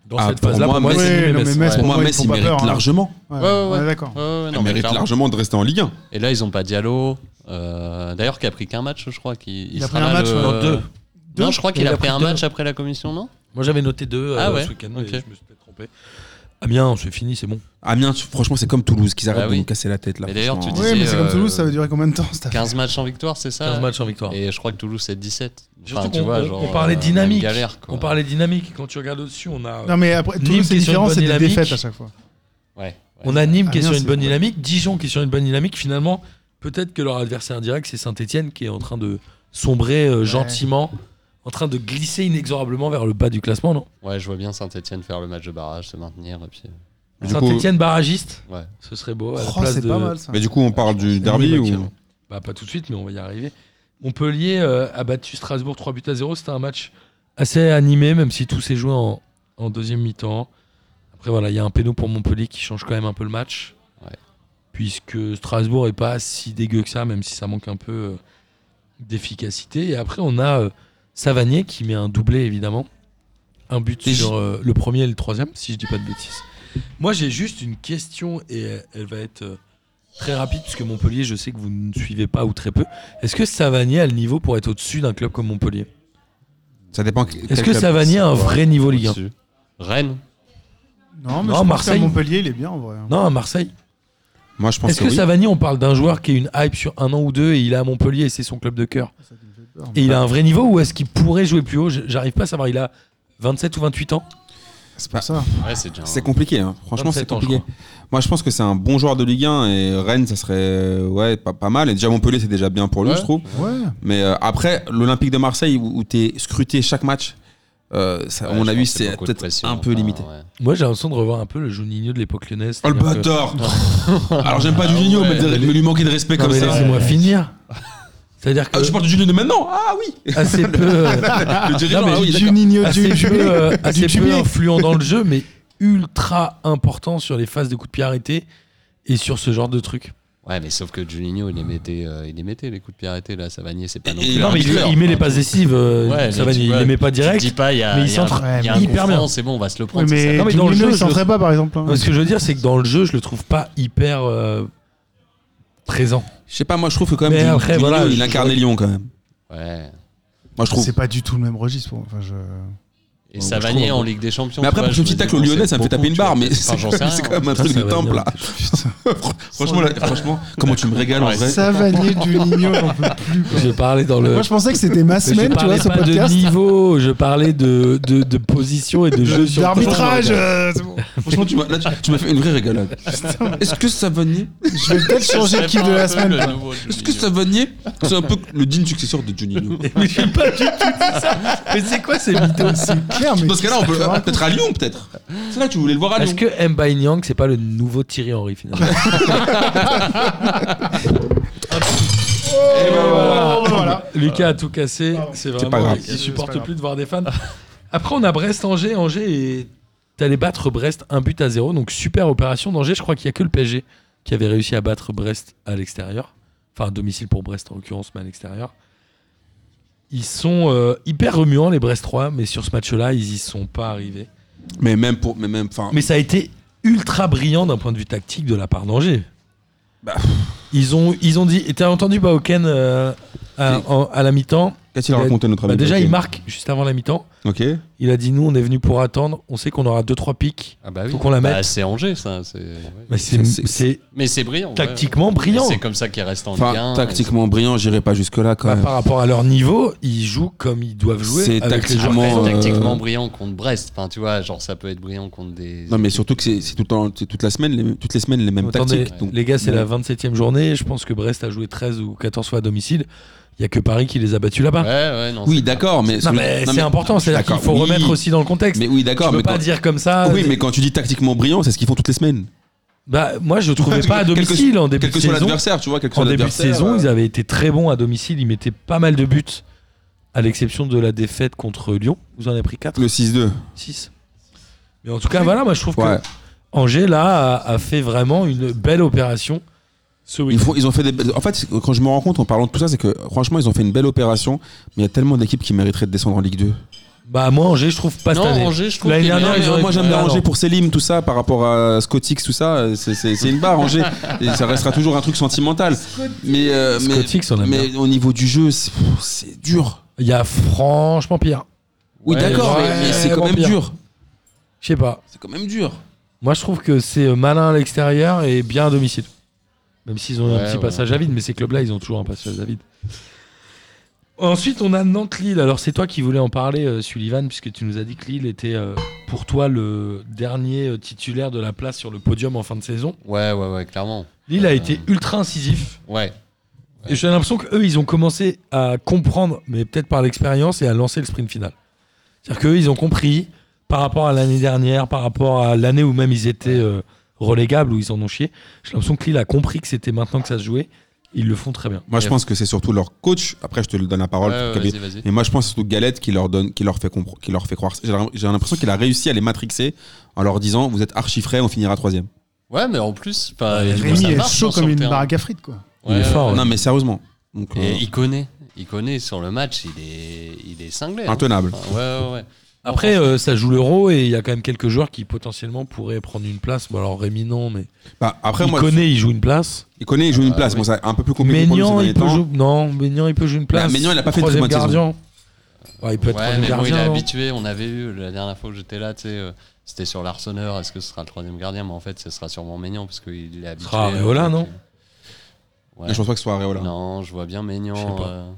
Speaker 4: dans
Speaker 1: Ah,
Speaker 4: cette
Speaker 1: pour
Speaker 4: phase-là.
Speaker 1: moi,
Speaker 4: Pour moi,
Speaker 1: Metz-
Speaker 4: c'est
Speaker 2: Oui,
Speaker 4: nul,
Speaker 2: non,
Speaker 4: Metz.
Speaker 2: mais Metz,
Speaker 1: Pour moi,
Speaker 2: ils
Speaker 1: Metz,
Speaker 2: font
Speaker 1: il
Speaker 2: pas
Speaker 1: mérite
Speaker 2: peur, hein.
Speaker 1: largement.
Speaker 2: Ouais,
Speaker 5: Ouais, ouais,
Speaker 2: on est
Speaker 5: ouais.
Speaker 2: d'accord.
Speaker 5: Ouais, ouais, non,
Speaker 1: il
Speaker 5: mais
Speaker 1: mérite
Speaker 5: clairement.
Speaker 1: largement de rester en Ligue 1.
Speaker 5: Et là, ils ont pas Diallo. euh, D'ailleurs, qui a pris qu'un match, je crois. Qui,
Speaker 2: Il a
Speaker 5: sera
Speaker 2: pris un
Speaker 5: là
Speaker 2: match,
Speaker 5: le-
Speaker 2: ouais.
Speaker 4: Non, euh, deux.
Speaker 5: Euh, Non, je crois qu'il
Speaker 4: Il
Speaker 5: a,
Speaker 4: a
Speaker 5: pris
Speaker 4: pris
Speaker 5: un
Speaker 4: deux.
Speaker 5: match après la commission, non
Speaker 4: Moi j'avais noté deux
Speaker 5: Ah
Speaker 4: euh,
Speaker 5: ouais,
Speaker 4: ce week-end,
Speaker 5: ok.
Speaker 4: mais je me suis peut-être trompé. Ah bien, c'est fini, c'est bon.
Speaker 1: Amiens, tu- franchement, c'est comme Toulouse qu'ils arrêtent
Speaker 5: Bah
Speaker 1: de
Speaker 5: oui.
Speaker 1: nous casser la tête, là.
Speaker 5: Mais d'ailleurs,
Speaker 1: franchement.
Speaker 5: tu
Speaker 2: Oui,
Speaker 5: disais,
Speaker 2: mais c'est comme
Speaker 5: euh,
Speaker 2: Toulouse, ça va durer combien de temps cette affaire
Speaker 5: 15 matchs en victoire, c'est ça
Speaker 4: 15 matchs en victoire.
Speaker 5: Ah Et je crois que Toulouse, c'est 17.
Speaker 4: Surtout
Speaker 5: Enfin, tu
Speaker 4: qu'on-
Speaker 5: vois,
Speaker 4: on-
Speaker 5: genre,
Speaker 4: on parlait
Speaker 5: euh,
Speaker 4: dynamique.
Speaker 5: galère, quoi.
Speaker 4: On parlait dynamique, quand tu regardes au-dessus, on a,
Speaker 2: Non, mais après,
Speaker 4: Nîmes
Speaker 2: Toulouse, c'est
Speaker 4: qui est sur
Speaker 2: différent,
Speaker 4: une bonne
Speaker 2: c'est des
Speaker 4: dynamique.
Speaker 2: défaites à chaque fois.
Speaker 5: Ouais, ouais.
Speaker 4: on a Nîmes qui
Speaker 2: Amiens,
Speaker 4: est sur une
Speaker 2: c'est-
Speaker 4: bonne dynamique, Dijon qui est sur une bonne dynamique. Finalement, peut-être que leur adversaire direct, c'est Saint-Etienne qui est en train de sombrer euh, gentiment, en train de glisser inexorablement vers le bas du classement, non
Speaker 5: Ouais, je vois bien Saint-Etienne faire le match de barrage, se maintenir. Et puis... euh,
Speaker 1: Du coup-
Speaker 4: Saint-Etienne barragiste,
Speaker 5: Ouais.
Speaker 4: ce serait beau. À la
Speaker 2: Oh,
Speaker 4: place
Speaker 2: c'est
Speaker 4: de...
Speaker 2: pas mal ça.
Speaker 1: Mais du coup, on parle du derby
Speaker 4: Oui,
Speaker 1: ou.
Speaker 4: Machiavel. Bah, pas tout de suite, mais on va y arriver. Montpellier euh, a battu Strasbourg 3 buts à 0. C'était un match assez animé, même si tout s'est joué en, en deuxième mi-temps. Après, voilà, il y a un péno pour Montpellier qui change quand même un peu le match.
Speaker 5: Ouais.
Speaker 4: Puisque Strasbourg est pas si dégueu que ça, même si ça manque un peu euh, d'efficacité. Et après, on a euh, Savanier qui met un doublé, évidemment. Un but
Speaker 1: Et
Speaker 4: sur euh, le premier et le troisième, si je dis pas de bêtises. Moi, j'ai juste une question et elle, elle va être euh, très rapide, puisque Montpellier, je sais que vous ne suivez pas ou très peu. Est-ce que Savanier a le niveau pour être au-dessus d'un club comme Montpellier
Speaker 1: Ça dépend.
Speaker 4: Est-ce que Savanier a un vrai niveau Ligue 1
Speaker 5: au-dessus. Rennes
Speaker 2: Non, mais
Speaker 4: Non,
Speaker 2: je pense qu'à
Speaker 4: Marseille.
Speaker 2: Montpellier, il est bien en vrai.
Speaker 4: Non, à Marseille.
Speaker 1: Moi, je pense
Speaker 4: Est-ce
Speaker 1: que
Speaker 4: que
Speaker 1: oui.
Speaker 4: Savanier, on parle d'un joueur qui a une hype sur un an ou deux et il est à Montpellier et c'est son club de cœur
Speaker 2: C'est ça qui me fait peur.
Speaker 4: Et il a un vrai niveau ou est-ce qu'il pourrait jouer plus haut J- J'arrive pas à savoir. Il a 27 ou 28 ans
Speaker 2: C'est pour ça.
Speaker 5: Ouais, c'est déjà. un-
Speaker 1: C'est compliqué, hein. franchement,
Speaker 4: 27
Speaker 1: c'est
Speaker 4: ans, je
Speaker 1: compliqué. Moi, je pense que c'est un bon joueur de Ligue 1 et Rennes, ça serait euh, ouais, pas, pas mal. Et déjà, Montpellier, c'est déjà bien pour lui,
Speaker 5: Ouais.
Speaker 1: je trouve.
Speaker 2: Ouais.
Speaker 1: Mais euh, après, l'Olympique de Marseille, où, tu es scruté chaque match, euh, ça,
Speaker 5: Ouais,
Speaker 1: à mon
Speaker 5: je
Speaker 1: avis,
Speaker 5: pense que
Speaker 1: c'est
Speaker 5: beaucoup de
Speaker 1: peut-être
Speaker 5: pression,
Speaker 1: un peu
Speaker 5: enfin,
Speaker 1: limité.
Speaker 5: ouais.
Speaker 4: Moi, j'ai l'impression de revoir un peu le Juninho de l'époque lyonnaise.
Speaker 1: Oh le
Speaker 4: c'est-à-dire que-
Speaker 1: bâtard Alors, j'aime pas Juninho, mais, de- mais lui manquer de respect
Speaker 4: Non,
Speaker 1: comme
Speaker 4: mais
Speaker 1: ça.
Speaker 4: laissez-moi finir. C'est-à-dire
Speaker 1: Ah,
Speaker 4: que
Speaker 1: je parle de Juninho de maintenant Ah oui
Speaker 4: assez peu. euh,
Speaker 1: Le dirigeant,
Speaker 4: Non, mais
Speaker 1: ah oui,
Speaker 4: du
Speaker 1: d'accord.
Speaker 2: Juninho,
Speaker 4: assez peu, euh, assez
Speaker 2: du
Speaker 4: peu
Speaker 2: tubier.
Speaker 4: influent dans le jeu, mais ultra important sur les phases de coups de pied arrêtés et sur ce genre de trucs.
Speaker 5: Ouais, mais sauf que Juninho, il les mettait, euh, il les mettait les coups de pied arrêtés là. Savanier, c'est pas
Speaker 1: Et-
Speaker 5: non
Speaker 1: et- Non,
Speaker 5: plus. un
Speaker 4: Non, mais il,
Speaker 5: buteur,
Speaker 4: il met les
Speaker 5: enfin,
Speaker 4: passes
Speaker 5: tu-
Speaker 4: décisives, euh,
Speaker 5: Ouais, mais
Speaker 4: Savani,
Speaker 5: tu
Speaker 4: il
Speaker 5: vois,
Speaker 4: les met pas
Speaker 5: Tu te
Speaker 4: direct.
Speaker 5: dis pas, il y a,
Speaker 4: mais il
Speaker 5: il y a un-
Speaker 4: centre
Speaker 5: il y a un
Speaker 4: hyper
Speaker 5: coup
Speaker 4: bien.
Speaker 5: franc, C'est bon, on va se le
Speaker 2: Ouais,
Speaker 5: prendre. c'est
Speaker 2: mais
Speaker 4: Non, mais
Speaker 2: Juninho,
Speaker 4: dans le jeu,
Speaker 2: il
Speaker 4: je le-
Speaker 2: s'entrait pas par exemple. hein.
Speaker 4: Non, Ce que je veux dire, c'est que dans le jeu, je le trouve pas hyper euh, présent.
Speaker 1: Je sais pas, moi, je trouve que quand
Speaker 4: Mais
Speaker 1: même, Ju-
Speaker 4: après,
Speaker 1: Juninho,
Speaker 4: voilà,
Speaker 1: il
Speaker 4: je-
Speaker 1: incarnait Lyon quand même.
Speaker 5: ça. Ouais.
Speaker 1: Moi, je trouve.
Speaker 2: C'est pas du tout le même registre. pour- Enfin, je.
Speaker 5: Et
Speaker 4: Bon, je
Speaker 5: Savanier
Speaker 4: trouve,
Speaker 5: en Ligue des Champions.
Speaker 1: Mais
Speaker 5: tu
Speaker 1: après,
Speaker 5: vois,
Speaker 1: pour ce
Speaker 5: Bah,
Speaker 1: petit
Speaker 5: je me
Speaker 1: tacle
Speaker 5: dis,
Speaker 1: au
Speaker 5: bon,
Speaker 1: Lyonnais,
Speaker 5: c'est
Speaker 1: ça me fait
Speaker 5: beaucoup,
Speaker 1: taper une
Speaker 5: tu vois,
Speaker 1: barre, mais
Speaker 5: enfin,
Speaker 1: c'est
Speaker 5: j'en
Speaker 1: quand
Speaker 5: sais
Speaker 1: même-
Speaker 5: rien.
Speaker 1: c'est
Speaker 5: hein.
Speaker 1: quand même un
Speaker 4: Putain,
Speaker 1: truc de
Speaker 4: Savanier,
Speaker 1: timbre là. Franchement, là, franchement, comment tu me régales en
Speaker 5: Ouais,
Speaker 1: vrai
Speaker 2: Savanier, Juninho, j'en peux plus. quoi.
Speaker 4: Je parlais dans le.
Speaker 2: Moi, je pensais que c'était ma
Speaker 4: je
Speaker 2: semaine, tu
Speaker 4: parlais
Speaker 2: vois, ce
Speaker 4: pas de
Speaker 2: podcast.
Speaker 4: niveau, je parlais de, de, de position et de jeu sur le terrain.
Speaker 2: D'arbitrage, euh, c'est bon.
Speaker 1: Franchement, tu m'as là, tu- tu m'as fait une vraie régalade. Est-ce que Savanier,
Speaker 2: je vais peut-être
Speaker 5: Ce
Speaker 2: changer
Speaker 5: serait
Speaker 2: d'équipe
Speaker 5: pas
Speaker 2: de
Speaker 5: un
Speaker 2: la
Speaker 5: peu
Speaker 2: semaine.
Speaker 5: le
Speaker 2: quoi.
Speaker 5: nouveau
Speaker 1: est-ce que
Speaker 5: Juninho.
Speaker 1: Savanier, c'est un peu le digne successeur de Juninho
Speaker 4: Mais j'ai pas du tout dit ça. Mais c'est quoi ces mythos C'est
Speaker 2: clair, mais.
Speaker 1: Dans ce cas-là, on peut euh, peut-être à Lyon, peut-être. C'est là que tu voulais le voir à
Speaker 4: Est-ce
Speaker 1: Lyon.
Speaker 4: que Mbaye Nyang, c'est pas le nouveau Thierry Henry finalement
Speaker 2: Eh ben voilà.
Speaker 4: Oh,
Speaker 2: Voilà.
Speaker 4: Lucas a tout cassé,
Speaker 2: Pardon.
Speaker 4: c'est
Speaker 1: C'est pas
Speaker 4: vraiment.
Speaker 1: grave.
Speaker 4: Il
Speaker 2: C'est
Speaker 4: supporte
Speaker 2: pas grave.
Speaker 4: plus de voir des fans. Après, on a Brest-Angers. Angers, est allé battre Brest un but à zéro. Donc, super opération d'Angers. Je crois qu'il n'y a que le PSG qui avait réussi à battre Brest à l'extérieur. Enfin, à domicile pour Brest en l'occurrence, mais à l'extérieur. Ils sont euh, hyper remuants, les Brestois, mais sur ce match-là, ils y sont pas arrivés.
Speaker 1: Mais même pour. Mais même, enfin,
Speaker 4: Mais ça a été ultra brillant d'un point de vue tactique de la part d'Angers.
Speaker 1: Bah.
Speaker 4: Ils ont, ils ont dit. T'as entendu Baoken euh, à, en- à la mi-temps
Speaker 1: Qu'a-t-il
Speaker 4: Bah,
Speaker 1: raconté notre
Speaker 4: Bah,
Speaker 1: ami
Speaker 4: Déjà,
Speaker 1: Joaquin
Speaker 4: il marque juste avant la mi-temps.
Speaker 1: Ok.
Speaker 4: Il a dit Nous, on est venu pour attendre. On sait qu'on aura 2-3 pics.
Speaker 5: Ah bah oui.
Speaker 4: Faut qu'on la
Speaker 5: Bah,
Speaker 4: mette.
Speaker 5: c'est Angers, ça. c'est- ouais.
Speaker 4: Mais c'est-
Speaker 1: C'est-
Speaker 4: c'est
Speaker 5: Mais c'est brillant. ouais.
Speaker 4: tactiquement brillant.
Speaker 5: C'est comme ça qu'il reste en Ligue
Speaker 1: Enfin,
Speaker 5: 1.
Speaker 1: tactiquement brillant, j'irai pas jusque-là quand
Speaker 4: Bah,
Speaker 1: même.
Speaker 4: par rapport à leur niveau, ils jouent comme ils doivent jouer.
Speaker 1: C'est
Speaker 4: avec les
Speaker 1: tactiquement,
Speaker 4: joueurs.
Speaker 5: Après,
Speaker 1: euh,
Speaker 5: tactiquement brillant contre Brest. Enfin, tu vois, genre ça peut être brillant contre des.
Speaker 1: Non, mais surtout que c'est c'est tout le temps- c'est toute la semaine, les, toutes les semaines les mêmes
Speaker 4: Attendez,
Speaker 1: tactiques. donc-
Speaker 4: les gars, c'est
Speaker 1: bon.
Speaker 4: la 27e journée. Je pense que Brest a joué 13 ou 14 fois à domicile. Il y a que Paris qui les a battus là-bas.
Speaker 5: Ouais, ouais, non.
Speaker 1: Oui,
Speaker 5: c'est-
Speaker 1: d'accord, mais
Speaker 4: Non, mais
Speaker 1: non,
Speaker 4: c'est important. C'est-à-dire qu'il
Speaker 1: d'accord,
Speaker 4: faut
Speaker 1: oui.
Speaker 4: remettre aussi dans le contexte.
Speaker 1: Mais oui, d'accord,
Speaker 4: tu peux
Speaker 1: mais
Speaker 4: pas
Speaker 1: quand-
Speaker 4: dire euh, comme ça.
Speaker 1: oui, mais quand tu dis tactiquement brillant, c'est ce qu'ils font toutes les semaines.
Speaker 4: Bah, moi, je trouvais
Speaker 1: Parce
Speaker 4: pas à
Speaker 1: que quel que-
Speaker 4: domicile en début
Speaker 1: Quel
Speaker 4: de
Speaker 1: que soit
Speaker 4: saison.
Speaker 1: l'adversaire, tu vois, quel que
Speaker 4: En
Speaker 1: soit
Speaker 4: début de
Speaker 1: l'adversaire,
Speaker 4: saison,
Speaker 1: euh,
Speaker 4: ils avaient été très bons à domicile. Ils mettaient pas mal de buts, à l'exception de la défaite contre Lyon. Vous en avez pris 4
Speaker 1: le 6-2.
Speaker 4: 6 Mais en tout cas, voilà, moi, je trouve
Speaker 1: Ouais.
Speaker 4: que Angers, là, a, a fait vraiment une belle opération ce
Speaker 1: Ils,
Speaker 4: week-end.
Speaker 1: font- ils ont fait des belles- En fait, c'est- quand je me rends compte en parlant de tout ça, c'est que franchement, ils ont fait une belle opération, mais il y a tellement d'équipes qui mériteraient de descendre en Ligue 2.
Speaker 4: Bah, moi, Angers, je trouve pas
Speaker 5: Non,
Speaker 4: cette année.
Speaker 5: Angers, je trouve
Speaker 4: L'année
Speaker 5: qu'il est
Speaker 4: dernière,
Speaker 5: bien,
Speaker 4: ils
Speaker 1: mais
Speaker 4: auraient-
Speaker 1: moi, j'aime
Speaker 4: Ouais,
Speaker 1: bien
Speaker 4: alors.
Speaker 1: Angers pour Selim, tout ça, par rapport à Scotix, tout ça. euh, c'est- C'est c'est une barre, Angers. Et ça restera toujours un truc sentimental. Mais, euh, mais,
Speaker 4: Scotix, on aime bien.
Speaker 1: mais au niveau du jeu, c'est pff, c'est dur.
Speaker 4: Il y a franchement pire.
Speaker 1: Oui,
Speaker 4: Ouais,
Speaker 1: d'accord,
Speaker 4: ouais,
Speaker 1: mais, mais c'est quand
Speaker 4: bon
Speaker 1: même
Speaker 4: pire.
Speaker 1: dur.
Speaker 4: Je sais pas.
Speaker 1: C'est quand même dur.
Speaker 4: Moi, je trouve que c'est euh, malin à l'extérieur et bien à domicile. Même s'ils ont un
Speaker 5: Ouais,
Speaker 4: petit
Speaker 5: ouais.
Speaker 4: passage à vide, mais ces clubs-là, ils ont toujours un passage à vide. Ensuite, on a Nantes-Lille. Alors, c'est toi qui voulais en parler, euh, Sullivan, puisque tu nous as dit que Lille était euh, pour toi le dernier euh, titulaire de la place sur le podium en fin de saison.
Speaker 5: Ouais, ouais, ouais, clairement.
Speaker 4: Lille a
Speaker 5: Euh,
Speaker 4: été ultra incisif.
Speaker 5: Ouais.
Speaker 4: Et j'ai l'impression qu'eux, ils ont commencé à comprendre, mais peut-être par l'expérience, et à lancer le sprint final. C'est-à-dire qu'eux, ils ont compris, par rapport à l'année dernière, par rapport à l'année où même ils étaient euh, relégables, où ils en ont chié, j'ai l'impression que Lille a compris que c'était maintenant que ça se jouait. Ils le font très bien.
Speaker 1: Moi, je
Speaker 5: Et-
Speaker 1: pense que c'est surtout leur coach. Après, je te Oh, le donne la parole.
Speaker 5: Ouais, ouais,
Speaker 1: Kaby.
Speaker 5: vas-y, vas-y.
Speaker 1: mais moi, je pense surtout Galette qui leur donne, qui leur fait compre- qui leur fait croire. J'ai l'im- j'ai l'impression qu'il a réussi à les matrixer en leur disant vous êtes archi frais, on finira troisième.
Speaker 5: Ouais, mais en plus, enfin, je trouve
Speaker 2: Rémi
Speaker 5: ça
Speaker 2: est
Speaker 5: marche, hein,
Speaker 2: chaud
Speaker 5: sur
Speaker 2: comme
Speaker 5: le
Speaker 2: une
Speaker 5: terrain.
Speaker 2: baraque à frites, quoi.
Speaker 4: Il est fort, Oh, hein. ouais.
Speaker 1: Non, mais sérieusement. Donc,
Speaker 5: Et
Speaker 1: euh,
Speaker 5: il connaît. Il connaît sur le match, il est, il est cinglé. hein.
Speaker 1: intenable.
Speaker 5: Enfin, ouais, ouais, ouais.
Speaker 4: Après, euh, ça joue l'euro et il y a quand même quelques joueurs qui potentiellement pourraient prendre une place. Bon, alors Rémi, non, mais
Speaker 1: Bah, après,
Speaker 4: il
Speaker 1: moi,
Speaker 4: connaît, il joue une place.
Speaker 1: il connaît, il joue une
Speaker 5: Ah,
Speaker 1: place.
Speaker 5: oui.
Speaker 1: Bon, c'est un peu plus compliqué pour nous ces
Speaker 4: Maignan,
Speaker 1: derniers
Speaker 4: il peut
Speaker 1: temps.
Speaker 4: jouer. Non, Maignan, il peut jouer une place.
Speaker 1: Bah, Maignan, il a pas fait de très
Speaker 4: Troisième
Speaker 1: bonne saison.
Speaker 4: gardien. Ouais, il peut être
Speaker 5: Ouais,
Speaker 4: troisième
Speaker 5: mais bon, il est
Speaker 4: gardien. non
Speaker 5: habitué. On avait eu la dernière fois que j'étais là, tu sais, euh, c'était sur l'arseneur. Est-ce que ce sera le troisième gardien Mais en fait, ce sera sûrement Maignan parce qu'il est habitué.
Speaker 4: sera Areola,
Speaker 5: donc,
Speaker 4: Ah, non
Speaker 5: euh, ouais.
Speaker 1: Je pense pas que ce soit Areola.
Speaker 5: Non, je vois bien
Speaker 4: Je sais
Speaker 5: Maignan.
Speaker 4: pas.
Speaker 5: euh,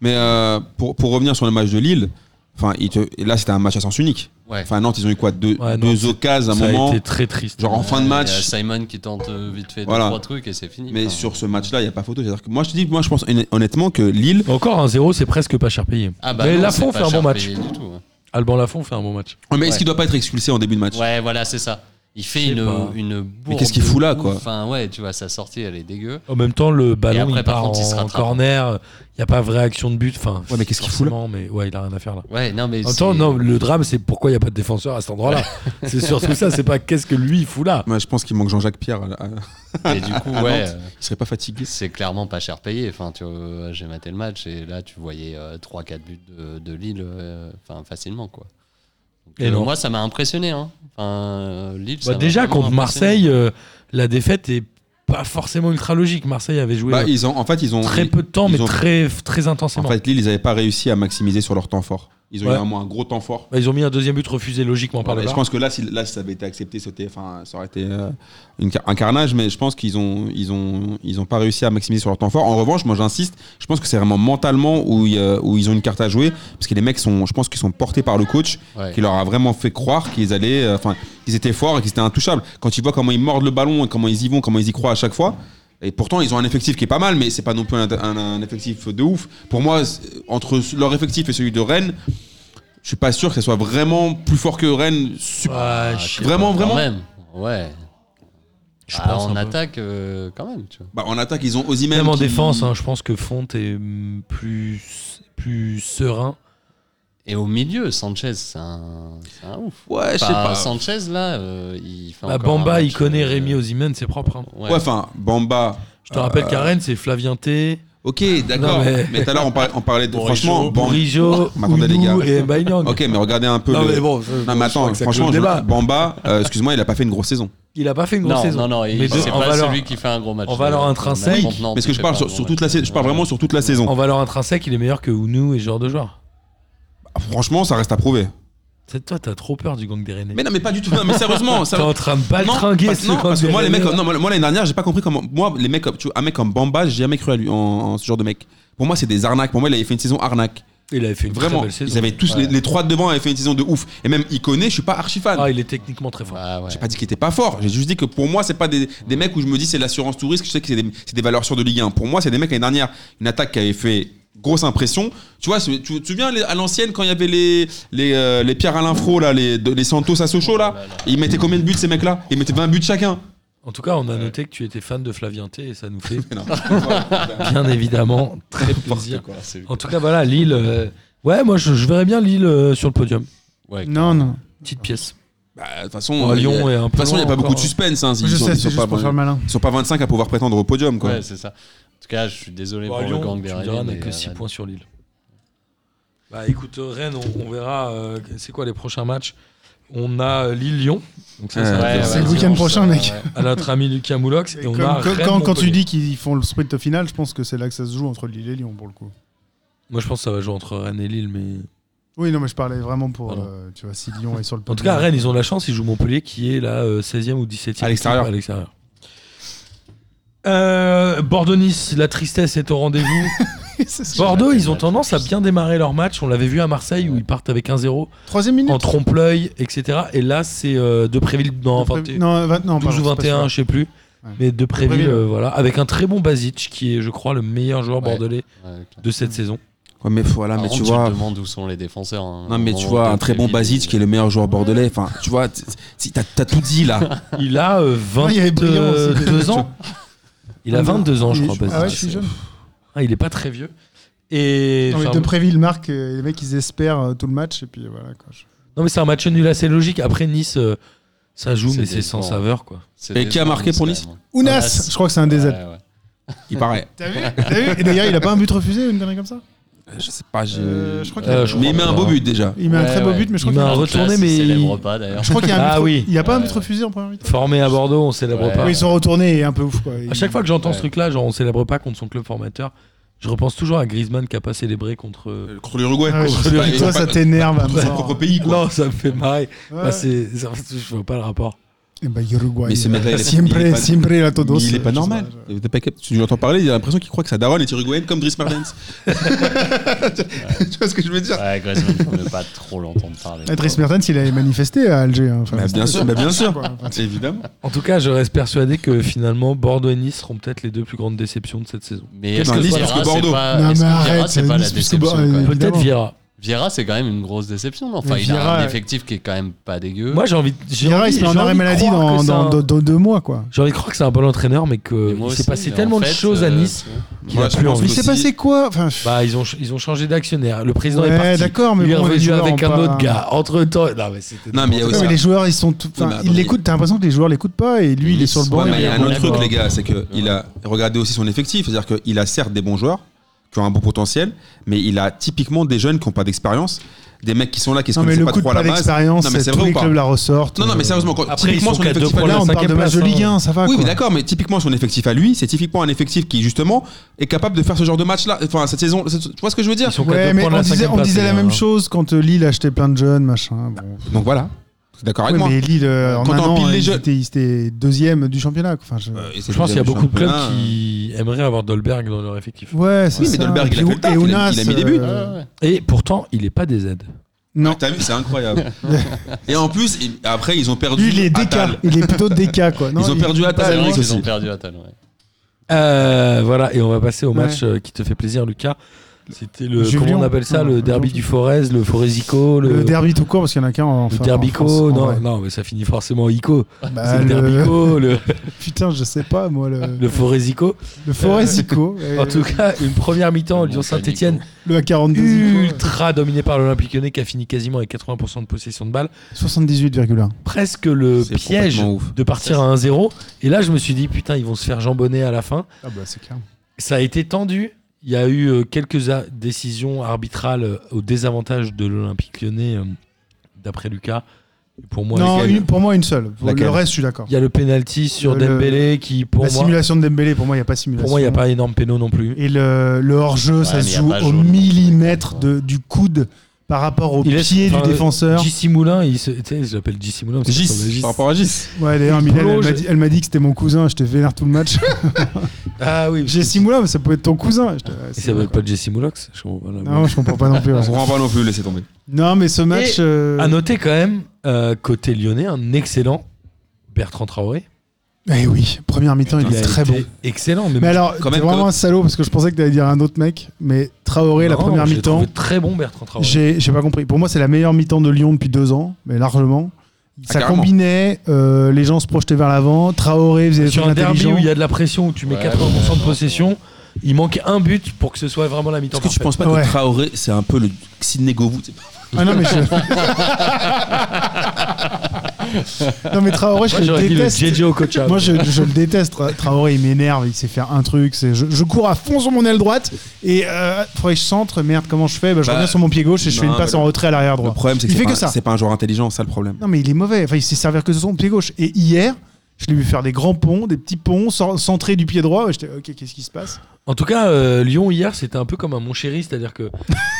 Speaker 1: Mais euh, pour, pour revenir sur le match de Lille, enfin, il te- et là, c'était un match à sens unique.
Speaker 5: Ouais.
Speaker 1: Enfin, Nantes, ils ont eu quoi Deux,
Speaker 4: Ouais,
Speaker 1: deux
Speaker 4: Nantes,
Speaker 1: occasions à un
Speaker 4: ça
Speaker 1: moment.
Speaker 4: a été très triste.
Speaker 1: Genre en fin de
Speaker 5: Ouais,
Speaker 1: match.
Speaker 5: il y a Simon qui tente euh, vite fait deux,
Speaker 1: Voilà.
Speaker 5: trois trucs et c'est fini.
Speaker 1: Mais
Speaker 5: Enfin,
Speaker 1: sur ce match-là, il n'y a pas photo. C'est-à-dire que moi, je te dis, moi, je pense honn- honnêtement que Lille.
Speaker 4: Encore un 0, c'est presque pas cher payé.
Speaker 5: Ah bah
Speaker 4: mais
Speaker 5: non,
Speaker 4: Lafont fait
Speaker 5: c'est pas
Speaker 4: un bon
Speaker 5: cher
Speaker 4: match.
Speaker 5: payé du tout, hein.
Speaker 4: Alban Lafont fait un bon match.
Speaker 1: Ouais, Mais est-ce
Speaker 5: Ouais.
Speaker 1: qu'il doit pas être expulsé en début de match
Speaker 5: Ouais, voilà, c'est ça. Il fait
Speaker 4: sais
Speaker 5: une,
Speaker 4: pas.
Speaker 5: une bourre.
Speaker 1: qu'est-ce qu'il fout là, quoi
Speaker 5: Enfin, ouais, tu vois, sa sortie, elle est dégueu.
Speaker 4: En même temps, le ballon
Speaker 5: après,
Speaker 4: il
Speaker 5: par
Speaker 4: part
Speaker 5: contre, il se
Speaker 4: en
Speaker 5: rattrape.
Speaker 4: corner. Il n'y a pas vraie action de but. Enfin,
Speaker 1: Ouais, mais qu'est-ce qu'il fout là
Speaker 4: forcément, Mais ouais, il a rien à faire là.
Speaker 5: Ouais, non, mais.
Speaker 4: En même
Speaker 5: c'est-
Speaker 4: temps, non, le drame, c'est pourquoi il n'y a pas de défenseur à cet endroit-là. c'est surtout ça, c'est pas qu'est-ce que lui il fout là.
Speaker 1: Ouais, je pense qu'il manque Jean-Jacques Pierre. à la- à-
Speaker 5: Mais du coup, ouais.
Speaker 1: Nantes.
Speaker 5: euh,
Speaker 1: Il serait pas fatigué.
Speaker 5: C'est clairement pas cher payé. Enfin, tu vois, j'ai maté le match et là, tu voyais 3-4 buts de, de Lille euh, enfin, facilement. Quoi. Donc,
Speaker 4: Et
Speaker 5: euh,
Speaker 4: non.
Speaker 5: moi, ça m'a impressionné. Hein. Enfin, euh, Lille, ça
Speaker 4: Bah,
Speaker 5: m'a
Speaker 4: déjà,
Speaker 5: vraiment
Speaker 4: contre
Speaker 5: impressionné.
Speaker 4: Marseille, euh, la défaite est pas forcément ultra logique. Marseille avait joué
Speaker 1: Bah,
Speaker 4: euh,
Speaker 1: ils ont, en fait, ils ont.
Speaker 4: très peu de temps,
Speaker 1: ils
Speaker 4: mais
Speaker 1: ont-
Speaker 4: très, très
Speaker 1: En
Speaker 4: intensément.
Speaker 1: fait, Lille, ils n'avaient pas réussi à maximiser sur leur temps fort. Ils ont
Speaker 4: Ouais.
Speaker 1: eu un, un gros temps fort.
Speaker 4: Bah, ils ont mis un deuxième but refusé logiquement par
Speaker 1: Voilà,
Speaker 4: le
Speaker 1: et je
Speaker 4: VAR.
Speaker 1: pense que là, si, là, si ça avait été accepté, c'était, enfin, ça aurait été euh, une car- un carnage, mais je pense qu'ils ont, ils ont, ils ont pas réussi à maximiser sur leur temps fort. En revanche, moi, j'insiste, je pense que c'est vraiment mentalement où, il y a- où ils ont une carte à jouer, parce que les mecs sont, je pense qu'ils sont portés par le coach,
Speaker 5: Ouais.
Speaker 1: qui leur a vraiment fait croire qu'ils allaient, euh, enfin, qu'ils étaient forts et qu'ils étaient intouchables. Quand tu vois comment ils mordent le ballon et comment ils y vont, comment ils y croient à chaque fois. Et pourtant, ils ont un effectif qui est pas mal, mais c'est pas non plus un, un- un effectif de ouf. Pour moi, c'est- entre leur effectif et celui de Rennes, je suis pas sûr que ça soit vraiment plus fort que Rennes. su-
Speaker 4: Ouais, je-
Speaker 1: Vraiment,
Speaker 5: Quand
Speaker 1: vraiment
Speaker 5: même. Ah, Ouais.
Speaker 4: je
Speaker 5: Ah,
Speaker 4: pense un
Speaker 5: en
Speaker 4: peu.
Speaker 5: attaque, euh, quand même. Tu vois.
Speaker 1: Bah, en attaque, ils ont Osimhen.
Speaker 4: Même en
Speaker 1: qui-
Speaker 4: défense, hein, je pense que Font est hum, plus, plus serein.
Speaker 5: Et au milieu, Sanchez, c'est un, c'est un ouf.
Speaker 1: Ouais, je sais
Speaker 5: Enfin,
Speaker 1: pas.
Speaker 5: Sanchez, là, euh, il fait
Speaker 4: Bah,
Speaker 5: encore un
Speaker 4: Bamba,
Speaker 5: match,
Speaker 4: il connaît
Speaker 5: euh,
Speaker 4: Rémi Osimhen, c'est propre. hein.
Speaker 5: Ouais.
Speaker 1: Ouais, enfin, Bamba.
Speaker 4: Je te
Speaker 1: euh,
Speaker 4: rappelle qu'à Rennes, c'est Flavien T,
Speaker 1: Ok, d'accord.
Speaker 4: Non, mais-
Speaker 1: Mais tout à l'heure, on parlait, on parlait de.
Speaker 5: Bourigeaud,
Speaker 1: franchement, Bam-
Speaker 4: Bourigeaud,
Speaker 1: Mais attendez, les
Speaker 4: Oulou
Speaker 1: gars.
Speaker 4: et Mbanyang.
Speaker 1: Ok, mais regardez un peu.
Speaker 4: Non,
Speaker 1: le-
Speaker 4: mais bon, je-
Speaker 1: Non, mais
Speaker 4: je crois
Speaker 1: attends,
Speaker 4: que ça
Speaker 1: franchement,
Speaker 4: clôt
Speaker 1: je-
Speaker 4: le débat.
Speaker 1: Bamba, euh, excuse-moi, il a pas fait une grosse saison.
Speaker 4: il a pas fait une grosse
Speaker 5: Non,
Speaker 4: saison.
Speaker 5: non, non, il-
Speaker 4: Mais de-
Speaker 5: c'est
Speaker 4: en
Speaker 5: pas
Speaker 4: valeur-
Speaker 5: celui qui fait un gros match. euh,
Speaker 4: en valeur intrinsèque.
Speaker 5: Non,
Speaker 1: Mais ce que
Speaker 5: tu
Speaker 1: je
Speaker 5: fais
Speaker 1: parle
Speaker 5: pas
Speaker 1: sur,
Speaker 5: un
Speaker 1: sur
Speaker 5: gros
Speaker 1: toute la,
Speaker 5: match.
Speaker 1: saison- je parle vraiment sur toute la saison.
Speaker 4: En valeur intrinsèque, il est meilleur que Ounou et ce genre de joueur.
Speaker 1: Ah, Franchement, ça reste à prouver.
Speaker 4: C'est toi, t'as trop peur du gang des Rennais.
Speaker 1: Mais non, mais pas du tout. Non, mais sérieusement,
Speaker 4: T'es
Speaker 1: ça.
Speaker 4: en train de
Speaker 1: Non,
Speaker 4: baltringuer
Speaker 1: parce,
Speaker 4: ce
Speaker 1: non,
Speaker 4: gang
Speaker 1: parce que
Speaker 4: des
Speaker 1: moi, les
Speaker 4: Rennais,
Speaker 1: mecs,
Speaker 4: là.
Speaker 1: non, moi, moi, l'année dernière, j'ai pas compris comment. Moi, les mecs, comme- tu vois, un mec comme Bamba, j'ai jamais cru à lui en, en ce genre de mec. Pour moi, c'est des arnaques. Pour moi, il avait fait une saison arnaque.
Speaker 4: Il avait fait une très
Speaker 1: Vraiment.
Speaker 4: belle saison.
Speaker 1: Ils avaient tous, les, les trois de devant avaient fait une saison de ouf. Et même Iconé, je suis pas archi fan.
Speaker 4: Ah, il est techniquement très fort.
Speaker 5: bah, Ouais, ouais.
Speaker 1: J'ai pas dit qu'il était pas fort. J'ai juste dit que pour moi, c'est pas des, des mecs où je me dis c'est de l'assurance tout risque. Je sais que c'est des, c'est des valeurs sûres de Ligue 1. Pour moi, c'est des mecs l'année dernière, une attaque qui avait fait grosse impression. Tu vois, tu tu te souviens les- à l'ancienne quand il y avait les, les, euh, les Pierre-Alain Fro, là, les, de- les Santos à Sochaux, là Ils mettaient combien de buts ces mecs-là Ils mettaient 20 buts chacun.
Speaker 4: En tout cas, on a noté que tu étais fan de Flavien T et ça nous fait
Speaker 1: Non.
Speaker 4: bien évidemment très plaisir. En tout cas, voilà, Lille. euh, Ouais, moi, je, je verrais bien Lille euh, sur le podium.
Speaker 5: Ouais.
Speaker 2: Non, non.
Speaker 4: Petite pièce.
Speaker 1: Bah, De toute façon,
Speaker 4: Bon,
Speaker 1: il y a-
Speaker 4: Lyon
Speaker 1: de
Speaker 4: est un peu.
Speaker 1: toute façon, il n'y a
Speaker 4: loin
Speaker 1: pas
Speaker 4: encore.
Speaker 1: beaucoup de suspense. hein. Ils
Speaker 2: je
Speaker 1: sont-
Speaker 2: sais,
Speaker 1: ils sont
Speaker 2: c'est juste
Speaker 1: pas-
Speaker 2: pour faire le malin.
Speaker 1: ils sont pas 25 à pouvoir prétendre au podium. Quoi.
Speaker 5: Ouais, c'est ça. En tout cas, je suis désolé
Speaker 4: Bon,
Speaker 5: pour le
Speaker 4: Bah, Lyon,
Speaker 5: gang
Speaker 4: tu me
Speaker 5: derrière.
Speaker 4: diras, euh, n'a que 6 points sur Lille. Bah écoute, euh, Rennes, on, on verra. euh, c'est quoi les prochains matchs On a euh, Lille-Lyon. Donc ça, ça
Speaker 1: Ouais,
Speaker 4: va
Speaker 1: ouais,
Speaker 4: être
Speaker 2: C'est le
Speaker 4: euh,
Speaker 2: week-end prochain, mec.
Speaker 4: à notre ami Lucas Moulox. Et,
Speaker 2: Et
Speaker 4: on
Speaker 2: comme-
Speaker 4: a
Speaker 2: comme-
Speaker 4: Rennes
Speaker 2: quand, quand tu
Speaker 4: Montpellier.
Speaker 2: dis qu'ils font le sprint au final, je pense que c'est là que ça se joue entre Lille et Lyon pour le coup.
Speaker 4: Moi, je pense que ça va jouer entre Rennes et Lille, mais.
Speaker 2: Oui, non, mais je parlais vraiment pour
Speaker 4: Pardon.
Speaker 2: euh, tu vois si Lyon est sur le.
Speaker 4: En tout cas, à Rennes, ils ont de la chance. Ils jouent Montpellier, qui est la euh, 16e ou 17e.
Speaker 1: À l'extérieur.
Speaker 4: équipe À l'extérieur. Euh, Bordeaux-Nice, la tristesse est au rendez-vous.
Speaker 2: C'est sûr.
Speaker 4: Bordeaux,
Speaker 5: J'ai
Speaker 4: ils ont
Speaker 5: la
Speaker 4: tendance à bien démarrer leur match. On l'avait vu à Marseille où ils partent avec 1-0
Speaker 2: Troisième minute.
Speaker 4: en trompe-l'œil, etc. Et là, c'est euh, Depréville, non,
Speaker 2: Après-
Speaker 4: enfin, t'es-
Speaker 2: non, vingt- non,
Speaker 4: 12
Speaker 2: pardon,
Speaker 4: ou
Speaker 2: c'est pas
Speaker 4: 21,
Speaker 2: sûr.
Speaker 4: je sais plus.
Speaker 2: Ouais.
Speaker 4: Mais Depréville,
Speaker 2: Depréville,
Speaker 4: euh, voilà, avec un très bon Basic qui est, je crois, le meilleur joueur
Speaker 5: Ouais.
Speaker 4: bordelais de
Speaker 2: Mm.
Speaker 4: cette saison.
Speaker 1: Ouais, mais voilà,
Speaker 4: Ah,
Speaker 1: mais tu vois.
Speaker 5: Je demande où sont les défenseurs. hein.
Speaker 1: Non mais
Speaker 5: Au
Speaker 1: tu
Speaker 5: moment
Speaker 1: vois
Speaker 5: où
Speaker 1: un très bon
Speaker 5: David,
Speaker 1: Basic qui est le meilleur joueur bordelais. Enfin tu vois t- t- t'as t'as tout dit là.
Speaker 4: Il a euh,
Speaker 2: Non, il y avait Briand aussi,
Speaker 4: 22 ans. Il a 22 ans, je
Speaker 2: Il-
Speaker 4: crois, Basic.
Speaker 2: Ah ouais, je suis jeune.
Speaker 4: Ah, il est pas très vieux. Et
Speaker 2: Non, mais
Speaker 4: enfin,
Speaker 2: de Préville marque, euh, les mecs ils espèrent euh, tout le match et puis voilà. Quoi. Je-
Speaker 4: non, mais c'est un match nul assez logique. Après Nice, euh, ça joue,
Speaker 5: C'est
Speaker 4: mais c'est sans
Speaker 5: décevant.
Speaker 4: saveur quoi.
Speaker 5: c'est
Speaker 1: Et qui a
Speaker 5: décevant,
Speaker 1: marqué pour
Speaker 5: quand
Speaker 1: Nice
Speaker 5: même.
Speaker 2: Ounas,
Speaker 5: Ouais, c'est-
Speaker 2: je crois que c'est un des ailes.
Speaker 5: Ouais, ouais.
Speaker 1: Il paraît.
Speaker 2: T'as vu, T'as vu Et d'ailleurs, il a pas un but refusé ou une connerie comme ça
Speaker 1: Je sais pas. je-
Speaker 2: Euh, je crois qu'il
Speaker 4: a- je
Speaker 1: mais il met
Speaker 4: crois
Speaker 1: un
Speaker 4: pas.
Speaker 1: beau but déjà.
Speaker 2: Il met un
Speaker 5: Ouais,
Speaker 2: très beau
Speaker 5: ouais.
Speaker 2: but, mais je crois
Speaker 4: Il met
Speaker 2: qu'il
Speaker 4: un
Speaker 2: a-
Speaker 4: retourné,
Speaker 5: Classe,
Speaker 4: mais
Speaker 5: Il célèbre
Speaker 4: il-
Speaker 5: pas d'ailleurs.
Speaker 2: je crois qu'il y a un but.
Speaker 4: Ah
Speaker 2: re-
Speaker 4: oui.
Speaker 2: Il y a pas un but
Speaker 5: Ouais.
Speaker 2: refusé en première mi-temps.
Speaker 4: Formé à Bordeaux, on célèbre
Speaker 5: Ouais.
Speaker 4: pas.
Speaker 2: Oui, ils sont retournés et un peu ouf quoi.
Speaker 4: À chaque fois que j'entends
Speaker 5: Ouais.
Speaker 4: ce truc-là, genre on célèbre pas contre son club formateur, je repense toujours à Griezmann qui a pas célébré contre.
Speaker 1: Euh, Contre l'Uruguay.
Speaker 2: Ah ouais,
Speaker 1: quoi.
Speaker 2: je-
Speaker 1: C'est pas- c'est
Speaker 2: toi, ça
Speaker 1: pas-
Speaker 2: t'énerve à
Speaker 1: c'est son propre pays quoi.
Speaker 4: Non, ça me fait marrer. Bah,
Speaker 2: mort.
Speaker 4: c'est- ça- je vois pas le rapport.
Speaker 2: Et bah, Uruguay.
Speaker 1: Mais ce mec-là, il est-
Speaker 2: Siempre,
Speaker 1: il est pas-
Speaker 2: siempre la todos.
Speaker 1: il est pas
Speaker 2: Je sais
Speaker 1: normal.
Speaker 2: pas,
Speaker 1: T'as pas cap- Tu l'entends parler, il a l'impression qu'il croit que sa daronne est uruguayenne comme Dries Mertens. tu vois ce que je veux dire
Speaker 5: Ouais, Griezmann, on ne pas trop l'entendre parler.
Speaker 2: je- Dries Mertens, il avait manifesté à Alger. hein. Enfin,
Speaker 1: Bah, Bien
Speaker 2: c'est-
Speaker 1: sûr, bah, bien sûr.
Speaker 2: quoi. Enfin,
Speaker 1: Évidemment.
Speaker 4: En tout cas, je reste persuadé que finalement, Bordeaux et Nice seront peut-être les deux plus grandes déceptions de cette saison.
Speaker 5: Mais
Speaker 1: Qu'est-ce
Speaker 5: est-ce
Speaker 1: que
Speaker 5: que
Speaker 1: Nice,
Speaker 5: Vieira,
Speaker 1: parce que
Speaker 5: c'est
Speaker 1: Bordeaux-
Speaker 5: pas-
Speaker 2: Non,
Speaker 5: est-ce
Speaker 2: mais
Speaker 5: que Vieira,
Speaker 2: arrête,
Speaker 5: c'est pas la
Speaker 2: Nice, parce que
Speaker 5: déception
Speaker 2: Bo-
Speaker 5: quand même
Speaker 4: Peut-être
Speaker 2: Évidemment.
Speaker 4: Vieira.
Speaker 5: Vieira, c'est quand même une grosse déception. non enfin,
Speaker 2: Mais
Speaker 5: il a
Speaker 2: Vieira-
Speaker 5: un effectif qui est quand même pas dégueu.
Speaker 4: Moi, j'ai envie. j'ai
Speaker 2: Vieira,
Speaker 4: envie-
Speaker 2: il se met en
Speaker 4: j'ai
Speaker 2: arrêt
Speaker 4: envie de
Speaker 2: maladie
Speaker 4: croire
Speaker 2: dans,
Speaker 4: que c'est
Speaker 2: dans-
Speaker 4: un-
Speaker 2: dans- dans deux mois, quoi.
Speaker 4: J'ai envie de croire que c'est un bon entraîneur, mais
Speaker 5: Mais
Speaker 4: qu'il
Speaker 5: moi
Speaker 4: s'est
Speaker 5: aussi,
Speaker 4: passé
Speaker 5: en
Speaker 4: tellement de
Speaker 5: fait,
Speaker 4: choses à
Speaker 5: euh,
Speaker 4: Nice qu'il
Speaker 1: Moi,
Speaker 4: a
Speaker 1: je
Speaker 4: plus
Speaker 1: pense
Speaker 4: envie.
Speaker 2: Mais il s'est
Speaker 1: aussi-
Speaker 2: passé quoi Enfin, pff,
Speaker 4: Bah, ils ont, ils ont changé d'actionnaire. Le président est
Speaker 2: Ouais,
Speaker 4: parti.
Speaker 2: d'accord, mais
Speaker 4: il est
Speaker 2: bon, les
Speaker 4: revenu
Speaker 2: joueurs
Speaker 4: avec
Speaker 2: ont
Speaker 4: un
Speaker 2: pas-
Speaker 4: autre gars. Entre temps, non mais c'était.
Speaker 1: Non, mais il y a
Speaker 2: Ouais,
Speaker 1: aussi-
Speaker 2: mais les joueurs, ils sont tout.
Speaker 1: Oui,
Speaker 2: enfin,
Speaker 1: mais
Speaker 2: ils
Speaker 1: attendez.
Speaker 2: l'écoutent. T'as l'impression que les joueurs l'écoutent pas et lui, il est sur le banc.
Speaker 1: Ouais, mais
Speaker 2: il
Speaker 1: il y
Speaker 2: est
Speaker 1: a
Speaker 2: bon.
Speaker 1: un autre truc,
Speaker 5: d'accord.
Speaker 1: les gars, c'est qu'il a regardé aussi son effectif. C'est-à-dire qu'il a certes des bons joueurs qui ont un beau potentiel, mais il a typiquement des jeunes qui n'ont pas d'expérience, des mecs qui sont là qui se
Speaker 2: Non, mais
Speaker 1: connaissent
Speaker 2: le
Speaker 1: pas
Speaker 2: coup de
Speaker 1: trop à
Speaker 2: pas
Speaker 1: la base.
Speaker 2: d'expérience,
Speaker 1: Non, mais c'est
Speaker 2: tous
Speaker 1: vrai
Speaker 2: les
Speaker 1: ou pas
Speaker 2: clubs la ressortent.
Speaker 1: Non, non, mais sérieusement, quand,
Speaker 4: Après, ils
Speaker 1: typiquement
Speaker 4: sont
Speaker 1: son
Speaker 4: qu'à deux
Speaker 1: effectif à
Speaker 4: points
Speaker 1: lui-
Speaker 4: la
Speaker 2: Là, on parle de
Speaker 4: cinquième
Speaker 2: match de
Speaker 4: place,
Speaker 2: Ligue
Speaker 4: hein.
Speaker 2: 1, ça va.
Speaker 1: Oui,
Speaker 2: quoi.
Speaker 1: mais d'accord, mais typiquement son effectif à lui, c'est typiquement un effectif qui justement est capable de faire ce genre de match-là. Enfin, cette saison, cette- tu vois ce que je veux dire
Speaker 4: Ils sont
Speaker 2: Ouais,
Speaker 4: qu'à deux
Speaker 2: mais
Speaker 4: points de
Speaker 2: on disait,
Speaker 4: cinquième
Speaker 2: on
Speaker 4: place, hein.
Speaker 2: disait la
Speaker 4: les
Speaker 2: même
Speaker 4: gars.
Speaker 2: chose quand euh, Lille achetait plein de jeunes, machin. Bon.
Speaker 1: Donc voilà, T'es d'accord avec
Speaker 2: Ouais,
Speaker 1: moi
Speaker 2: mais Lille, euh, en
Speaker 1: Quand
Speaker 2: un
Speaker 1: on
Speaker 2: an,
Speaker 1: pile les
Speaker 2: ils
Speaker 1: jeux-
Speaker 2: étaient, ils étaient deuxième du championnat. quoi. Enfin, je-
Speaker 1: Euh, et c'est
Speaker 4: Je pense qu'il y a
Speaker 1: le
Speaker 4: beaucoup de clubs
Speaker 1: championnat,
Speaker 4: qui aimeraient avoir Dolberg dans leur effectif.
Speaker 2: Ouais, c'est
Speaker 1: Oui, mais
Speaker 2: ça.
Speaker 1: Dolberg, il a
Speaker 2: Et
Speaker 1: fait le taf,
Speaker 2: et
Speaker 1: il a mis-
Speaker 2: Ounas,
Speaker 1: il a mis des buts.
Speaker 2: euh,
Speaker 5: Ouais, ouais.
Speaker 4: Et pourtant, il est pas des aides.
Speaker 1: euh,
Speaker 2: Non,
Speaker 1: T'as vu, c'est incroyable. et en plus, il- après, ils ont perdu.
Speaker 2: lui, il est
Speaker 1: Attal.
Speaker 2: déca. Il est plutôt déca, quoi. Non,
Speaker 1: Ils ont
Speaker 2: il-
Speaker 1: perdu hein,
Speaker 5: C'est
Speaker 1: Atal.
Speaker 5: vrai
Speaker 1: aussi.
Speaker 5: qu'ils ont perdu Atal. Ouais.
Speaker 4: Euh, voilà, et on va passer au match euh, qui te fait plaisir, Lucas. C'était le.
Speaker 2: Julien.
Speaker 4: Comment on appelle ça
Speaker 2: Non,
Speaker 4: Le
Speaker 2: non,
Speaker 4: derby
Speaker 2: non.
Speaker 4: du Forez, le Forezico,
Speaker 2: Le,
Speaker 4: le.
Speaker 2: derby tout court, parce qu'il y en a qu'un en
Speaker 4: le
Speaker 2: enfin, en France,
Speaker 4: Derbico,
Speaker 2: en
Speaker 4: non,
Speaker 2: vrai.
Speaker 4: non, mais ça finit forcément Ico.
Speaker 2: Bah,
Speaker 4: C'est le
Speaker 2: le-
Speaker 4: Derbico, le,
Speaker 2: Putain, je sais pas, moi, le,
Speaker 4: le Forezico.
Speaker 2: le Forêt Zico. et
Speaker 4: En tout cas, une première mi-temps, Lyon-Saint-Etienne,
Speaker 2: le A42 Zico, euh,
Speaker 4: ultra dominé par l'Olympique Lyonnais qui a fini quasiment avec 80% de possession de balle.
Speaker 2: 78,1.
Speaker 4: Presque le
Speaker 1: C'est
Speaker 4: piège
Speaker 1: complètement ouf.
Speaker 4: de partir à 1-0. Et là, je me suis dit, putain, ils vont se faire jambonner à la fin.
Speaker 2: Ah bah, c'est clair.
Speaker 4: Ça a été tendu. Il y a eu euh, quelques a- décisions arbitrales euh, au désavantage de l'Olympique lyonnais, euh, d'après Lucas. Et Pour moi,
Speaker 2: non,
Speaker 4: lesquelles-
Speaker 2: une- pour moi, une seule. Pour
Speaker 1: Laquelle
Speaker 2: le reste, je suis d'accord.
Speaker 4: il y a le penalty sur
Speaker 2: Le-
Speaker 4: Dembélé qui, pour
Speaker 2: La
Speaker 4: moi,
Speaker 2: simulation de Dembélé, pour moi, il n'y a pas simulation.
Speaker 4: pour moi, il n'y a pas énorme péno non plus.
Speaker 2: Et le, le hors-jeu, ça
Speaker 5: mais
Speaker 2: se
Speaker 5: y a
Speaker 2: joue
Speaker 5: pas
Speaker 2: au
Speaker 5: jaune.
Speaker 2: millimètre de, du coude par rapport au
Speaker 4: Il laisse-
Speaker 2: pied du
Speaker 4: enfin, euh,
Speaker 2: défenseur.
Speaker 4: JC Moulin, il se, tu sais, je l'appelle JC Moulin. parce que ça ressemble à
Speaker 1: Gis,
Speaker 4: Gis.
Speaker 1: par rapport à Gis.
Speaker 2: Ouais, d'ailleurs,
Speaker 4: il
Speaker 2: Mylène, elle
Speaker 4: plonge.
Speaker 2: m'a dit- elle m'a dit que c'était mon cousin, je te vénère tout le match.
Speaker 4: Ah oui,
Speaker 2: J'ai six moulins, mais ça peut être ton cousin. Je te-
Speaker 4: Et
Speaker 2: c'est
Speaker 4: ça
Speaker 2: bon,
Speaker 4: s'appelle
Speaker 2: quoi.
Speaker 4: pas Jesse Moulox je comprends pas la-
Speaker 2: Non, je comprends pas non plus. ouais.
Speaker 1: On se rend pas non plus, laissez tomber.
Speaker 2: Non, mais ce match. euh,
Speaker 4: À noter quand même, euh, côté lyonnais, un excellent Bertrand Traoré.
Speaker 2: Eh oui, première mi-temps, il
Speaker 4: Il a
Speaker 2: est très
Speaker 4: été
Speaker 2: bon.
Speaker 4: Excellent, mais,
Speaker 2: Mais alors,
Speaker 1: Quand
Speaker 2: t'es
Speaker 1: même,
Speaker 2: vraiment
Speaker 1: quand-
Speaker 2: un salaud parce que je pensais que t'allais dire un autre mec, mais Traoré, la
Speaker 4: Non,
Speaker 2: première
Speaker 4: je l'ai
Speaker 2: mi-temps,
Speaker 4: trouvé Très bon Bertrand Traoré.
Speaker 2: j'ai j'ai pas compris. Pour moi, c'est la meilleure mi-temps de Lyon depuis deux ans, mais largement.
Speaker 1: Ah,
Speaker 2: Ça
Speaker 1: carrément.
Speaker 2: combinait, euh, les gens se projetaient vers l'avant, Traoré faisait des
Speaker 4: Sur
Speaker 2: trucs
Speaker 4: un derby
Speaker 2: intelligents.
Speaker 4: où il y a de la pression, où tu mets
Speaker 5: Ouais,
Speaker 4: 80% de
Speaker 5: ouais,
Speaker 4: possession, il manque un but pour que ce soit vraiment la mi-temps.
Speaker 1: Est-ce que tu
Speaker 4: parfaite.
Speaker 1: penses pas
Speaker 2: Ouais.
Speaker 1: que Traoré, c'est un peu le Sidney Govou tu sais pas
Speaker 2: Ah non, mais je... non, mais Traoré, je
Speaker 4: Moi,
Speaker 2: le
Speaker 4: j'aurais dit le
Speaker 2: déteste.
Speaker 4: JJ Okocha.
Speaker 2: Moi, je, je le déteste. Tra- Traoré, il m'énerve. Il sait faire un truc. c'est- Je, je cours à fond sur mon aile droite et euh, faudrait que je centre. Merde, comment je fais Bah, Je
Speaker 1: Bah,
Speaker 2: reviens sur mon pied gauche et je fais
Speaker 1: non,
Speaker 2: une passe
Speaker 1: mais
Speaker 2: en
Speaker 1: le-
Speaker 2: retrait à l'arrière droit.
Speaker 1: Le problème, c'est que
Speaker 2: il
Speaker 1: c'est
Speaker 2: fait
Speaker 1: pas
Speaker 2: que
Speaker 1: un-
Speaker 2: ça.
Speaker 1: c'est pas un joueur intelligent, ça le problème.
Speaker 2: Non, mais il est mauvais. Enfin, il sait servir que de son pied gauche. Et hier, je l'ai vu faire des grands ponts, des petits ponts, cen- centré du pied droit. Ouais, J'étais, ok, qu'est-ce qui se passe
Speaker 4: En tout cas, euh, Lyon hier, c'était un peu comme un mon chéri, c'est-à-dire que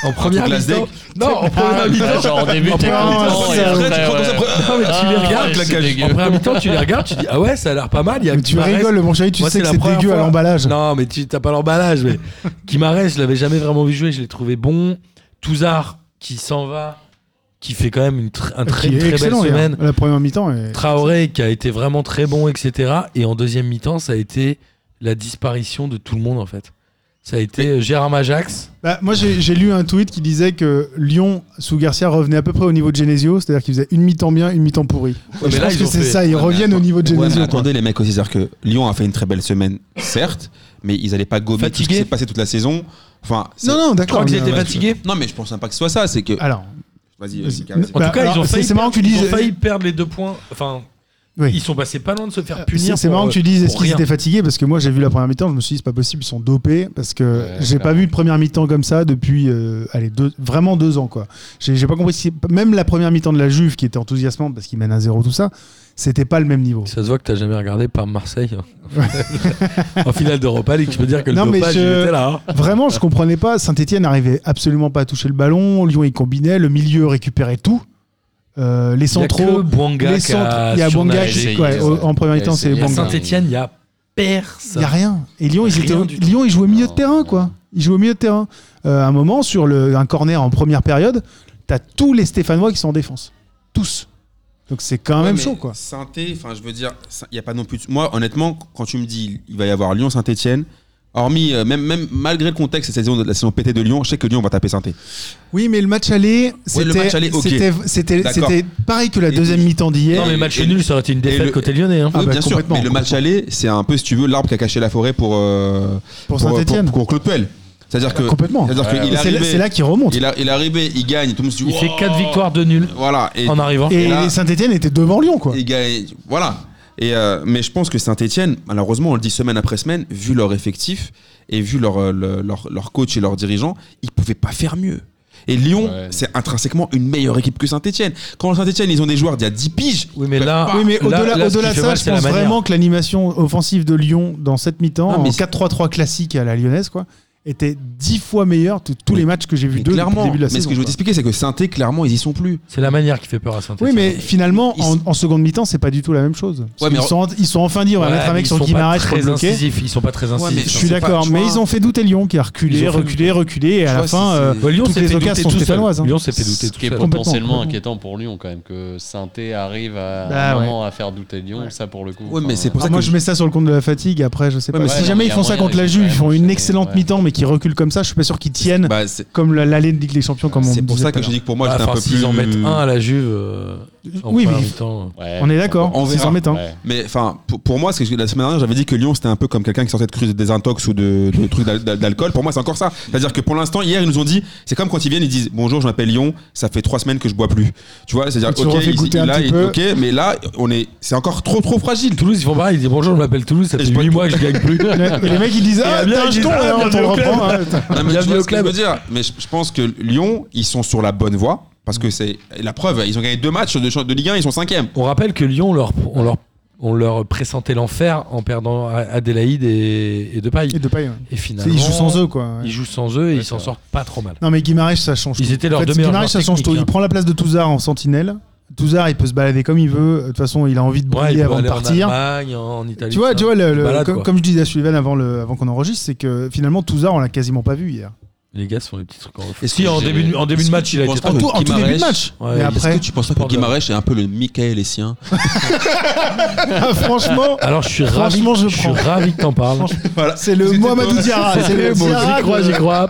Speaker 4: en première
Speaker 1: truc
Speaker 4: mi-temps, non, en première
Speaker 5: Ah,
Speaker 4: mi-temps,
Speaker 5: genre en début, t'es
Speaker 2: Non,
Speaker 1: Ah,
Speaker 5: content.
Speaker 2: c'est
Speaker 5: et
Speaker 2: vrai, tu
Speaker 5: après, ouais.
Speaker 4: non, mais tu les
Speaker 5: Ah,
Speaker 4: regardes,
Speaker 5: c'est
Speaker 4: claquage.
Speaker 5: dégueu.
Speaker 4: en première mi-temps, tu les regardes, tu dis ah ouais, ça a l'air pas mal. Il y a
Speaker 2: Mais Tu
Speaker 4: Guimarães.
Speaker 2: rigoles, mon chéri. Tu
Speaker 4: Moi,
Speaker 2: sais
Speaker 4: c'est
Speaker 2: que
Speaker 4: la
Speaker 2: c'est
Speaker 4: première
Speaker 2: dégueu à
Speaker 4: fois.
Speaker 2: l'emballage.
Speaker 4: Non, mais tu t'as pas l'emballage. Mais Guimarães, je l'avais jamais vraiment vu jouer. Je l'ai trouvé bon. Touzard qui s'en va, qui fait quand même une tr- un très
Speaker 2: Qui est
Speaker 4: très belle
Speaker 2: excellent, hier.
Speaker 4: semaine.
Speaker 2: La première mi-temps. est-
Speaker 4: Traoré qui a été vraiment très bon, etc. Et en deuxième mi-temps, ça a été la disparition de tout le monde en fait. Ça a été euh, Gérard Majax.
Speaker 2: Bah, moi, j'ai j'ai lu un tweet qui disait que Lyon, sous Garcia, revenait à peu près au niveau de Genesio, c'est-à-dire qu'il faisait une mi-temps bien, une mi-temps pourrie.
Speaker 4: Ouais,
Speaker 2: je
Speaker 4: mais là,
Speaker 2: pense
Speaker 4: ils
Speaker 2: que
Speaker 4: ont
Speaker 2: c'est
Speaker 4: fait-
Speaker 2: ça, ils
Speaker 1: Ouais, mais
Speaker 2: reviennent
Speaker 1: attends-
Speaker 2: au niveau de
Speaker 1: Ouais, mais
Speaker 2: Genesio. quoi.
Speaker 1: attendez, les mecs aussi, c'est-à-dire que Lyon a fait une très belle semaine, certes, mais ils allaient pas gommer tout ce qui
Speaker 4: Fatigués.
Speaker 1: s'est passé toute la saison. Enfin, c'est-
Speaker 2: non, non,
Speaker 4: Je crois
Speaker 2: d'accord.
Speaker 4: qu'ils
Speaker 2: mais-
Speaker 4: étaient
Speaker 2: euh, ouais.
Speaker 4: fatigués.
Speaker 1: Non, mais je pense pas que ce soit ça, c'est que.
Speaker 2: Alors,
Speaker 1: Vas-y,
Speaker 2: vas-y.
Speaker 1: vas-y, Lucas, vas-y.
Speaker 4: En
Speaker 2: Bah,
Speaker 4: tout cas, ils ont
Speaker 2: alors, c'est-
Speaker 4: failli,
Speaker 2: c'est marrant que tu
Speaker 4: ils ont
Speaker 2: dises-
Speaker 4: failli perdre les deux points. Enfin,
Speaker 2: oui.
Speaker 4: ils sont passés pas loin de se faire punir.
Speaker 2: C'est c'est
Speaker 4: pour,
Speaker 2: marrant
Speaker 4: euh,
Speaker 2: que tu dises est-ce
Speaker 4: pour
Speaker 2: qu'ils
Speaker 4: rien.
Speaker 2: étaient fatigués parce que moi j'ai vu la première mi-temps je me suis dit c'est pas possible ils sont dopés parce que
Speaker 5: Ouais,
Speaker 2: j'ai pas
Speaker 5: clairement.
Speaker 2: vu de première mi-temps comme ça depuis euh, allez deux, vraiment deux ans quoi j'ai j'ai pas compris si- même la première mi-temps de la Juve qui était enthousiasmante parce qu'ils mènent à zéro tout ça c'était pas le même niveau
Speaker 4: Ça se voit que t'as jamais regardé par Marseille. hein. en finale d'Europa League, je peux dire que le
Speaker 2: Non, mais
Speaker 4: dopage,
Speaker 2: je-
Speaker 4: il était là. hein.
Speaker 2: Vraiment, je comprenais pas. Saint-Etienne n'arrivait absolument pas à toucher le ballon. Lyon, il combinait. Le milieu récupérait tout. Euh, les
Speaker 4: Il y a que
Speaker 2: centraux.
Speaker 4: Bouanga
Speaker 2: les
Speaker 4: qui
Speaker 2: centres-
Speaker 4: a
Speaker 2: Il y a Bonga
Speaker 4: surnagé.
Speaker 2: qui.
Speaker 5: essayé,
Speaker 2: ouais,
Speaker 5: ouais.
Speaker 2: au- En premier
Speaker 5: Il a
Speaker 2: temps, c'est
Speaker 5: essayé.
Speaker 4: À
Speaker 5: Bonga.
Speaker 2: Bonga.
Speaker 4: Saint-Etienne, il y a
Speaker 2: Il n'y a
Speaker 4: personne.
Speaker 2: rien. Et Lyon, ils,
Speaker 4: Rien
Speaker 2: étaient au-
Speaker 4: du tout.
Speaker 2: Lyon, ils jouaient au milieu
Speaker 5: Non,
Speaker 2: de terrain, quoi. Ils jouaient au milieu de terrain. Euh, à un moment, sur le, un corner en première période, t'as tous les Stéphanois qui sont en défense. Tous. Donc c'est quand même
Speaker 1: Ouais, mais
Speaker 2: chaud, quoi.
Speaker 1: Saint-Étienne, enfin, je veux dire, il n'y a pas non plus. de- Moi, honnêtement, quand tu me dis il va y avoir Lyon-Saint-Etienne, hormis, euh, même, même malgré le contexte de la saison, de la saison pétée de Lyon, je sais que Lyon va taper saint
Speaker 2: Oui, mais le match aller,
Speaker 1: Ouais, le
Speaker 2: c'était
Speaker 1: match aller, ok.
Speaker 2: c'était- c'était-
Speaker 1: D'accord.
Speaker 2: c'était pareil que la
Speaker 1: Et-
Speaker 2: deuxième mi-temps d'hier.
Speaker 4: Non, mais match nul, ça aurait été une défaite
Speaker 1: le-
Speaker 4: côté lyonnais. hein.
Speaker 2: Ah bah,
Speaker 1: bien sûr,
Speaker 2: complètement,
Speaker 1: mais le match aller, c'est un peu, si tu veux, l'arbre qui a caché la forêt pour, euh,
Speaker 2: Pour Saint-Etienne.
Speaker 1: Pour, pour Claude Puel. C'est-à-dire que.
Speaker 2: Complètement.
Speaker 1: euh, C'est-à-dire qu'il
Speaker 2: C'est là-
Speaker 1: arrivait-
Speaker 2: c'est là qu'il remonte.
Speaker 1: Il, a- il est arrivé, il gagne, tout le monde se dit
Speaker 4: Il fait
Speaker 1: Wow
Speaker 4: 4 victoires de nul
Speaker 1: Voilà. Et,
Speaker 4: en arrivant.
Speaker 2: Et,
Speaker 1: Et là-
Speaker 2: Saint-Etienne était devant Lyon, quoi.
Speaker 1: et gagne- voilà. Et, euh, mais je pense que Saint-Etienne, malheureusement, on le dit semaine après semaine, vu leur effectif et vu leur, euh, le- leur, leur coach et leurs dirigeants, ils pouvaient pas faire mieux. Et Lyon,
Speaker 5: Ouais.
Speaker 1: c'est intrinsèquement une meilleure équipe que Saint-Etienne. Quand Saint-Etienne, ils ont des joueurs d'il y a 10 piges.
Speaker 4: Oui, mais
Speaker 1: ils peuvent
Speaker 4: là-
Speaker 1: pas.
Speaker 2: oui, mais
Speaker 4: Ah, là-
Speaker 2: au-delà
Speaker 4: là, ce
Speaker 2: au-delà de
Speaker 4: qui fait
Speaker 2: ça,
Speaker 4: mal,
Speaker 2: je
Speaker 4: c'est la
Speaker 2: pense
Speaker 4: manière.
Speaker 2: vraiment que l'animation offensive de Lyon dans cette mi-temps,
Speaker 1: Non,
Speaker 2: en
Speaker 1: mais c'est-
Speaker 2: 4-3-3 classique à la lyonnaise, quoi, était dix fois meilleure de tous les matchs que j'ai vus
Speaker 1: Mais
Speaker 2: d'eux depuis le
Speaker 1: clairement,
Speaker 2: début de la
Speaker 1: mais ce
Speaker 2: saison.
Speaker 1: que je veux
Speaker 2: quoi.
Speaker 1: t'expliquer, c'est que Saint-Etienne, clairement, ils y sont plus.
Speaker 4: C'est la manière qui fait peur à Saint-Etienne.
Speaker 2: Oui, mais finalement,
Speaker 1: Ils-
Speaker 2: en, en seconde mi-temps, c'est pas du tout la même chose.
Speaker 1: Ouais, mais
Speaker 2: ils,
Speaker 1: re-
Speaker 2: sont, ils sont enfin dit, on va mettre un mec sur
Speaker 4: sont pas
Speaker 2: Guimarães pour
Speaker 4: très
Speaker 2: le bloquer.
Speaker 4: incisifs. Ils sont pas très
Speaker 1: mais
Speaker 2: Je
Speaker 4: incisifs. hein.
Speaker 2: suis
Speaker 1: C'est pas-
Speaker 2: d'accord,
Speaker 1: tu
Speaker 2: mais
Speaker 1: vois-
Speaker 2: ils ont fait douter Lyon, qui a reculé,
Speaker 4: Ils ont fait
Speaker 2: reculé, reculé, et à
Speaker 1: Je
Speaker 2: la
Speaker 1: vois,
Speaker 2: fin,
Speaker 1: c'est-
Speaker 2: euh,
Speaker 1: c'est-
Speaker 4: Ouais, Lyon
Speaker 2: toutes
Speaker 4: s'est
Speaker 2: les
Speaker 4: fait
Speaker 2: occasions
Speaker 4: douter
Speaker 2: sont
Speaker 4: tout seul.
Speaker 2: stéphanoises, hein.
Speaker 4: Lyon s'est fait douter
Speaker 5: Ce
Speaker 4: tout
Speaker 5: qui est
Speaker 4: seul.
Speaker 2: Complètement,
Speaker 5: potentiellement
Speaker 2: complètement.
Speaker 5: inquiétant pour Lyon quand même que Saint-Étienne arrive à
Speaker 2: Bah
Speaker 5: un
Speaker 2: ouais.
Speaker 5: moment à faire douter Lyon ça pour le coup
Speaker 1: Ouais, mais
Speaker 5: enfin,
Speaker 1: c'est pour
Speaker 2: Ah,
Speaker 1: ça
Speaker 2: moi,
Speaker 1: que
Speaker 2: je mets ça sur le compte de la fatigue. Après, je sais
Speaker 1: Ouais,
Speaker 2: pas.
Speaker 1: mais
Speaker 2: si
Speaker 5: ouais,
Speaker 2: jamais
Speaker 5: non,
Speaker 2: ils
Speaker 5: y a
Speaker 2: font ça
Speaker 5: moyen,
Speaker 2: contre la
Speaker 5: ils
Speaker 2: Juve,
Speaker 5: vont
Speaker 2: ils font une
Speaker 5: enchaîner,
Speaker 2: excellente
Speaker 5: ouais.
Speaker 2: mi-temps, mais qui reculent comme ça, je suis pas sûr qu'ils tiennent
Speaker 1: Bah, c'est
Speaker 2: comme la- l'allée de Ligue des Champions. comme on
Speaker 1: c'est pour
Speaker 2: disait
Speaker 1: ça
Speaker 2: tout à
Speaker 1: que j'ai dit que pour moi,
Speaker 4: Ah,
Speaker 1: j'étais un
Speaker 4: enfin,
Speaker 1: peu
Speaker 4: s'ils
Speaker 1: plus.
Speaker 4: en mettent un à la Juve euh, en
Speaker 2: Oui,
Speaker 4: première
Speaker 2: mais-
Speaker 4: mi-temps,
Speaker 5: Ouais.
Speaker 2: l'heure. On est d'accord,
Speaker 1: On
Speaker 2: c'est
Speaker 1: verra.
Speaker 2: embêtant.
Speaker 5: Ouais.
Speaker 1: Mais enfin, pour, pour moi, c'est que la semaine dernière, j'avais dit que Lyon, c'était un peu comme quelqu'un qui sortait de cruise de désintox ou de, de trucs d'al- d'al- d'alcool. Pour moi, c'est encore ça. C'est-à-dire que pour l'instant, hier, ils nous ont dit, c'est comme quand ils viennent, ils disent bonjour, je m'appelle Lyon, ça fait trois semaines que je bois plus. Tu vois, c'est-à-dire,
Speaker 2: Tu
Speaker 1: ok,
Speaker 2: refais
Speaker 1: ils-
Speaker 2: goûter un
Speaker 1: là,
Speaker 2: petit
Speaker 1: ils-
Speaker 2: peu.
Speaker 1: ok, mais là, on est, c'est encore trop, trop fragile.
Speaker 4: Toulouse, ils font pareil, ils disent bonjour, je m'appelle Toulouse, ça
Speaker 1: Et
Speaker 4: fait
Speaker 1: je bois
Speaker 4: 8 mois que je gagne plus.
Speaker 2: Mais- mais les mecs ils disent
Speaker 4: Et
Speaker 2: ah,
Speaker 4: bien,
Speaker 2: t'as un
Speaker 4: ils disent,
Speaker 2: jeton,
Speaker 4: ah,
Speaker 2: hein, on te
Speaker 4: bienvenue
Speaker 2: le
Speaker 4: au
Speaker 2: reprend. hein.
Speaker 4: club.
Speaker 1: Non, mais tu
Speaker 4: Bienvenue
Speaker 1: vois
Speaker 4: au
Speaker 1: ce que je
Speaker 4: club.
Speaker 1: veux dire. Mais je, je pense que Lyon, ils sont sur la bonne voie. Parce que c'est la preuve, ils ont gagné deux matchs de, de Ligue 1, ils sont cinquième.
Speaker 4: On rappelle que Lyon, leur, on, leur, on leur pressentait l'enfer en perdant Adélaïde et, et Depay.
Speaker 2: Et Depay, ouais.
Speaker 4: Et
Speaker 2: C'est-
Speaker 4: finalement,
Speaker 2: Ils jouent sans eux quoi. ouais.
Speaker 4: Ils jouent sans eux et
Speaker 5: Ouais,
Speaker 4: ils s'en
Speaker 5: c'est
Speaker 4: sortent pas trop mal.
Speaker 2: Non mais Guimarães ça change.
Speaker 4: Ils
Speaker 2: tout.
Speaker 4: étaient leurs
Speaker 2: En fait,
Speaker 4: deux meilleurs
Speaker 2: Guimarães ça
Speaker 4: joueurs
Speaker 2: change tout.
Speaker 4: techniques,
Speaker 2: Il
Speaker 4: hein.
Speaker 2: prend la place de Touzard en sentinelle. Touzard il peut se balader comme il veut. De toute façon il a envie de
Speaker 4: Ouais, ils
Speaker 2: briller
Speaker 4: peuvent
Speaker 2: avant de
Speaker 4: aller
Speaker 2: partir.
Speaker 4: En Allemagne, en Italie.
Speaker 2: Tu vois,
Speaker 4: tout
Speaker 2: tu vois
Speaker 4: ça.
Speaker 2: le- le-
Speaker 4: Balade,
Speaker 2: comme,
Speaker 4: quoi.
Speaker 2: comme je disais à Sullivan avant, le, avant qu'on enregistre, c'est que finalement Touzard on l'a quasiment pas vu hier.
Speaker 4: Les gars se font les petits trucs en refus.
Speaker 1: Est-ce
Speaker 4: Si,
Speaker 1: que
Speaker 4: en
Speaker 5: j'ai-
Speaker 4: début, de- en début
Speaker 1: est-ce
Speaker 4: de
Speaker 1: que
Speaker 4: match,
Speaker 1: tu
Speaker 4: il a
Speaker 1: penses
Speaker 4: été
Speaker 1: pas
Speaker 2: En
Speaker 1: que
Speaker 2: tout, en tout début de
Speaker 1: Guimarães-
Speaker 2: match.
Speaker 4: Ouais,
Speaker 2: mais
Speaker 4: est-ce
Speaker 2: après,
Speaker 1: tu penses pas
Speaker 4: que Guimarães
Speaker 1: est un peu le Michael Essien
Speaker 2: ah, franchement,
Speaker 4: Alors, je suis ravi,
Speaker 2: Franchement, je
Speaker 4: je suis
Speaker 2: prends.
Speaker 4: ravi que t'en parles.
Speaker 1: Voilà.
Speaker 2: c'est le
Speaker 1: Vous êtes
Speaker 2: Mohamed
Speaker 1: heureux.
Speaker 2: Diarra. C'est le
Speaker 4: Bon,
Speaker 2: Diarra
Speaker 4: j'y
Speaker 2: de-
Speaker 4: crois, j'y crois.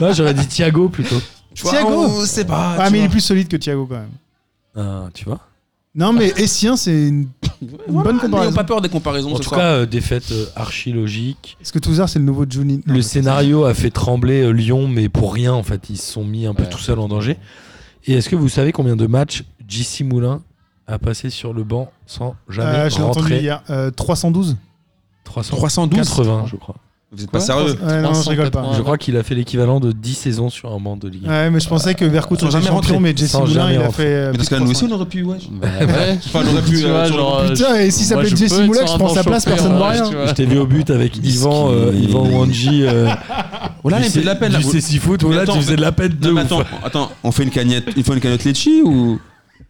Speaker 4: Non, j'aurais dit Thiago plutôt.
Speaker 1: Tu vois,
Speaker 2: Thiago.
Speaker 1: on sait pas.
Speaker 2: Ah
Speaker 1: tu
Speaker 2: mais il est
Speaker 1: vois.
Speaker 2: plus solide que Thiago quand même.
Speaker 4: Ah, tu vois.
Speaker 2: Non mais Essien c'est une, une bonne
Speaker 1: N'ayons
Speaker 2: comparaison.
Speaker 1: pas peur des comparaisons.
Speaker 4: En
Speaker 1: ce
Speaker 4: tout
Speaker 1: soir.
Speaker 4: cas, euh, défaite euh, archi logique.
Speaker 2: Parce que Touzard c'est le nouveau Juninho.
Speaker 4: Le scénario a fait trembler euh, Lyon, mais pour rien en fait. Ils se sont mis un peu
Speaker 5: Ouais.
Speaker 4: tout seuls en danger. Et est-ce que vous savez combien de matchs JC Moulin a passé sur le banc sans jamais
Speaker 2: Ah, je l'ai entendu
Speaker 4: rentrer
Speaker 2: hier. Euh, 312
Speaker 4: 380, je crois.
Speaker 1: Vous êtes pas sérieux.
Speaker 2: Ouais, non, je rigole pas.
Speaker 5: Ouais.
Speaker 4: Je crois qu'il a fait l'équivalent de 10 saisons sur un banc de Ligue. un.
Speaker 2: Ouais, mais je pensais que Vercoute
Speaker 1: Sans
Speaker 2: était
Speaker 1: jamais
Speaker 2: champion,
Speaker 1: rentrer.
Speaker 2: mais Jesse
Speaker 4: Sans
Speaker 2: Moulin,
Speaker 4: jamais
Speaker 2: il a
Speaker 4: rentrer.
Speaker 2: fait. euh,
Speaker 1: Parce que
Speaker 2: plus de
Speaker 1: nous aussi,
Speaker 2: 300.
Speaker 1: on aurait pu. Ouais.
Speaker 5: Bah, ouais.
Speaker 1: Enfin, on aurait pu.
Speaker 5: Tu vois,
Speaker 1: euh, sur le-
Speaker 5: genre, euh,
Speaker 2: Putain, et si ça
Speaker 5: moi,
Speaker 2: s'appelle
Speaker 5: je
Speaker 2: Jesse
Speaker 5: peux être
Speaker 2: Moulin,
Speaker 5: sur
Speaker 2: je
Speaker 5: un
Speaker 2: prends sa
Speaker 5: banc
Speaker 2: place,
Speaker 5: chauffé,
Speaker 2: personne ne voit
Speaker 5: ouais,
Speaker 2: rien.
Speaker 5: tu vois.
Speaker 4: Je t'ai vu au but avec Yvan, euh,
Speaker 1: Miskin.
Speaker 4: Yvan Wanji. euh,
Speaker 1: Oh là,
Speaker 4: du
Speaker 1: il fait de la peine, là.
Speaker 4: Du CC-Foot, où
Speaker 1: Mais
Speaker 4: oh là,
Speaker 1: attends,
Speaker 4: tu faisais de la peine de
Speaker 1: Non, mais
Speaker 4: ouf.
Speaker 1: attends, attends, on fait une cagnotte, il faut une cagnotte Litchi ou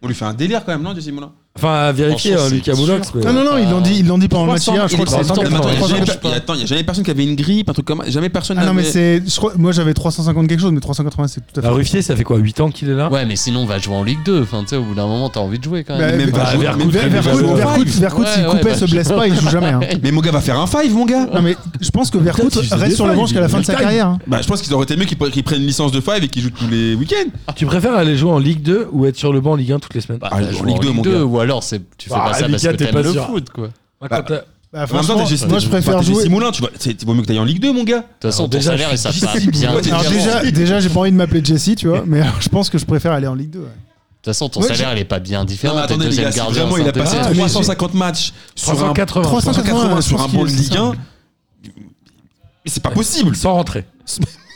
Speaker 1: on lui fait un délire quand même, non, Jesse Moulin
Speaker 4: Enfin, à vérifier,
Speaker 5: Franchement,
Speaker 4: hein,
Speaker 5: c'est
Speaker 4: Lucas
Speaker 5: sûr.
Speaker 4: Moulox. mais-
Speaker 2: Non, non, non, ils l'ont dit, ils l'ont dit pendant le match hier. Je crois que c'est
Speaker 4: 300,
Speaker 1: Mais attends, il y a
Speaker 4: 300,
Speaker 1: jamais-
Speaker 4: 300,
Speaker 1: il y a- attends, il y a jamais personne qui avait une grippe, un truc comme jamais personne
Speaker 2: Ah non, mais
Speaker 1: n'avait-
Speaker 2: c'est. je crois- Moi, j'avais 350 quelque chose, mais 380, c'est tout à fait.
Speaker 4: Bah, Ruffier, ça fait quoi 8 ans qu'il est là
Speaker 5: Ouais, mais sinon, on va jouer en Ligue 2. Enfin, tu sais, au bout d'un moment, t'as envie de jouer quand
Speaker 2: Bah,
Speaker 5: même.
Speaker 1: Mais
Speaker 2: mais-
Speaker 1: pas
Speaker 2: Ver-
Speaker 1: jouer,
Speaker 2: Ver-
Speaker 1: mais
Speaker 2: Ver-
Speaker 1: pas jouer
Speaker 2: Vercoute,
Speaker 1: au
Speaker 2: Vercoute,
Speaker 1: five.
Speaker 2: Vercoute, s'il
Speaker 5: Ouais,
Speaker 2: coupait,
Speaker 5: ouais,
Speaker 2: se
Speaker 5: bah,
Speaker 2: blesse
Speaker 5: je-
Speaker 2: pas, il joue jamais. hein.
Speaker 1: Mais Moga va faire un five, mon gars.
Speaker 2: Non, mais je pense que Vercoute
Speaker 4: Putain, tu faisais
Speaker 2: reste
Speaker 4: des
Speaker 2: sur le
Speaker 4: fives,
Speaker 2: banc jusqu'à la fin de sa
Speaker 4: putain.
Speaker 2: carrière. hein.
Speaker 1: Bah, je pense qu'ils auraient aimé qu'ils pre- qu'ils prennent une licence de five et qu'ils jouent tous les week-ends.
Speaker 2: Ah,
Speaker 4: Tu préfères aller jouer en Ligue 2 ou être sur le banc en Ligue 1 toutes les semaines
Speaker 5: Bah,
Speaker 1: Ah,
Speaker 5: on va
Speaker 1: en
Speaker 5: jouer
Speaker 1: Ligue 2, mon gars.
Speaker 5: Ou alors, c'est- tu fais
Speaker 4: Ah,
Speaker 5: pas ça
Speaker 4: Ligue
Speaker 5: parce
Speaker 4: 1,
Speaker 5: que
Speaker 4: t'es
Speaker 5: t'aimes
Speaker 4: pas
Speaker 5: le
Speaker 4: sûr.
Speaker 5: foot, quoi. De
Speaker 4: Bah, quand t'as-
Speaker 2: Bah,
Speaker 1: En même temps,
Speaker 2: franchement,
Speaker 1: t'es Jesse-
Speaker 2: moi, je
Speaker 1: t'es-
Speaker 2: préfère
Speaker 1: t'es Jesse
Speaker 2: jouer.
Speaker 1: Moulin, tu vas, c'est- il vaut mieux que t'ailles en Ligue 2, mon gars.
Speaker 5: toute façon,
Speaker 4: Alors,
Speaker 5: ton
Speaker 4: déjà,
Speaker 5: salaire,
Speaker 4: je
Speaker 5: il ça
Speaker 4: suis
Speaker 5: pas
Speaker 4: difficile,
Speaker 5: bien.
Speaker 4: moi,
Speaker 5: différent.
Speaker 2: Alors, déjà, déjà j'ai pas envie de m'appeler Jesse, tu vois, mais alors, je pense que je préfère aller en Ligue 2. ouais.
Speaker 5: De toute façon, ton
Speaker 2: Ouais,
Speaker 5: salaire, il est pas bien
Speaker 1: Non,
Speaker 5: différent.
Speaker 1: mais
Speaker 5: T'es
Speaker 1: attendez, les
Speaker 5: deuxième
Speaker 1: gars, si
Speaker 5: gardien.
Speaker 1: vraiment, il a
Speaker 5: c'est
Speaker 1: passé
Speaker 5: intéressant.
Speaker 4: mais
Speaker 1: 350 matchs sur un
Speaker 4: 380.
Speaker 1: 380 sur
Speaker 2: je
Speaker 1: un
Speaker 2: pense
Speaker 1: bon
Speaker 2: qu'il-
Speaker 1: Ligue 1. Mais c'est pas possible.
Speaker 4: Sans rentrer.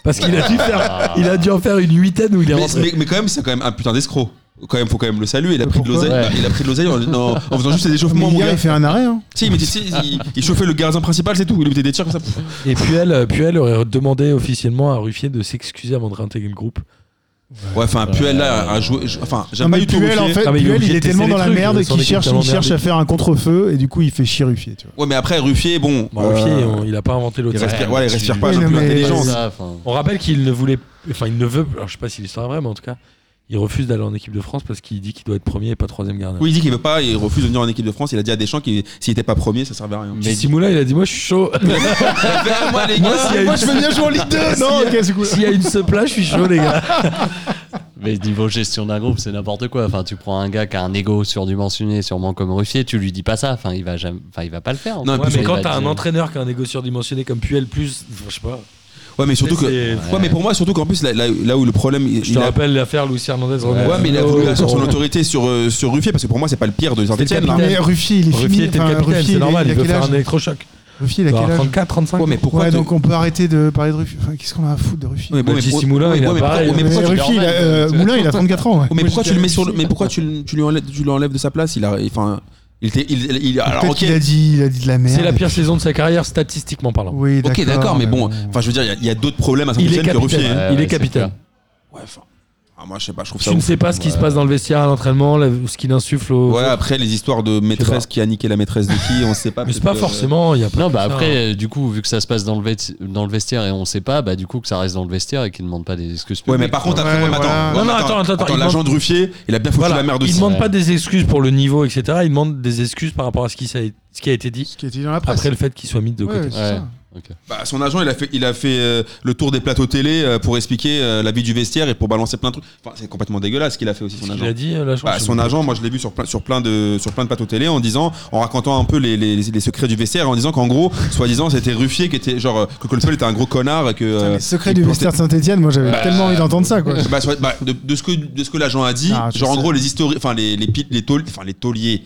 Speaker 4: Parce qu'il a dû faire, il a dû en faire une huitaine où il est
Speaker 1: Mais,
Speaker 4: rentré.
Speaker 1: mais- mais quand même, c'est quand même un putain d'escroc. Quand même, faut quand même le saluer. Il a pris de
Speaker 2: Pourquoi
Speaker 1: l'oseille.
Speaker 5: Ouais.
Speaker 1: bah, il a pris de l'oseille en, en- en faisant juste des échauffements,
Speaker 2: Mais
Speaker 1: mon
Speaker 2: hier,
Speaker 1: gars.
Speaker 2: il fait un arrêt. hein.
Speaker 1: Si, mais tu sais, il, il chauffait le gardien principal, c'est tout. Il lui mettait des tirs comme ça. Pff.
Speaker 4: Et Puel, euh, Puel aurait demandé officiellement à Ruffier de s'excuser avant de réintégrer le groupe.
Speaker 1: Ouais, enfin, Puel là, un joueur. Enfin,
Speaker 2: Non,
Speaker 1: j'aime pas
Speaker 2: mais
Speaker 1: du tout.
Speaker 2: Puel, en
Speaker 1: Ruffier.
Speaker 2: fait,
Speaker 4: Ah, mais il est
Speaker 2: Puel,
Speaker 4: obligé
Speaker 2: il
Speaker 4: de
Speaker 2: est
Speaker 4: tester
Speaker 2: tellement
Speaker 4: les
Speaker 2: dans la
Speaker 4: trucs,
Speaker 2: merde
Speaker 4: son
Speaker 2: qu'il
Speaker 4: équipe
Speaker 2: cherche,
Speaker 4: tellement
Speaker 2: il cherche à
Speaker 4: merdée.
Speaker 2: faire un contre-feu et du coup, il fait chier Ruffier, tu vois.
Speaker 1: Ouais, mais après, Ruffier, bon.
Speaker 4: Bon, Bah, Ruffier,
Speaker 1: euh,
Speaker 4: on- il a pas inventé
Speaker 1: il
Speaker 4: l'autre.
Speaker 1: respire, ouais, il respire pas
Speaker 2: Oui,
Speaker 1: non
Speaker 2: non,
Speaker 1: plus
Speaker 2: mais-
Speaker 5: C'est
Speaker 1: l'intelligence.
Speaker 5: ça, enfin.
Speaker 4: On rappelle qu'il ne voulait, enfin il ne veut, alors je sais pas si l'histoire est vraie, mais en tout cas, il refuse d'aller en équipe de France parce qu'il dit qu'il doit être premier et pas troisième gardien.
Speaker 1: Oui, il dit qu'il veut pas, il refuse de venir en équipe de France. Il a dit à Deschamps qu'il s'il était pas premier, ça servait à rien.
Speaker 4: Mais Simoula, il a dit moi je suis chaud.
Speaker 1: Ah, moi, les gars,
Speaker 4: s'il y a
Speaker 2: Moi,
Speaker 4: une-
Speaker 2: je veux bien jouer en Ligue 2 Non,
Speaker 4: S'il y
Speaker 2: ok,
Speaker 4: a-
Speaker 2: c'est cool.
Speaker 4: S'il y a une seplage, je suis chaud les gars.
Speaker 5: Mais niveau gestion d'un groupe, c'est n'importe quoi. Enfin, tu prends un gars qui a un ego surdimensionné, sûrement comme Ruffier, tu lui dis pas ça. Enfin, il va jamais... enfin, il va pas le faire.
Speaker 1: Non,
Speaker 5: en fait.
Speaker 1: mais
Speaker 5: Il
Speaker 4: mais quand
Speaker 5: va
Speaker 4: t'as un
Speaker 5: dire-
Speaker 4: entraîneur qui a un égo surdimensionné comme Puel plus, je sais pas.
Speaker 1: Ouais, mais surtout que.
Speaker 4: C'est-
Speaker 1: Ouais, mais pour moi, surtout qu'en plus, là, là- là où le problème. il-
Speaker 4: Je
Speaker 1: il
Speaker 4: te
Speaker 1: a-
Speaker 4: rappelle l'affaire Luis Hernandez Ronaldo.
Speaker 1: Ouais, mais il a voulu asseoir son autorité sur, euh, sur Ruffier parce que pour moi, c'est pas le pire de Saint-Etienne. hein.
Speaker 4: capitaine.
Speaker 2: Mais Ruffier, il est fini.
Speaker 4: Ruffier était le
Speaker 2: Enfin,
Speaker 4: capitaine,
Speaker 2: Ruffier,
Speaker 4: c'est normal,
Speaker 2: a
Speaker 4: il, veut
Speaker 2: quel
Speaker 4: faire
Speaker 2: âge
Speaker 4: un électrochoc. Bah,
Speaker 2: Ruffier, il a
Speaker 4: Il doit
Speaker 2: quel
Speaker 4: avoir
Speaker 2: âge
Speaker 4: 34, 35
Speaker 1: Ouais, mais pourquoi
Speaker 2: Ouais,
Speaker 1: te-
Speaker 2: donc on peut arrêter de parler de Ruffier. Enfin, Qu'est-ce qu'on a à foutre de Ruffier
Speaker 1: Ouais, bon,
Speaker 4: Bah, Jesse
Speaker 1: pour-
Speaker 4: Moulin,
Speaker 1: ouais,
Speaker 4: il a
Speaker 1: mais pourquoi-
Speaker 4: pareil.
Speaker 1: ouais, mais
Speaker 2: Mais
Speaker 1: pourquoi tu-
Speaker 2: Ruffier, il a, euh, Moulin, il a 34 ans. ouais.
Speaker 1: Mais
Speaker 2: Moi,
Speaker 1: pourquoi
Speaker 2: je
Speaker 1: tu le
Speaker 2: dis-
Speaker 1: mets sur le, mais pourquoi tu, le- tu lui enlèves, tu lui enlèves de sa place Il a, enfin, il était, il, il- il- alors
Speaker 2: Peut-être
Speaker 1: ok,
Speaker 2: qu'il a dit, il a dit de la merde.
Speaker 4: C'est la pire saison de sa carrière statistiquement parlant.
Speaker 2: Oui,
Speaker 1: ok, d'accord, mais bon, enfin, je veux dire, il y a- il y a, d'autres problèmes à
Speaker 4: Il est
Speaker 1: Saint-Etienne que Ruffier.
Speaker 4: capitaine.
Speaker 5: hein.
Speaker 4: Il
Speaker 5: Ouais,
Speaker 4: est
Speaker 5: ouais,
Speaker 4: capitaine.
Speaker 1: Ouais, enfin, ah, moi je sais pas, je trouve ça.
Speaker 4: Tu ne
Speaker 1: ouf.
Speaker 4: sais pas ce qui se passe dans le vestiaire à l'entraînement, la- ce qu'il insuffle au.
Speaker 1: Ouais, après les histoires de
Speaker 4: Je
Speaker 1: maîtresse
Speaker 4: sais
Speaker 1: qui a niqué la maîtresse de qui, on sait pas.
Speaker 4: Mais c'est
Speaker 1: peut-être
Speaker 4: pas
Speaker 1: que-
Speaker 4: forcément. Il y a pas
Speaker 5: Non,
Speaker 4: que
Speaker 5: bah
Speaker 4: ça.
Speaker 5: après, euh, du coup, vu que ça se passe dans le, vesti- dans le vestiaire et on sait pas, bah du coup, que ça reste dans le vestiaire et qu'il ne demande pas des excuses.
Speaker 1: Ouais,
Speaker 5: publiques.
Speaker 1: mais par contre,
Speaker 2: Ouais,
Speaker 1: après, ouais, mais
Speaker 2: voilà.
Speaker 1: attends,
Speaker 4: Non,
Speaker 1: ouais, mais
Speaker 4: non, attends, attends, attends,
Speaker 1: l'agent
Speaker 4: il
Speaker 1: de Ruffier, il a bien foutu
Speaker 4: Voilà.
Speaker 1: la merde
Speaker 4: Il
Speaker 1: aussi.
Speaker 4: demande pas
Speaker 5: Ouais.
Speaker 4: des excuses pour le niveau, etc. Il demande des excuses par rapport à ce qui, s'est- ce qui a été dit
Speaker 2: Ce qui était dans la presse.
Speaker 4: après le fait qu'il soit mis de
Speaker 2: Ouais,
Speaker 4: côté.
Speaker 2: c'est ça.
Speaker 5: hein. Ouais.
Speaker 1: Bah, son agent, il a fait, il a fait euh, le tour des plateaux télé euh, pour expliquer euh, la vie du vestiaire et pour balancer plein de trucs. Enfin, c'est complètement dégueulasse ce qu'il a fait aussi son
Speaker 4: Il
Speaker 1: agent.
Speaker 4: a dit, euh, là, je
Speaker 1: Bah,
Speaker 4: pense-
Speaker 1: son agent, moi je l'ai vu sur plein, sur, plein de, sur plein de plateaux télé en disant, en racontant un peu les, les- les secrets du vestiaire, en disant qu'en gros, soi-disant, c'était Ruffier qui était genre euh, que Colpel était un gros connard et que. euh,
Speaker 2: Les secrets
Speaker 1: il
Speaker 2: du
Speaker 1: plantait-
Speaker 2: vestiaire de Saint-Etienne, moi j'avais tellement envie d'entendre ça. Quoi.
Speaker 1: Bah, soit- bah, de, de ce que de ce que l'agent a dit,
Speaker 2: Ah, je
Speaker 1: genre en
Speaker 2: sais.
Speaker 1: gros les historiques, enfin les les, pi- les tôle- enfin les tauliers.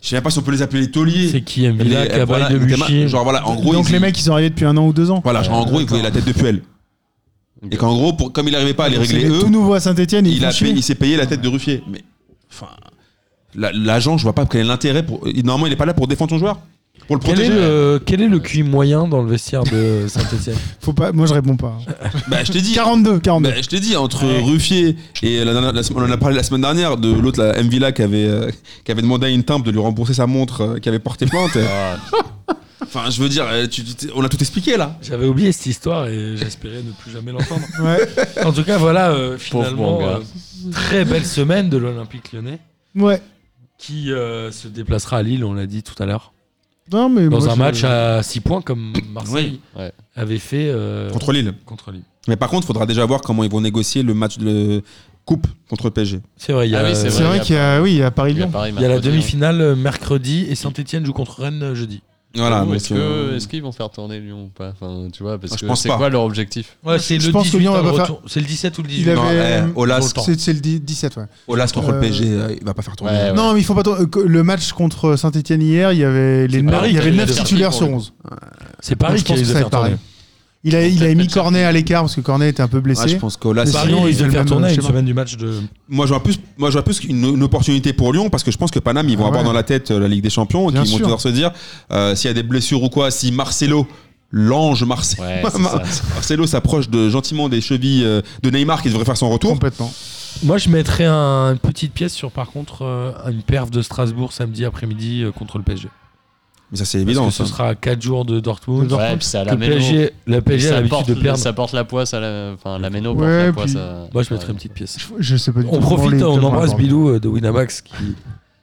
Speaker 1: Je sais même pas si on peut les appeler les tauliers.
Speaker 4: C'est qui
Speaker 1: Les-
Speaker 4: Mvila,
Speaker 1: euh,
Speaker 4: Cabaye
Speaker 1: voilà,
Speaker 4: de
Speaker 1: les gamins-
Speaker 4: Buchy
Speaker 1: Genre voilà, en gros
Speaker 2: Donc
Speaker 1: ils-
Speaker 2: les mecs euh, qui sont arrivés depuis un an ou deux ans.
Speaker 1: Voilà, genre en gros, il voulait la tête de Puel. Et qu'en gros, pour, comme il n'arrivait pas à les
Speaker 2: C'est
Speaker 1: régler
Speaker 2: les
Speaker 1: eux,
Speaker 2: tout nouveau à Saint-Etienne,
Speaker 1: il, a payé-
Speaker 2: payé.
Speaker 1: il s'est payé la tête de Ruffier. Mais enfin, la- l'agent, je vois pas quel est l'intérêt. Pour... il- Normalement, il est pas là pour défendre son joueur, pour le
Speaker 4: Quel est
Speaker 1: protéger.
Speaker 4: le, quel est le QI moyen dans le vestiaire de Saint-Etienne
Speaker 2: Faut pas... Moi je réponds pas.
Speaker 1: Bah, je t'ai dit.
Speaker 2: 42, 42.
Speaker 1: bah, je t'ai dit entre Ruffier et la, dernière- la sem- on en a parlé la semaine dernière de l'autre la M Villa qui avait euh, qui avait demandé à une timbre de lui rembourser sa montre euh, qui avait porté plainte.
Speaker 5: Ah.
Speaker 1: Enfin je veux dire euh, tu- tu- on a tout expliqué là.
Speaker 4: J'avais oublié cette histoire et j'espérais ne plus jamais l'entendre.
Speaker 2: Ouais.
Speaker 4: En tout cas, voilà, euh,
Speaker 5: Pauvre
Speaker 4: finalement,
Speaker 5: bon gars.
Speaker 4: euh, très belle semaine de l'Olympique lyonnais
Speaker 2: ouais.
Speaker 4: qui euh, se déplacera à Lille, on l'a dit tout à l'heure,
Speaker 2: Non, mais
Speaker 4: dans
Speaker 2: moi,
Speaker 4: un
Speaker 2: je-
Speaker 4: match hein. à 6 points comme Marseille
Speaker 5: Oui, ouais.
Speaker 4: avait fait euh,
Speaker 1: Contre Lille.
Speaker 4: contre Lille.
Speaker 1: Mais par contre, faudra déjà voir comment ils vont négocier le match de coupe contre PSG.
Speaker 4: C'est vrai, il y a,
Speaker 5: Ah oui, c'est
Speaker 2: C'est vrai qu'il y a, oui, il y a Paris-Lyon.
Speaker 4: il y a la
Speaker 5: hein.
Speaker 4: demi-finale euh, mercredi et Saint-Etienne joue contre Rennes euh, jeudi.
Speaker 1: Voilà. donc,
Speaker 5: Ah est-ce
Speaker 1: euh,
Speaker 5: que- est-ce qu'ils vont faire tourner Lyon ou pas enfin, Tu vois, parce
Speaker 1: Ah, je
Speaker 5: que
Speaker 1: pense
Speaker 5: c'est
Speaker 1: pas.
Speaker 5: quoi leur objectif
Speaker 4: Ouais, c'est
Speaker 2: Je
Speaker 4: le,
Speaker 2: pense que
Speaker 4: 18
Speaker 2: Lyon
Speaker 4: à
Speaker 2: va
Speaker 4: le
Speaker 2: pas
Speaker 4: retour. C'est le 17 ou le 18.
Speaker 2: Il
Speaker 1: Non,
Speaker 2: avait-
Speaker 1: eh, Olas,
Speaker 4: Autant.
Speaker 2: C'est c'est le di- 17, ouais.
Speaker 4: Eh
Speaker 1: Olas contre
Speaker 2: Euh,
Speaker 1: le PSG, euh, il va pas faire tourner.
Speaker 5: Ouais, ouais.
Speaker 2: Non, mais ils font pas. trop- euh, que- Le match contre Saint-Etienne hier, il y avait les
Speaker 4: C'est
Speaker 2: neuf-
Speaker 4: Paris
Speaker 2: il y avait
Speaker 4: qui
Speaker 2: 9
Speaker 5: les a
Speaker 2: titulaires
Speaker 5: sortis
Speaker 2: sur
Speaker 5: pour
Speaker 2: 11.
Speaker 4: C'est
Speaker 2: Donc,
Speaker 4: Paris
Speaker 2: je
Speaker 4: qui
Speaker 2: pense que
Speaker 4: risque de
Speaker 2: ça va
Speaker 4: faire
Speaker 2: être pareil.
Speaker 4: tourner.
Speaker 2: Il a, il a
Speaker 5: Peut-être
Speaker 2: mis
Speaker 5: pas
Speaker 2: Cornet à l'écart parce que Cornet était un peu
Speaker 1: Ah, je
Speaker 2: blessé.
Speaker 1: pense qu'Olas.
Speaker 2: Mais
Speaker 4: Paris
Speaker 2: Sinon, ils
Speaker 4: risque de Bah, le
Speaker 2: ont
Speaker 4: faire
Speaker 2: le
Speaker 4: tourner à
Speaker 2: même
Speaker 4: une
Speaker 2: schéma.
Speaker 4: semaine du match de.
Speaker 1: Moi, je vois plus, moi, je vois plus une, une opportunité pour Lyon parce que je pense que Paname, ils vont
Speaker 2: Ah
Speaker 1: avoir
Speaker 2: ouais.
Speaker 1: dans la tête euh, la Ligue des Champions et
Speaker 2: Bien
Speaker 1: qu'ils vont
Speaker 2: sûr.
Speaker 1: devoir se dire euh, s'il y a des blessures ou quoi, si Marcelo, l'ange Marcelo,
Speaker 5: Ouais, c'est ça.
Speaker 1: Marcelo s'approche de, gentiment des chevilles euh, de Neymar qui devrait faire son retour.
Speaker 2: Complètement.
Speaker 4: Moi, je mettrais un- une petite pièce sur, par contre, euh, une perf de Strasbourg samedi après-midi euh, contre le PSG.
Speaker 1: Mais ça, c'est
Speaker 4: Parce
Speaker 1: évident.
Speaker 4: que ce
Speaker 1: ça.
Speaker 4: sera 4 jours de Dortmund.
Speaker 5: Ouais, puis c'est à
Speaker 4: que
Speaker 5: la
Speaker 4: le
Speaker 5: Méno.
Speaker 4: PSG, la PSG a
Speaker 5: ça,
Speaker 4: l'habitude
Speaker 5: porte,
Speaker 4: de perdre.
Speaker 5: ça porte la poisse à la. Enfin, la Méno
Speaker 2: Ouais,
Speaker 5: porte la
Speaker 2: puis-
Speaker 5: poisse à.
Speaker 4: Moi, je mettrais
Speaker 5: à-
Speaker 4: une petite pièce.
Speaker 2: Je- Je sais pas du
Speaker 4: On
Speaker 2: tout comment
Speaker 4: profite,
Speaker 2: les-
Speaker 4: on
Speaker 2: comment
Speaker 4: embrasse
Speaker 2: l'aborder.
Speaker 4: Bilou euh, de Winamax qui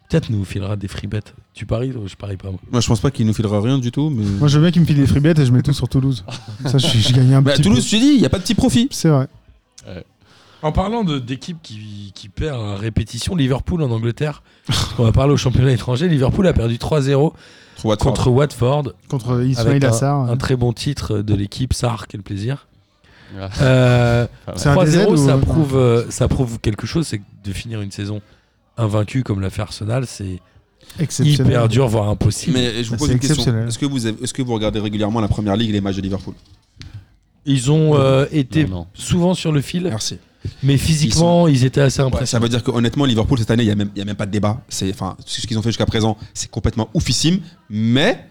Speaker 4: peut-être nous filera des free bets. Tu paries ou Je parie pas, moi.
Speaker 1: Moi, je pense pas qu'il nous filera rien du tout. Mais...
Speaker 2: Moi, je veux bien qu'il me file des free bets et je mets tout sur Toulouse. Ça, je, je gagne un
Speaker 1: Bah,
Speaker 2: petit
Speaker 1: Toulouse,
Speaker 2: peu.
Speaker 1: je te dis, il n'y a pas de petit profit.
Speaker 2: C'est vrai.
Speaker 4: En parlant de- d'équipe qui, qui perd à répétition, Liverpool en Angleterre, on va parler au championnat étranger, Liverpool a perdu 3-0
Speaker 1: Trop à
Speaker 4: contre Watford.
Speaker 2: Contre
Speaker 4: avec
Speaker 2: Ismail
Speaker 4: un,
Speaker 2: Assar. euh.
Speaker 4: un très bon titre de l'équipe, Sar, quel plaisir.
Speaker 5: Ah.
Speaker 4: Euh,
Speaker 2: C'est un DZ
Speaker 4: 3-0,
Speaker 2: ou-
Speaker 4: ça, prouve, euh, ça prouve quelque chose, c'est que de finir une saison invaincue comme l'a fait Arsenal, c'est
Speaker 2: Exceptionnel.
Speaker 4: hyper dur, voire impossible.
Speaker 1: Mais euh, je vous
Speaker 2: C'est
Speaker 1: pose une question.
Speaker 2: exceptionnel.
Speaker 1: Est-ce que, vous avez- est-ce que vous regardez régulièrement la première ligue et les matchs de Liverpool
Speaker 4: Ils ont euh, été
Speaker 5: Non, non.
Speaker 4: souvent sur le fil,
Speaker 1: Merci.
Speaker 4: mais physiquement, ils, étaient assez impressionnants.
Speaker 2: hein.
Speaker 1: ça veut dire que honnêtement, Liverpool cette année, il n'y a, même- il y a même pas de débat. C'est, enfin, ce qu'ils ont fait jusqu'à présent, c'est complètement oufissime. Mais,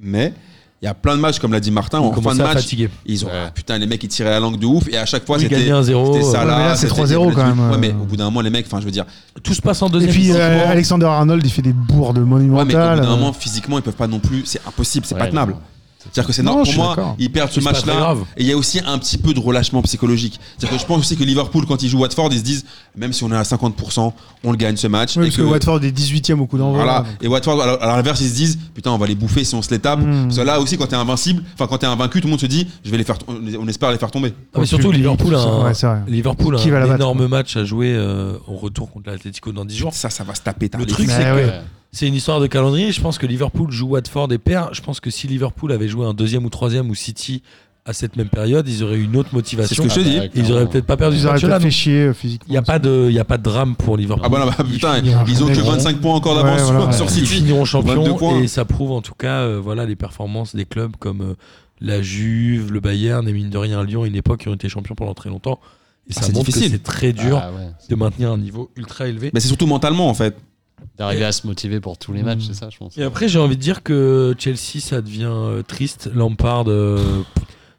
Speaker 1: mais, il y a plein de matchs, comme l'a dit Martin, en fin
Speaker 4: commençaient
Speaker 1: de
Speaker 4: à
Speaker 1: match,
Speaker 4: fatiguer.
Speaker 1: ils ont
Speaker 5: Ouais.
Speaker 1: ah, putain les mecs ils tiraient la langue de ouf et à chaque fois
Speaker 4: Oui,
Speaker 1: c'était
Speaker 4: gagner 1-0,
Speaker 1: c'était
Speaker 4: euh,
Speaker 1: Salah,
Speaker 2: ouais, mais là, c'est
Speaker 1: c'était-
Speaker 2: 3-0 quand même,
Speaker 1: Ouais, mais
Speaker 2: euh.
Speaker 1: au bout d'un moment les mecs, enfin je veux dire,
Speaker 4: Tout se passe en
Speaker 2: Et
Speaker 4: deuxième
Speaker 2: puis
Speaker 4: mi-temps.
Speaker 2: euh, Alexander Arnold, il fait des bourdes
Speaker 1: ouais, mais au
Speaker 2: monumentales.
Speaker 1: bout d'un moment physiquement ils peuvent pas non plus, c'est impossible, c'est
Speaker 5: Ouais,
Speaker 1: pas tenable.
Speaker 5: non.
Speaker 1: C'est-à-dire que c'est
Speaker 2: Non,
Speaker 1: normal
Speaker 2: je
Speaker 1: pour
Speaker 2: suis
Speaker 1: moi,
Speaker 2: d'accord.
Speaker 1: ils perdent ce
Speaker 4: C'est pas très
Speaker 1: match-là.
Speaker 4: grave.
Speaker 1: Et il y a aussi un petit peu de relâchement psychologique. C'est-à-dire que je pense aussi que Liverpool, quand ils jouent Watford, ils se disent, même si on est à 50%, on le gagne ce match.
Speaker 2: Oui,
Speaker 1: et
Speaker 2: parce que Watford est 18 e au coup d'envoi.
Speaker 1: Voilà.
Speaker 4: Ah,
Speaker 1: Et Watford, à la- à l'inverse, ils se disent putain, on va les bouffer si on se les tape.
Speaker 5: Hmm.
Speaker 2: Mm.
Speaker 1: Parce que là aussi, quand t'es invincible, enfin quand t'es invaincu, tout le monde se dit je vais les faire, on on espère les faire tomber.
Speaker 4: Ah, mais surtout,
Speaker 2: Public,
Speaker 4: Liverpool hein. a
Speaker 2: tout ça.
Speaker 4: un,
Speaker 2: Ouais, c'est vrai.
Speaker 4: Liverpool a
Speaker 2: Qui va hein. la
Speaker 4: un
Speaker 2: battre,
Speaker 4: énorme match à jouer euh, au retour contre l'Atlético dans 10 jours.
Speaker 1: Ça, ça va se taper. t'as
Speaker 4: Le
Speaker 1: les-
Speaker 4: truc,
Speaker 2: Mais
Speaker 4: c'est
Speaker 2: Ah ouais.
Speaker 4: que
Speaker 5: Ouais. Ah, bah,
Speaker 4: c'est une histoire de calendrier. Je pense que Liverpool joue Watford et perd. Je pense que si Liverpool avait joué un deuxième ou troisième ou City à cette même période, ils auraient eu une autre
Speaker 1: c'est ce
Speaker 4: motivation.
Speaker 1: que je te
Speaker 5: Ah,
Speaker 1: dis.
Speaker 5: bah, ouais.
Speaker 4: Et ils auraient peut-être pas perdu
Speaker 2: Ils
Speaker 4: ce
Speaker 2: auraient
Speaker 4: match-là.
Speaker 2: peut-être fait chier euh, physiquement.
Speaker 4: Il n'y a, pas de- y a pas de drame pour Liverpool.
Speaker 1: Ah bah, non, bah, putain,
Speaker 4: finiront-
Speaker 1: ils ont que
Speaker 4: ils
Speaker 1: 25 points encore d'avance
Speaker 2: Ouais,
Speaker 1: sur-
Speaker 2: voilà,
Speaker 1: sur
Speaker 2: ouais.
Speaker 4: Ils
Speaker 1: City. 22
Speaker 4: finiront champions
Speaker 1: points.
Speaker 4: et ça prouve en tout cas euh, voilà, les performances des clubs comme euh, la Juve, le Bayern et mine de rien Lyon à une époque qui ont été champions pendant très longtemps. Et ça
Speaker 1: Ah, c'est
Speaker 4: montre que
Speaker 1: difficile.
Speaker 4: c'est très dur
Speaker 5: Ah, ouais.
Speaker 4: de maintenir un niveau ultra élevé.
Speaker 1: Mais c'est surtout mentalement en fait.
Speaker 5: D'arriver à se motiver pour tous les matchs,
Speaker 1: Mmh.
Speaker 5: c'est ça, je pense.
Speaker 4: Et après, j'ai envie de dire que Chelsea, ça devient euh, triste. Lampard euh,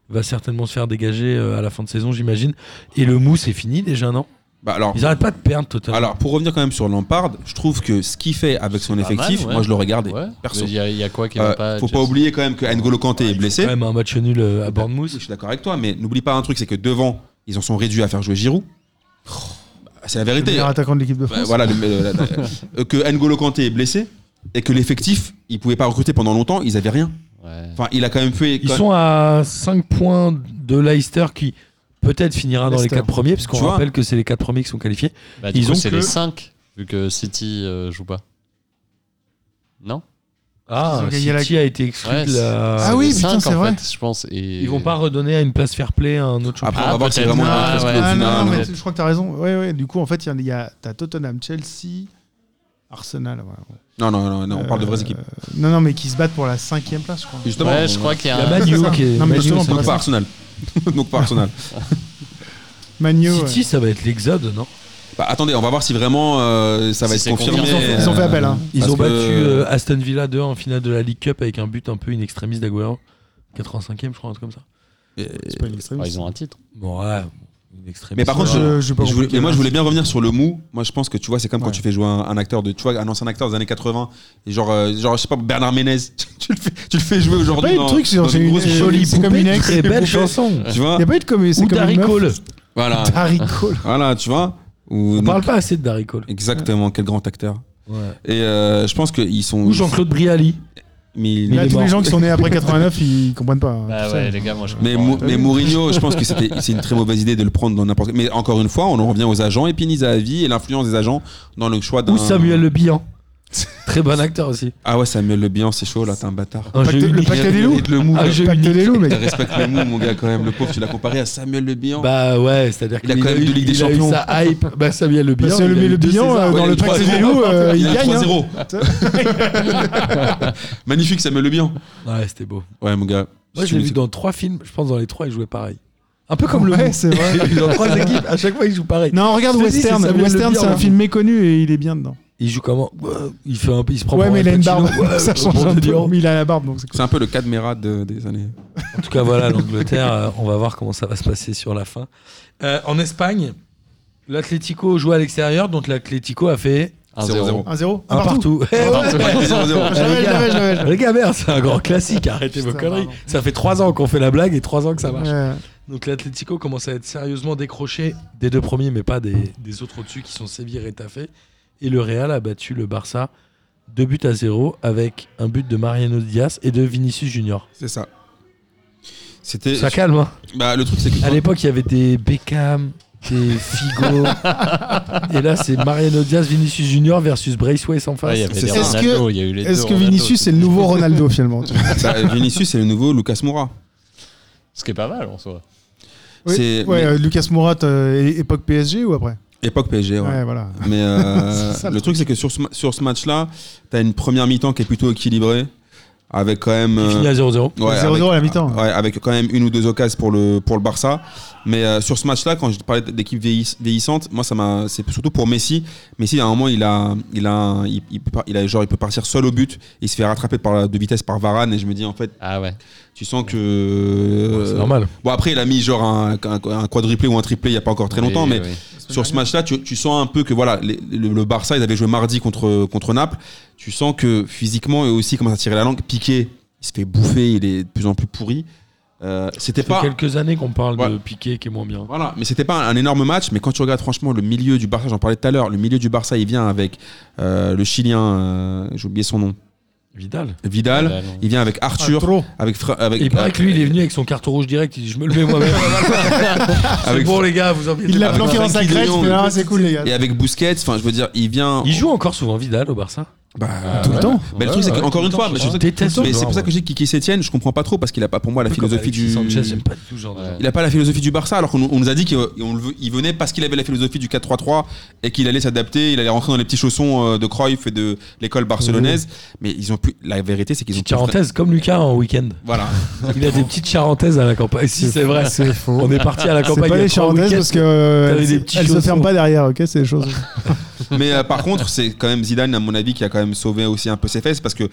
Speaker 4: va certainement se faire dégager euh, à la fin de saison, j'imagine. Et le mou, c'est fini déjà, non
Speaker 1: Bah, alors,
Speaker 4: Ils n'arrêtent pas de perdre totalement.
Speaker 1: alors pour revenir quand même sur Lampard, je trouve que ce qu'il fait avec son
Speaker 5: C'est pas
Speaker 1: effectif,
Speaker 5: mal, ouais.
Speaker 1: moi je le regardais.
Speaker 5: Ouais.
Speaker 1: Perso.
Speaker 5: Mais Il y, a- il y a quoi qui
Speaker 1: Euh,
Speaker 5: va pas.
Speaker 1: faut pas
Speaker 5: Chelsea
Speaker 1: oublier quand même que N'Golo Kanté est blessé.
Speaker 4: quand même un match nul euh, à Bournemouth.
Speaker 1: Je suis d'accord avec toi, mais n'oublie pas un truc, c'est que devant, ils en sont réduits à faire jouer Giroud.
Speaker 5: Oh.
Speaker 1: Bah, C'est la
Speaker 2: Le
Speaker 1: vérité.
Speaker 4: euh,
Speaker 2: meilleur attaquant de l'équipe de
Speaker 1: Bah,
Speaker 2: France.
Speaker 1: voilà, le- le- la- euh, la- euh, que N'Golo Kanté est blessé et que l'effectif, ils pouvaient pas recruter pendant longtemps, ils avaient rien.
Speaker 5: Ouais.
Speaker 1: Enfin, il a quand même fait.
Speaker 4: Ils sont à 5 points de Leicester qui peut-être finira dans les
Speaker 2: Leicester.
Speaker 4: 4 premiers, parce
Speaker 1: Tu
Speaker 4: qu'on
Speaker 1: vois.
Speaker 4: rappelle que c'est les 4 premiers qui sont qualifiés.
Speaker 5: Bah, du
Speaker 4: Ils
Speaker 5: coup,
Speaker 4: ont
Speaker 5: c'est
Speaker 4: que-
Speaker 5: les 5, vu que City euh, joue pas. Non
Speaker 4: Ah,
Speaker 2: Ils ont gagné
Speaker 4: City a été exclu
Speaker 5: Ouais,
Speaker 4: de la-
Speaker 5: c'est
Speaker 2: Ah oui,
Speaker 5: les
Speaker 2: putain,
Speaker 5: cinq,
Speaker 2: c'est
Speaker 5: en
Speaker 2: vrai.
Speaker 5: fait, je pense. Et...
Speaker 4: Ils vont pas redonner à une place fair play à un autre champion.
Speaker 1: Après, on
Speaker 5: Ah,
Speaker 1: va voir si
Speaker 5: peut-être.
Speaker 1: vraiment.
Speaker 5: Ah,
Speaker 1: parce que,
Speaker 5: ouais.
Speaker 1: au
Speaker 2: Ah,
Speaker 1: final,
Speaker 2: non, non, mais
Speaker 1: euh,
Speaker 2: tu- je crois que tu as raison. Ouais, ouais, Du coup, en fait, il y en- il y a, t'as Tottenham, Chelsea, Arsenal. ouais.
Speaker 1: non, non, non, non, on parle de vraies
Speaker 2: Euh,
Speaker 1: équipes.
Speaker 2: Non, non, mais qui se battent pour la cinquième place, je crois.
Speaker 1: Et Justement,
Speaker 5: Ouais,
Speaker 1: on-
Speaker 5: je crois qu'il
Speaker 4: Il
Speaker 5: y a
Speaker 4: y a
Speaker 5: un.
Speaker 4: Manu
Speaker 2: ça.
Speaker 4: qui est-
Speaker 2: Non, mais
Speaker 4: Manu,
Speaker 2: justement,
Speaker 4: c'est
Speaker 2: on
Speaker 1: donc
Speaker 4: pas
Speaker 1: pas
Speaker 4: ça.
Speaker 1: Arsenal. donc pas Arsenal.
Speaker 2: Manu. ouais.
Speaker 4: City, ça va être l'exode, non
Speaker 1: Bah, attendez, on va voir si vraiment euh, ça va
Speaker 5: Si
Speaker 1: être
Speaker 5: c'est
Speaker 1: confirmé.
Speaker 5: confirmé.
Speaker 2: Ils ont fait- ils ont fait appel, hein.
Speaker 4: Ils
Speaker 1: Parce
Speaker 4: ont
Speaker 1: que-
Speaker 4: battu euh, Aston Villa 2 en finale de la League Cup avec un but un peu in extremis d'Aguero. 85e, je crois, un truc comme ça.
Speaker 2: C'est pas une extrême.
Speaker 5: Ah, ils ont un titre.
Speaker 4: Bon, ouais, in extremis.
Speaker 1: Mais par
Speaker 2: Moi,
Speaker 1: contre,
Speaker 2: je-
Speaker 1: je,
Speaker 2: j'ai pas
Speaker 1: je voulais,
Speaker 2: compris
Speaker 1: mais moi
Speaker 2: qu'il y
Speaker 1: je
Speaker 2: avait
Speaker 1: voulais bien revenir sur le mou. Moi je pense que tu vois, c'est comme quand
Speaker 2: Ouais.
Speaker 1: tu fais jouer un, un acteur de, tu vois, un ancien acteur des années 80, et genre, euh, genre je sais pas, Bernard Ménez, tu, le fais, tu le fais jouer aujourd'hui.
Speaker 2: pas eu le
Speaker 1: dans-
Speaker 2: truc, c'est-
Speaker 1: dans
Speaker 2: c'est une-
Speaker 1: grosse
Speaker 2: euh,
Speaker 1: jolie
Speaker 4: Jolie
Speaker 2: c'est comme
Speaker 4: poupée,
Speaker 2: une ex-
Speaker 4: très belle
Speaker 2: poupée.
Speaker 4: chanson.
Speaker 1: tu
Speaker 2: Il
Speaker 1: vois,
Speaker 2: n'y a pas eu de comme c'est
Speaker 4: Ou
Speaker 2: comme
Speaker 4: Darry
Speaker 2: une meuf.
Speaker 4: Cole.
Speaker 1: voilà,
Speaker 2: Darry Cole.
Speaker 1: voilà, tu vois. Ou
Speaker 4: On
Speaker 1: non,
Speaker 4: parle pas assez de Darry Cole.
Speaker 1: exactement, quel grand acteur. Et euh, je pense qu'ils sont.
Speaker 4: Ou Jean-Claude Brialy.
Speaker 1: Mais, il-
Speaker 4: Il
Speaker 2: Là,
Speaker 4: est
Speaker 2: tous les
Speaker 4: mort.
Speaker 2: gens qui sont nés après 89, ils comprennent pas. hein,
Speaker 5: Bah
Speaker 2: tout ça.
Speaker 5: ouais, les gars, moi je
Speaker 1: Mais,
Speaker 5: comprends.
Speaker 1: Mou- mais Mourinho, je pense que c'était c'est une très mauvaise idée de le prendre dans n'importe. Mais encore une fois, on en revient aux agents, épinise à vie et l'influence des agents dans le choix d'un.
Speaker 4: Ou Samuel Le Bihan. Très bon acteur aussi.
Speaker 1: Ah ouais, Samuel Le Bihan, c'est chaud là, t'es un bâtard.
Speaker 4: Un
Speaker 2: Pacte-
Speaker 4: jeu
Speaker 2: le
Speaker 4: unique.
Speaker 2: pacte des loups.
Speaker 1: Mérite le mou.
Speaker 4: Ah,
Speaker 1: gars.
Speaker 4: j'ai
Speaker 2: Pacte
Speaker 4: unique.
Speaker 2: des loups, mec.
Speaker 1: Respecte le mou, mon gars, quand même. Le pauvre, tu l'as comparé à Samuel Le Bihan.
Speaker 4: Bah ouais, c'est-à-dire
Speaker 1: Il a
Speaker 4: qu'il
Speaker 1: quand même
Speaker 4: eu-
Speaker 1: deux Ligues des
Speaker 4: il a eu
Speaker 1: Champions.
Speaker 4: sa hype. Bah Samuel Le Bihan.
Speaker 2: Parce que
Speaker 4: il a eu
Speaker 2: le
Speaker 4: deux
Speaker 2: bilan
Speaker 4: Césars.
Speaker 2: euh,
Speaker 1: Ouais,
Speaker 2: dans
Speaker 1: il a
Speaker 2: le
Speaker 1: eu
Speaker 2: pacte
Speaker 1: trois
Speaker 2: des loups, euh, il
Speaker 1: il a eu
Speaker 2: gagne. hein.
Speaker 1: 3-0. Magnifique, Samuel Le Bihan.
Speaker 4: Ouais, c'était beau.
Speaker 1: Ouais, mon gars.
Speaker 4: Moi,
Speaker 1: Si
Speaker 4: je Ah l'ai
Speaker 1: tu-
Speaker 4: vu dans trois films. Je pense dans les trois, il jouait pareil. Un peu comme le
Speaker 2: Ouais,
Speaker 4: Mou.
Speaker 2: c'est vrai.
Speaker 4: J'ai vu dans trois équipes. À chaque fois, il joue pareil.
Speaker 2: Non, regarde
Speaker 4: Je te dis, c'est
Speaker 2: Western.
Speaker 4: Samuel Le
Speaker 2: Western,
Speaker 4: Bihan,
Speaker 2: c'est un
Speaker 4: hein.
Speaker 2: film méconnu et il est bien dedans.
Speaker 4: Il joue comment Ouais, Il fait un peu- il se prend
Speaker 2: Ouais,
Speaker 4: pour
Speaker 2: mais
Speaker 4: un
Speaker 2: il a une
Speaker 4: Pacino.
Speaker 2: barbe.
Speaker 4: Ouais,
Speaker 2: Ça change
Speaker 4: pour
Speaker 2: un
Speaker 4: De
Speaker 2: peu.
Speaker 4: Niro.
Speaker 2: Mais il a la barbe, donc c'est cool.
Speaker 1: C'est un peu le Cadmera de, des années.
Speaker 4: En tout cas, voilà, l'Angleterre, euh, on va voir comment ça va se passer sur la fin. Euh, en Espagne, l'Atlético joue à l'extérieur, donc l'Atlético a fait
Speaker 5: 1-0.
Speaker 1: 0-0.
Speaker 2: 1-0
Speaker 4: un partout. Eh ouais,
Speaker 5: partout.
Speaker 1: Ouais, 0-0.
Speaker 2: Je l'avais, je l'avais, je l'avais.
Speaker 4: Les gars, merde, c'est un grand classique, arrêtez vos
Speaker 2: Ah, Putain,
Speaker 4: conneries.
Speaker 2: pardon.
Speaker 4: Ça fait trois ans qu'on fait la blague et trois ans que ça marche.
Speaker 2: Ouais.
Speaker 4: Donc l'Atlético commence à être sérieusement décroché des deux premiers, mais pas des, des autres au-dessus qui sont Séville et Tafé. Et le Real a battu le Barça 2 buts à 0 avec un but de Mariano Diaz et de Vinicius Junior.
Speaker 1: C'est ça. C'était.
Speaker 4: Ça calme, hein
Speaker 1: Bah, le truc, c'est que.
Speaker 4: À l'époque, il y avait des Beckham, des Figo. et là, c'est Mariano Diaz, Vinicius Junior versus Braceway sans face.
Speaker 5: Ouais, il y avait
Speaker 1: C'est
Speaker 5: des
Speaker 1: ça.
Speaker 2: Est-ce
Speaker 5: Ronaldo,
Speaker 2: que-
Speaker 5: il y a eu les
Speaker 2: Est-ce
Speaker 5: deux
Speaker 2: que
Speaker 5: Ronaldo,
Speaker 2: Vinicius, c'est le nouveau Ronaldo finalement tu vois
Speaker 1: Bah, Vinicius, c'est le nouveau Lucas Moura.
Speaker 5: Ce qui est pas mal en soi.
Speaker 2: Oui.
Speaker 1: C'est-
Speaker 2: Ouais,
Speaker 1: mais-
Speaker 2: euh, Lucas Moura, euh, é- époque PSG ou après
Speaker 1: Époque PSG, ouais.
Speaker 2: Ouais, voilà.
Speaker 1: Mais euh,
Speaker 2: C'est ça,
Speaker 1: le,
Speaker 2: le
Speaker 1: truc, c'est que sur ce, ma- sur ce match-là, t'as une première mi-temps qui est plutôt équilibrée, avec quand même.
Speaker 4: Il
Speaker 1: euh,
Speaker 4: finit à 0-0.
Speaker 1: ouais,
Speaker 2: 0-0 à la mi-temps.
Speaker 1: Ouais, avec quand même une ou deux occasions pour le, pour le Barça. Mais euh, sur ce match-là, quand je parlais d'équipe vieillis- vieillissante, moi, ça m'a, c'est surtout pour Messi. Messi, à un moment, il a, il a, un- il, il peut, par- il a- genre, il peut partir seul au but. Il se fait rattraper par, la- de vitesse par Varane. Et je me dis, en fait,
Speaker 5: Ah ouais.
Speaker 1: tu sens que. euh,
Speaker 4: C'est normal.
Speaker 1: Bon, après, il a mis genre un, un, un quadruplé ou un triplé il n'y a pas encore très longtemps.
Speaker 5: Oui,
Speaker 1: mais
Speaker 5: oui.
Speaker 1: sur ce match-là, tu, tu sens un peu que voilà, les- le, le Barça, ils avaient joué mardi contre, contre Naples. Tu sens que physiquement, eux aussi, commencent à tirer la langue. Piqué, il se fait bouffer, il est de plus en plus pourri. Euh, c'était
Speaker 4: Ça
Speaker 1: pas.
Speaker 4: fait quelques années qu'on parle
Speaker 1: Ouais.
Speaker 4: de Piqué qui est moins bien.
Speaker 1: Voilà, mais c'était pas un, un énorme match. Mais quand tu regardes franchement le milieu du Barça, j'en parlais tout à l'heure, le milieu du Barça, il vient avec euh, le Chilien, euh, j'ai oublié son nom,
Speaker 4: Vidal.
Speaker 1: Vidal.
Speaker 5: Vidal, ouais.
Speaker 1: Il vient avec Arthur,
Speaker 2: Arturo.
Speaker 1: avec Fra- avec,
Speaker 4: Ah,
Speaker 1: euh,
Speaker 4: Il paraît que lui, il est venu avec son carton rouge direct. Il dit Je me le mets moi-même. c'est
Speaker 1: Avec-
Speaker 4: bon, les gars, vous embêtez
Speaker 2: Il l'a
Speaker 4: pas.
Speaker 1: avec
Speaker 2: planqué dans sa
Speaker 1: Ah, Frankie de
Speaker 2: crête,
Speaker 1: Jong.
Speaker 2: mais là, ah, c'est cool, les gars.
Speaker 1: et avec Busquets. Enfin, je veux dire, il vient.
Speaker 4: Il joue encore souvent Vidal au Barça
Speaker 1: Bah,
Speaker 2: Ah, Tout le temps.
Speaker 1: Mais le truc, c'est que, encore une fois, mais
Speaker 4: je,
Speaker 1: je sais-
Speaker 4: déteste
Speaker 1: mais c'est pour ça que j'ai kické Sétienne, je comprends pas trop parce qu'il a pas pour moi la philosophie du.
Speaker 4: Sanchez, j'aime pas du tout ce genre de
Speaker 5: Ouais.
Speaker 4: joueur.
Speaker 1: Il n'a pas la philosophie du Barça, alors qu'on on nous a dit qu'il euh, on le veut- il venait parce qu'il avait la philosophie du 4-3-3 et qu'il allait s'adapter, il allait rentrer dans les petits chaussons euh, de Cruyff et de l'école barcelonaise. Mais ils ont plus. La vérité, c'est qu'ils ont
Speaker 4: Petite
Speaker 1: plus.
Speaker 4: charentaise, comme Lucas en week-end.
Speaker 1: Voilà.
Speaker 4: Il a des petites charentaises à la campagne. Si, c'est vrai.
Speaker 2: C'est faux.
Speaker 4: On est parti à la
Speaker 2: C'est
Speaker 4: campagne.
Speaker 2: pas
Speaker 4: il y a
Speaker 2: les
Speaker 4: trois
Speaker 2: charentaises
Speaker 4: week-ends.
Speaker 2: parce que euh,
Speaker 4: T'avais
Speaker 2: elles,
Speaker 4: des petits
Speaker 2: elles se
Speaker 4: chaussons.
Speaker 2: ferment pas derrière, ok C'est les choses.
Speaker 1: Mais euh, par contre, c'est quand même Zidane, à mon avis, qui a quand même sauvé aussi un peu ses fesses parce que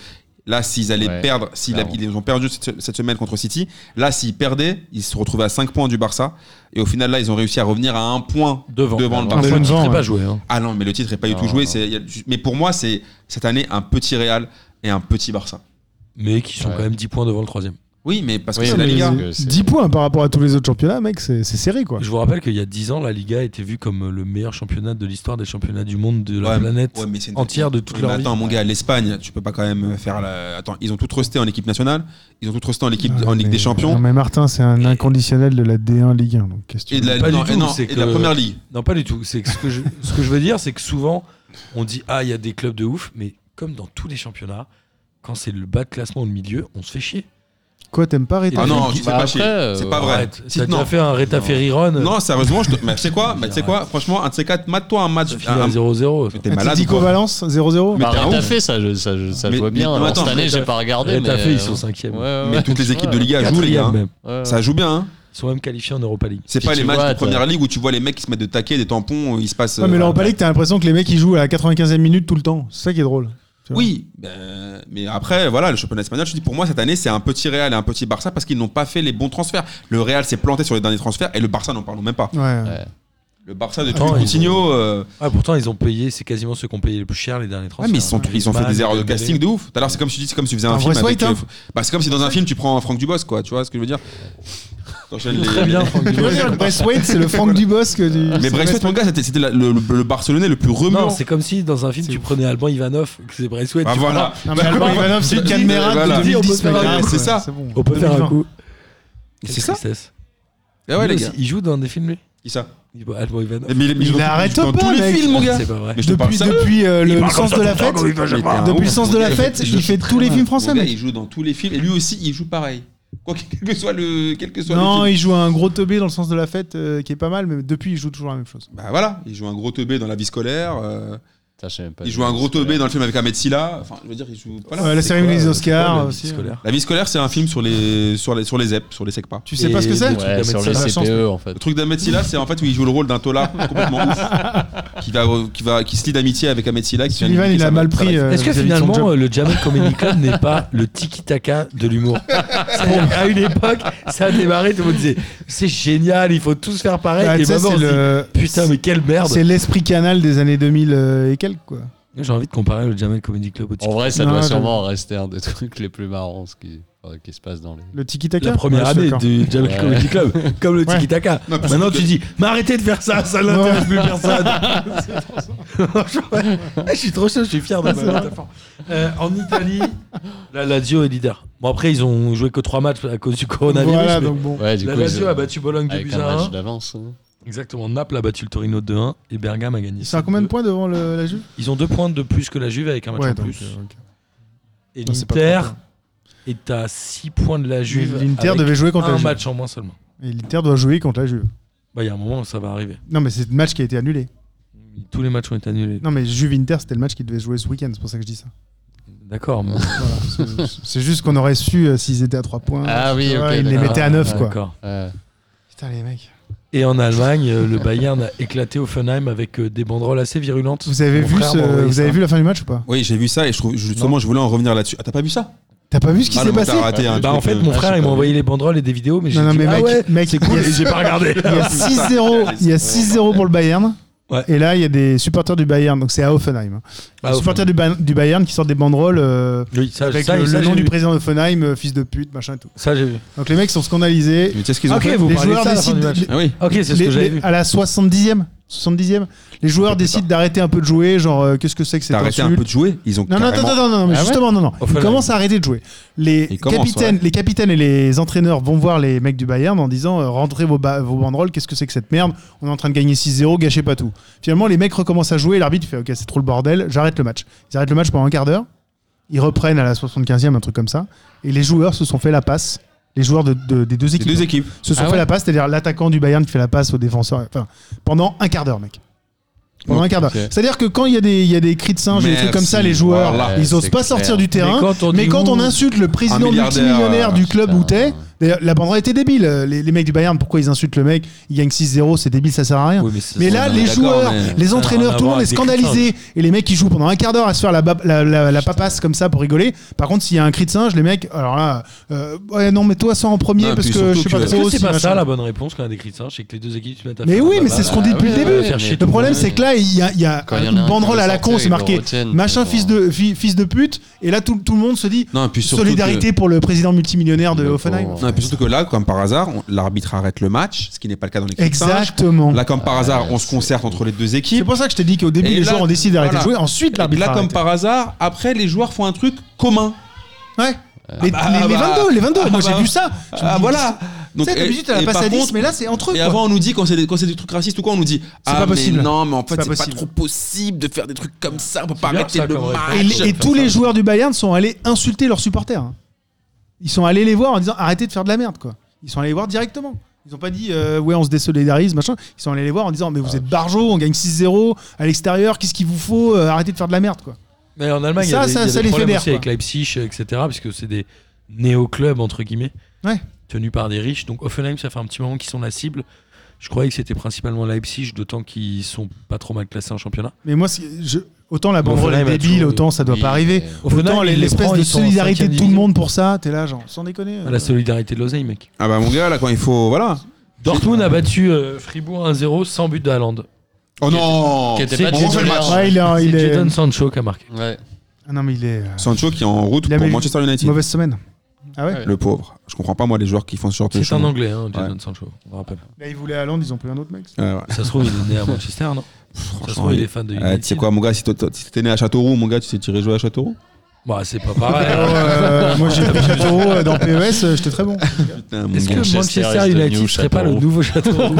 Speaker 1: là, s'ils allaient
Speaker 5: Ouais,
Speaker 1: perdre, s'ils
Speaker 5: clairement.
Speaker 1: ils ont perdu cette, cette semaine contre City, là, s'ils perdaient, ils se retrouvaient à 5 points du Barça. Et au final, là, ils ont réussi à revenir à un point
Speaker 4: Devant.
Speaker 1: devant le
Speaker 5: Un
Speaker 4: Ah, mais
Speaker 1: Barça.
Speaker 4: le
Speaker 2: Devant,
Speaker 4: titre n'est
Speaker 2: ouais.
Speaker 4: pas joué. hein.
Speaker 1: bah, Ah non, mais le titre n'est pas du
Speaker 5: Non,
Speaker 1: tout joué.
Speaker 5: non.
Speaker 1: c'est- il y a- Mais pour moi, c'est cette année un petit Real et un petit Barça.
Speaker 4: Mais qui sont
Speaker 5: Ouais.
Speaker 4: quand même 10 points devant le troisième.
Speaker 1: Oui, mais parce que
Speaker 5: Oui,
Speaker 1: c'est la
Speaker 5: mais-
Speaker 1: Liga.
Speaker 5: parce que c'est-
Speaker 2: 10 points par rapport à tous les autres championnats, mec, c'est c'est serré quoi.
Speaker 4: Je vous rappelle qu'il y a 10 ans, la Liga était vue comme le meilleur championnat de l'histoire des championnats du monde de la
Speaker 1: Ouais,
Speaker 4: planète
Speaker 1: ouais, mais c'est une-
Speaker 4: entière de toute
Speaker 1: Oui, mais
Speaker 4: leur vie.
Speaker 1: attends, mon gars, l'Espagne, tu peux pas quand même faire la. Attends, ils ont tout trusté en équipe nationale, ils ont tout trusté en, équipe,
Speaker 2: Ah,
Speaker 1: en Ligue
Speaker 2: mais-
Speaker 1: des Champions
Speaker 2: Non, mais Martin, c'est un
Speaker 4: Et-
Speaker 2: inconditionnel de la D1 Ligue 1. Donc, qu'est-ce que tu
Speaker 1: et de la,
Speaker 2: veux
Speaker 4: Pas
Speaker 1: non,
Speaker 4: du
Speaker 1: et
Speaker 4: tout,
Speaker 1: non,
Speaker 4: c'est
Speaker 1: et de la
Speaker 4: que-
Speaker 1: Première Ligue.
Speaker 4: Non, pas du tout. C'est que ce que je, ce que je veux dire, c'est que souvent, on dit ah, il y a des clubs de ouf, mais comme dans tous les championnats, quand c'est le bas de classement ou le milieu, on se fait chier.
Speaker 2: Quoi, t'aimes pas arrêter
Speaker 1: Ah non, je
Speaker 5: Bah
Speaker 1: sais pas
Speaker 5: après,
Speaker 1: chier.
Speaker 5: euh,
Speaker 1: C'est pas vrai.
Speaker 4: Arrête.
Speaker 1: Si-
Speaker 4: T'as
Speaker 1: non.
Speaker 4: déjà fait un Reta Ferriron
Speaker 1: Non, sérieusement, je te... mais tu sais quoi, bah, tu sais quoi Franchement, un de ces quatre, mate-toi un match.
Speaker 4: ça finit
Speaker 1: un-
Speaker 4: à
Speaker 1: un-
Speaker 4: 0-0. ça.
Speaker 1: Mais t'es
Speaker 2: Un
Speaker 1: malade. ou
Speaker 2: Tico
Speaker 1: quoi
Speaker 2: Valence 0-0
Speaker 1: Mais
Speaker 5: Bah,
Speaker 1: t'es un
Speaker 5: Retafe,
Speaker 1: ouf.
Speaker 5: ça, je, ça, je- ça
Speaker 1: Mais-
Speaker 5: je vois
Speaker 1: mais-
Speaker 5: bien.
Speaker 1: mais
Speaker 5: Alors,
Speaker 1: attends,
Speaker 5: cette année, j'ai
Speaker 4: Retafe-
Speaker 5: pas regardé. mais,
Speaker 4: Retafe,
Speaker 5: euh,
Speaker 4: ils sont 5
Speaker 5: ouais,
Speaker 4: e
Speaker 5: ouais,
Speaker 1: Mais
Speaker 5: ouais,
Speaker 1: toutes
Speaker 5: tu
Speaker 1: les équipes
Speaker 5: vois,
Speaker 1: de Liga jouent, les gars. hein.
Speaker 4: même.
Speaker 5: ouais, ouais.
Speaker 1: Ça joue bien, hein.
Speaker 4: Ils sont même qualifiés en Europa League.
Speaker 1: C'est
Speaker 5: Puis
Speaker 1: pas
Speaker 5: tu
Speaker 1: les matchs
Speaker 5: vois,
Speaker 1: de première ligue où tu vois les mecs qui se mettent de taquets, des tampons, il se passe.
Speaker 2: Ouais, mais
Speaker 1: euh,
Speaker 2: l'Europa League, t'as l'impression que les mecs ils jouent à la 95e minute tout le temps. C'est ça qui est drôle. tu
Speaker 1: Ah,
Speaker 2: vois.
Speaker 1: Oui, ben, mais après, voilà, le championnat espagnol, je dis pour moi, cette année, c'est un petit Real et un petit Barça parce qu'ils n'ont pas fait les bons transferts. Le Real s'est planté sur les derniers transferts et le Barça, n'en parlons même pas.
Speaker 2: Ouais.
Speaker 1: Le Barça de
Speaker 4: Attends,
Speaker 1: Tuchel,
Speaker 4: ils-
Speaker 1: Coutinho, euh,
Speaker 4: Ah, pourtant, ils ont payé, c'est quasiment ceux qui ont payé le plus cher les derniers
Speaker 1: ouais,
Speaker 4: transferts.
Speaker 1: mais ils, sont, ils ont fait
Speaker 4: Griezmann,
Speaker 1: des erreurs de
Speaker 4: Dembélé.
Speaker 1: casting de ouf. Tout à l'heure, c'est comme si tu dis, c'est comme si tu faisais un,
Speaker 2: Un
Speaker 1: film
Speaker 2: vrai
Speaker 1: avec.
Speaker 2: White, hein.
Speaker 1: euh, bah, c'est comme si dans un film, tu prends Franck Dubos, quoi. Tu vois ce que je veux dire T'enchaînes les-
Speaker 4: Très bien, Franck
Speaker 2: Tu veux
Speaker 4: Dubos.
Speaker 2: dire que Braithwaite, c'est le Franck Dubosc du.
Speaker 1: Mais
Speaker 2: c'est
Speaker 1: Braithwaite, mon gars, c'était c'était la- le, le- le Barcelonais le plus
Speaker 4: Non,
Speaker 1: remuant.
Speaker 4: c'est comme si dans un film, tu prenais Alban Ivanov, que c'est Braithwaite.
Speaker 1: Ah,
Speaker 4: tu
Speaker 1: voilà.
Speaker 2: Non, mais Alban Ivanov, c'est une caméra
Speaker 1: Voilà.
Speaker 2: de 2010,
Speaker 4: On peut
Speaker 2: mec.
Speaker 1: faire un-
Speaker 2: Ouais,
Speaker 1: c'est ça.
Speaker 2: bon.
Speaker 4: On peut faire un
Speaker 2: 2020.
Speaker 4: coup.
Speaker 1: C'est
Speaker 4: Quelle
Speaker 1: ça.
Speaker 4: tristesse.
Speaker 1: Ah ouais,
Speaker 4: Lui
Speaker 1: les
Speaker 4: aussi,
Speaker 1: gars.
Speaker 4: Il joue dans des films, lui
Speaker 1: Qui ça
Speaker 4: Il- Alban Ivanov. Ah,
Speaker 1: Mais
Speaker 2: Il
Speaker 1: joue dans-
Speaker 2: arrête
Speaker 1: joue dans
Speaker 2: pas,
Speaker 1: tous les
Speaker 2: mec.
Speaker 1: films, mon gars.
Speaker 4: C'est pas vrai.
Speaker 1: Mais je te parle
Speaker 2: Depuis,
Speaker 1: ça.
Speaker 2: depuis euh, le
Speaker 4: parle comme
Speaker 2: sens
Speaker 4: ça
Speaker 2: de
Speaker 4: tout
Speaker 2: la
Speaker 4: le temps,
Speaker 2: fête,
Speaker 4: comme il va jamais.
Speaker 1: Mais t'es un
Speaker 2: depuis
Speaker 1: ouf,
Speaker 2: le sens
Speaker 1: mon
Speaker 2: de
Speaker 1: gars,
Speaker 2: la
Speaker 1: il
Speaker 2: fête,
Speaker 1: fait-
Speaker 2: il fait tous les films
Speaker 1: Mon
Speaker 2: français,
Speaker 1: gars,
Speaker 2: mec.
Speaker 1: il joue dans tous les films et lui aussi il joue pareil. Quoi que, quel que soit le quel que soit
Speaker 2: Non,
Speaker 1: le film.
Speaker 2: il joue un gros teubé dans le sens de la fête euh, qui est pas mal, mais depuis il joue toujours la même chose.
Speaker 1: Bah voilà, il joue un gros teubé dans la vie scolaire, euh,
Speaker 5: Putain, je sais même pas
Speaker 1: il
Speaker 5: du
Speaker 1: joue un
Speaker 5: tout,
Speaker 1: gros
Speaker 5: parce que-
Speaker 1: teubé dans le film avec Ahmed Silla, enfin je veux dire il joue voilà.
Speaker 2: Ouais, la
Speaker 4: C'est
Speaker 2: cérémonie
Speaker 4: quoi,
Speaker 2: des
Speaker 4: euh,
Speaker 2: Oscars
Speaker 4: c'est quoi, le
Speaker 2: aussi,
Speaker 4: petit
Speaker 2: euh.
Speaker 4: scolaire
Speaker 1: La vie scolaire, c'est un film sur les sur les sur les ZEP, sur les SECPA.
Speaker 2: Tu sais pas ce que
Speaker 4: Et
Speaker 2: c'est
Speaker 4: le truc
Speaker 5: Ouais,
Speaker 4: d'Ahmed
Speaker 5: sur les
Speaker 4: Salah.
Speaker 2: la chance,
Speaker 5: CPE, en fait.
Speaker 1: Le truc d'Ahmed Silla, c'est en fait où il joue le rôle d'un tolard complètement ouf qui va qui va qui se lie d'amitié avec Ahmed Silla qui vient
Speaker 2: Sullivan,
Speaker 1: lui niquer
Speaker 2: il
Speaker 1: sa
Speaker 2: a mal
Speaker 1: meuf.
Speaker 2: pris. euh,
Speaker 4: Est-ce que
Speaker 2: vis-à-vis de son job.
Speaker 4: finalement euh, le Jamel Comedy Club n'est pas le tiki-taka de l'humour C'est-à-dire qu'à une époque, ça a démarré, tout le monde disait c'est génial, il faut tous faire pareil.
Speaker 2: Ah,
Speaker 4: et
Speaker 2: tu sais,
Speaker 4: maintenant,
Speaker 2: c'est
Speaker 4: on se dit,
Speaker 2: le-
Speaker 4: putain, mais quelle
Speaker 2: c'est
Speaker 4: merde
Speaker 2: l'esprit canal des années 2000 euh, et quelques quoi.
Speaker 4: J'ai envie de comparer le Jamel Comedy Club au
Speaker 5: En
Speaker 4: tiki
Speaker 5: vrai, ça
Speaker 2: Non,
Speaker 5: doit
Speaker 2: non.
Speaker 5: sûrement rester un des trucs les plus marrants ce qui, enfin, qui se passe dans les.
Speaker 2: Le tiki taka.
Speaker 4: La première année du Jamel
Speaker 5: Ouais.
Speaker 4: Comedy Club, comme le
Speaker 2: Ouais.
Speaker 4: tiki-taka.
Speaker 1: Non, parce
Speaker 4: Maintenant,
Speaker 1: que-
Speaker 4: tu dis mais arrêtez de faire ça, ça n'intéresse plus personne. Ouais, Eh, Je suis trop chaud, je suis fier de ma métaphore. Euh, en Italie, la Lazio est leader. Bon, après, ils ont joué que 3 matchs à cause du coronavirus.
Speaker 2: Voilà,
Speaker 4: mais-
Speaker 2: donc bon.
Speaker 5: Ouais, du
Speaker 4: la
Speaker 5: coup, ils-
Speaker 4: Lazio a battu Bologne de
Speaker 5: avec
Speaker 4: buts
Speaker 5: un
Speaker 4: à
Speaker 5: match
Speaker 4: 1.
Speaker 5: d'avance. hein.
Speaker 4: Exactement, Naples a battu le Torino 2-1 et Bergame a gagné.
Speaker 2: Ils sont à combien de
Speaker 4: 7-2.
Speaker 2: points devant le- la Juve
Speaker 4: Ils ont deux points de plus que la Juve avec un match
Speaker 2: Ouais,
Speaker 4: en
Speaker 2: donc,
Speaker 4: plus.
Speaker 2: euh, ok.
Speaker 4: Et
Speaker 2: Non, c'est pas
Speaker 4: l'Inter
Speaker 2: trop, quoi.
Speaker 4: est à 6 points de la Juve.
Speaker 2: L'Inter
Speaker 4: avec
Speaker 2: devait jouer contre
Speaker 4: un
Speaker 2: la Juve.
Speaker 4: match en moins seulement.
Speaker 2: Et l'Inter doit jouer contre la Juve.
Speaker 4: Bah, il y a un moment où ça va arriver.
Speaker 2: Non, mais c'est le match qui a été annulé.
Speaker 4: Tous les matchs ont été annulés.
Speaker 2: Non, mais Juve-Inter, c'était le match qui devait jouer ce week-end, c'est pour ça que je dis ça.
Speaker 4: D'accord. mais-
Speaker 2: Voilà, c'est- c'est juste qu'on aurait su euh, s'ils étaient à 3 points.
Speaker 5: Ah oui,
Speaker 2: tu vois,
Speaker 5: ok,
Speaker 2: Ils les
Speaker 5: d'accord.
Speaker 2: mettaient à 9, quoi.
Speaker 4: D'accord.
Speaker 5: Ouais.
Speaker 2: Putain, les mecs.
Speaker 4: Et en Allemagne, euh, le Bayern a éclaté Offenheim avec euh, des banderoles assez virulentes.
Speaker 2: Vous avez,
Speaker 4: Mon
Speaker 2: vu,
Speaker 4: frère hein.
Speaker 2: ce-
Speaker 4: m'a envoyé
Speaker 2: vous
Speaker 4: ça.
Speaker 2: avez vu la fin du match ou pas
Speaker 1: Oui, j'ai vu ça et je trouve justement je voulais en revenir là-dessus. Ah, t'as pas vu ça
Speaker 2: T'as pas vu ce qui
Speaker 1: Ah,
Speaker 2: s'est
Speaker 1: non, mais
Speaker 2: passé
Speaker 1: t'as raté un
Speaker 4: Bah, en
Speaker 1: truc,
Speaker 4: fait,
Speaker 1: euh,
Speaker 4: mon
Speaker 1: ah,
Speaker 4: frère,
Speaker 1: j'ai
Speaker 4: il m'a
Speaker 1: pas
Speaker 4: envoyé les banderoles et des vidéos, mais j'ai
Speaker 2: Non, non,
Speaker 4: dit,
Speaker 2: mais
Speaker 4: ah
Speaker 2: mec,
Speaker 4: ouais,
Speaker 2: mec,
Speaker 4: c'est cool,
Speaker 2: il y a-
Speaker 4: et j'ai pas regardé.
Speaker 2: Il y a 6-0 il y a 6-0 pour le Bayern.
Speaker 4: Ouais.
Speaker 2: Et là, il y a des supporters du Bayern, donc c'est à Offenheim. hein.
Speaker 4: Ah,
Speaker 2: les supporters du, Ba- du Bayern qui sortent des banderoles euh,
Speaker 4: Oui, ça,
Speaker 2: avec
Speaker 4: ça,
Speaker 2: le,
Speaker 4: ça,
Speaker 2: le
Speaker 4: j'ai
Speaker 2: nom
Speaker 4: vu.
Speaker 2: du président d'Offenheim, euh, fils de pute, machin et tout.
Speaker 4: Ça, j'ai vu.
Speaker 2: Donc les mecs sont scandalisés.
Speaker 1: Mais tu sais ce qu'ils ont
Speaker 4: Ok,
Speaker 1: fait
Speaker 4: vous
Speaker 2: les
Speaker 4: parlez de
Speaker 2: joueurs
Speaker 4: ça à la fin
Speaker 2: décident.
Speaker 4: du match.
Speaker 2: les-
Speaker 1: Ah oui.
Speaker 4: Ok, c'est ce
Speaker 2: les-
Speaker 4: que j'avais
Speaker 2: les-
Speaker 4: vu.
Speaker 2: à la 70e, 70e, les joueurs décident d'arrêter un peu de jouer, genre euh, qu'est-ce que c'est que cette
Speaker 1: T'as arrêté un
Speaker 2: insulte
Speaker 1: peu de jouer, ils ont
Speaker 2: non, non, attends,
Speaker 1: carrément-
Speaker 2: attends, non, non, mais
Speaker 5: Ah ouais
Speaker 2: justement, non, non.
Speaker 4: Offenheim.
Speaker 2: Ils commencent à arrêter de jouer. Les
Speaker 1: Ils commencent,
Speaker 2: capitaines, les capitaines et les entraîneurs vont voir les mecs du Bayern en disant euh, rentrez vos, ba- vos banderoles, qu'est-ce que c'est que cette merde On est en train de gagner 6-0, gâchez pas tout. Finalement, les mecs recommencent à jouer, l'arbitre fait ok, c'est trop le bordel, j'arrête le match. Ils arrêtent le match pendant un quart d'heure, ils reprennent à la 75e, un truc comme ça, et les joueurs se sont fait la passe. Les joueurs de- de- des deux
Speaker 1: Les
Speaker 2: équipes
Speaker 1: deux équipes.
Speaker 2: se sont
Speaker 5: Ah
Speaker 2: fait
Speaker 5: ouais
Speaker 2: la passe, c'est-à-dire l'attaquant du Bayern qui fait la passe au défenseur, enfin, pendant un quart d'heure, mec. Pendant un quart d'heure.
Speaker 5: Ok.
Speaker 2: C'est-à-dire que quand il y, a des- il y a des cris de singe et des trucs
Speaker 1: Merci.
Speaker 2: comme ça, les joueurs,
Speaker 1: Voilà.
Speaker 2: ils
Speaker 5: Ouais,
Speaker 2: osent
Speaker 5: c'est
Speaker 2: pas
Speaker 5: clair.
Speaker 2: sortir du terrain.
Speaker 4: quand on
Speaker 2: Mais
Speaker 4: dit
Speaker 2: quand
Speaker 4: ouh,
Speaker 2: on insulte le président
Speaker 1: milliardaire,
Speaker 2: multimillionnaire du club
Speaker 5: putain.
Speaker 2: où t'es, Mais la banderole était débile. Les, les mecs du Bayern, pourquoi ils insultent le mec Il gagne 6-0, c'est débile, ça sert à rien.
Speaker 1: Oui, mais
Speaker 2: Mais là, les
Speaker 1: D'accord,
Speaker 2: joueurs,
Speaker 1: mais-
Speaker 2: les entraîneurs,
Speaker 4: rien à
Speaker 2: tout le
Speaker 4: voir
Speaker 2: monde est
Speaker 4: avec des critiques.
Speaker 2: scandalisé. Et les mecs qui jouent pendant un quart d'heure à se faire la, ba- la, la- la papasse comme ça pour rigoler. Par contre, s'il y a un cri de singe, les mecs, alors là, euh, ouais, non, mais toi, ça en premier
Speaker 1: Non,
Speaker 2: parce
Speaker 1: puis surtout
Speaker 2: que je sais pas
Speaker 1: que-
Speaker 4: Est-ce
Speaker 2: trop.
Speaker 4: que c'est
Speaker 2: si
Speaker 4: pas
Speaker 2: machin.
Speaker 4: ça la bonne réponse quand on a décrit ça C'est que les deux équipes se mettent à
Speaker 2: Mais
Speaker 4: faire
Speaker 2: oui,
Speaker 4: la
Speaker 2: mais
Speaker 4: balle.
Speaker 2: c'est ce qu'on dit depuis le
Speaker 5: Ah oui,
Speaker 2: début.
Speaker 5: oui,
Speaker 4: Faire chier
Speaker 5: mais-
Speaker 4: tout
Speaker 2: Le problème,
Speaker 4: monde.
Speaker 2: c'est que là, il y a, il y a
Speaker 5: Quand il y en a un
Speaker 2: une
Speaker 5: qui
Speaker 2: banderole
Speaker 5: veut
Speaker 2: à la
Speaker 5: sortir,
Speaker 2: con,
Speaker 5: ils
Speaker 2: c'est
Speaker 5: le
Speaker 2: marqué
Speaker 5: retiennent,
Speaker 2: machin
Speaker 5: c'est
Speaker 2: fils
Speaker 5: bon.
Speaker 2: de, fi- fils de pute. Et là, tout, tout le monde se dit
Speaker 1: Non, et puis surtout
Speaker 2: solidarité pour le président multimillionnaire de
Speaker 5: Le
Speaker 2: Hoffenheim.
Speaker 5: pauvre.
Speaker 1: que- non, et puis surtout que là, comme par hasard, on- l'arbitre arrête le match, ce qui n'est pas le cas dans l'équipe.
Speaker 2: Exactement.
Speaker 1: Là, comme par hasard, on se concerte entre les deux équipes.
Speaker 2: C'est pour ça que je t'ai dit qu'au début,
Speaker 1: Et
Speaker 2: les
Speaker 1: là-
Speaker 2: joueurs ont décidé d'arrêter
Speaker 1: voilà.
Speaker 2: de jouer. Ensuite,
Speaker 1: Et
Speaker 2: l'arbitre.
Speaker 1: là,
Speaker 2: a
Speaker 1: comme
Speaker 2: arrêté.
Speaker 1: par hasard, après, les joueurs font un truc commun.
Speaker 2: Ouais. Les,
Speaker 1: bah,
Speaker 2: les- les
Speaker 1: ah bah,
Speaker 2: 22, les 22,
Speaker 1: ah
Speaker 2: moi
Speaker 1: bah,
Speaker 2: j'ai vu ça. Je me
Speaker 1: Ah,
Speaker 2: dis,
Speaker 1: voilà.
Speaker 2: Tu sais, d'habitude, elle
Speaker 1: et
Speaker 2: passe
Speaker 1: par
Speaker 2: à 10,
Speaker 1: contre-
Speaker 2: mais là, c'est entre eux.
Speaker 1: Et
Speaker 2: quoi.
Speaker 1: avant, on nous dit quand c'est des, quand c'est des trucs racistes ou quoi, on nous dit Ah,
Speaker 2: pas
Speaker 1: mais
Speaker 2: possible.
Speaker 1: non, mais en fait,
Speaker 2: pas
Speaker 1: c'est pas,
Speaker 2: possible.
Speaker 1: trop possible de faire des trucs comme ça, on peut
Speaker 4: C'est
Speaker 1: pas
Speaker 4: bien,
Speaker 1: arrêter
Speaker 4: ça,
Speaker 1: le
Speaker 4: comme
Speaker 1: match.
Speaker 4: réponse.
Speaker 2: Et,
Speaker 4: Ouais,
Speaker 2: les-
Speaker 4: je
Speaker 2: et
Speaker 4: vais
Speaker 2: tous
Speaker 4: faire
Speaker 2: les
Speaker 4: ça.
Speaker 2: joueurs du Bayern sont allés insulter leurs supporters. hein. Ils sont allés les voir en disant arrêtez de faire de la merde quoi. Ils sont allés les voir directement. Ils n'ont pas dit euh, ouais on se désolidarise machin. Ils sont allés les voir en disant mais
Speaker 1: Ah.
Speaker 2: vous êtes barjo, on gagne 6-0 à l'extérieur, qu'est-ce qu'il vous faut Euh, Arrêtez de faire de la merde quoi.
Speaker 4: Mais en Allemagne, il y
Speaker 2: Ça,
Speaker 4: a des,
Speaker 2: ça-
Speaker 4: il y a
Speaker 2: ça
Speaker 4: des
Speaker 2: les
Speaker 4: problèmes
Speaker 2: fédère,
Speaker 4: aussi avec Leipzig, etc. Parce que c'est des néo-clubs, entre guillemets,
Speaker 2: Ouais.
Speaker 4: tenus par des riches. Donc Offenheim, ça fait un petit moment qu'ils sont la cible. Je croyais que c'était principalement Leipzig, d'autant qu'ils sont pas trop mal classés en championnat.
Speaker 2: Mais moi c'est- je- autant la banderole est
Speaker 4: Hoffenheim a
Speaker 2: débile,
Speaker 4: toujours-
Speaker 2: autant ça doit
Speaker 5: oui,
Speaker 2: pas arriver.
Speaker 5: mais-
Speaker 2: Autant
Speaker 4: Hoffenheim, il les
Speaker 2: l'espèce
Speaker 4: prend,
Speaker 2: de
Speaker 4: ils sont en
Speaker 2: solidarité de tout le
Speaker 4: cinquième Ah,
Speaker 2: monde pour ça, t'es là genre sans déconner. euh.
Speaker 4: La solidarité de l'oseille, mec.
Speaker 1: Ah bah, mon gars, là, quand il faut. Voilà.
Speaker 4: Dortmund a battu euh, Fribourg 1-0 sans but d'Haaland.
Speaker 1: Oh
Speaker 5: Qui
Speaker 1: non
Speaker 5: qui était
Speaker 4: C'est-
Speaker 5: pas
Speaker 4: on
Speaker 5: titulaire.
Speaker 1: refait le match.
Speaker 2: Ouais, il est, en-
Speaker 4: C'est
Speaker 2: il est-
Speaker 4: Jadon Sancho qui a marqué.
Speaker 5: Ouais.
Speaker 2: Ah non mais il est euh,
Speaker 1: Sancho qui est en route
Speaker 2: Il avait
Speaker 1: pour
Speaker 2: eu-
Speaker 1: Manchester United.
Speaker 2: mauvaise semaine. Ah ouais.
Speaker 5: Ouais.
Speaker 1: Le pauvre. Je comprends pas, moi, les joueurs qui font ce genre de
Speaker 4: C'est un
Speaker 1: choses.
Speaker 4: anglais, hein, Jadon
Speaker 1: Ouais.
Speaker 4: Sancho, on le rappelle.
Speaker 2: Là, ils voulaient Hollande, ils ont pris un autre mec.
Speaker 1: Ouais, Euh, ouais.
Speaker 4: Ça se trouve, il est né à Manchester, non Ça se
Speaker 1: Franchement,
Speaker 4: trouve, il
Speaker 1: il-
Speaker 4: est fan de
Speaker 1: Eh, Tu sais
Speaker 4: United.
Speaker 1: quoi, mon gars, si t'étais si t'étais né à Châteauroux, mon gars, tu t'es tiré jouer à Châteauroux
Speaker 4: Bah, c'est pas pareil.
Speaker 2: Euh, moi j'ai pris Châteauroux euh, dans PES, euh, j'étais très bon.
Speaker 1: Putain, mon
Speaker 4: Est-ce que
Speaker 1: gars.
Speaker 4: Manchester,
Speaker 5: Manchester is the
Speaker 4: United
Speaker 5: new
Speaker 4: serait pas le
Speaker 5: Châteauroux.
Speaker 4: nouveau Châteauroux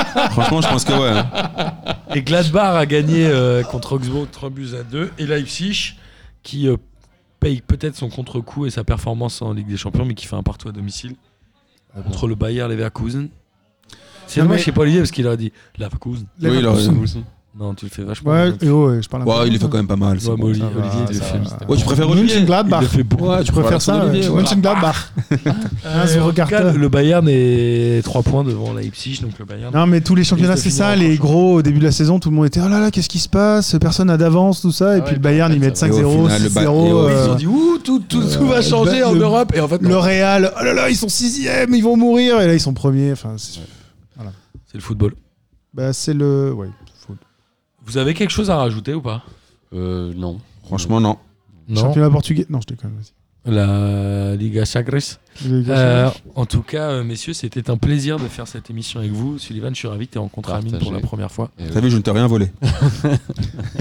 Speaker 1: Franchement, je pense que ouais. hein.
Speaker 4: Et Gladbach a gagné euh, contre Augsbourg 3 buts à 2. Et Leipzig, qui euh, paye peut-être son contre-coup et sa performance en Ligue des Champions, mais qui fait un partout à domicile contre le Bayer Leverkusen. C'est
Speaker 2: Non,
Speaker 4: dommage,
Speaker 2: mais-
Speaker 4: c'est pas Olivier parce qu'il a dit Leverkusen.
Speaker 1: Oui, il aurait-
Speaker 4: Non, tu le fais vachement.
Speaker 2: Ouais,
Speaker 4: bien.
Speaker 2: et oh, ouais, je parle un
Speaker 1: Ouais,
Speaker 2: peu.
Speaker 1: il le fait quand même pas mal. c'est
Speaker 4: Ouais, mais
Speaker 1: bon.
Speaker 4: Olivier,
Speaker 2: ça va,
Speaker 4: Olivier, il le
Speaker 2: ça
Speaker 4: fait.
Speaker 2: va.
Speaker 1: Ouais, tu préfères Olivier
Speaker 2: Mönchengladbach.
Speaker 4: Il le fait beaucoup.
Speaker 1: Ouais, tu
Speaker 2: Je préfère ça. Ah,
Speaker 1: Olivier,
Speaker 2: euh,
Speaker 1: ouais.
Speaker 2: Mönchengladbach.
Speaker 4: Euh,
Speaker 2: Zéro
Speaker 4: en tout cas,
Speaker 2: carton.
Speaker 4: le Bayern est 3 points devant Leipzig, donc le Bayern.
Speaker 2: euh. Non, mais tous les championnats,
Speaker 4: Risque de
Speaker 2: c'est ça.
Speaker 4: finir en
Speaker 2: Les
Speaker 4: prochain.
Speaker 2: gros, au début de la saison, tout le monde était Oh là là, qu'est-ce qui se passe Personne n'a d'avance, tout ça. Et
Speaker 5: Ah
Speaker 2: puis
Speaker 5: ouais,
Speaker 2: le Bayern,
Speaker 5: puis
Speaker 2: ils
Speaker 5: en fait,
Speaker 2: mettent
Speaker 5: ça va.
Speaker 1: Et
Speaker 2: 5-0,
Speaker 1: au final, le ba-
Speaker 2: 6-0.
Speaker 1: et au-
Speaker 2: euh,
Speaker 4: Ils ont dit ouh, tout, tout, tout va changer
Speaker 2: le-
Speaker 4: en
Speaker 2: le-
Speaker 4: Europe. Et en fait, non.
Speaker 2: Le Real, oh là là, ils sont 6ème, ils vont mourir. Et là, ils sont premiers. Enfin, c'est
Speaker 4: c'est le football.
Speaker 2: bah, c'est le. Ouais. faut-
Speaker 4: Vous avez quelque chose à rajouter ou pas
Speaker 5: Euh, non.
Speaker 1: Franchement, non.
Speaker 2: Championnat portugais. Non, je déconne. vas-y.
Speaker 4: La Liga Chagres.
Speaker 2: J'ai-
Speaker 4: Euh, en tout cas, euh, messieurs, c'était un plaisir de faire cette émission avec vous. Sullivan, je suis ravi que tu aies rencontré Amine pour
Speaker 5: Partagé.
Speaker 4: la première fois.
Speaker 5: Et
Speaker 1: T'as vu, je ne t'ai rien volé.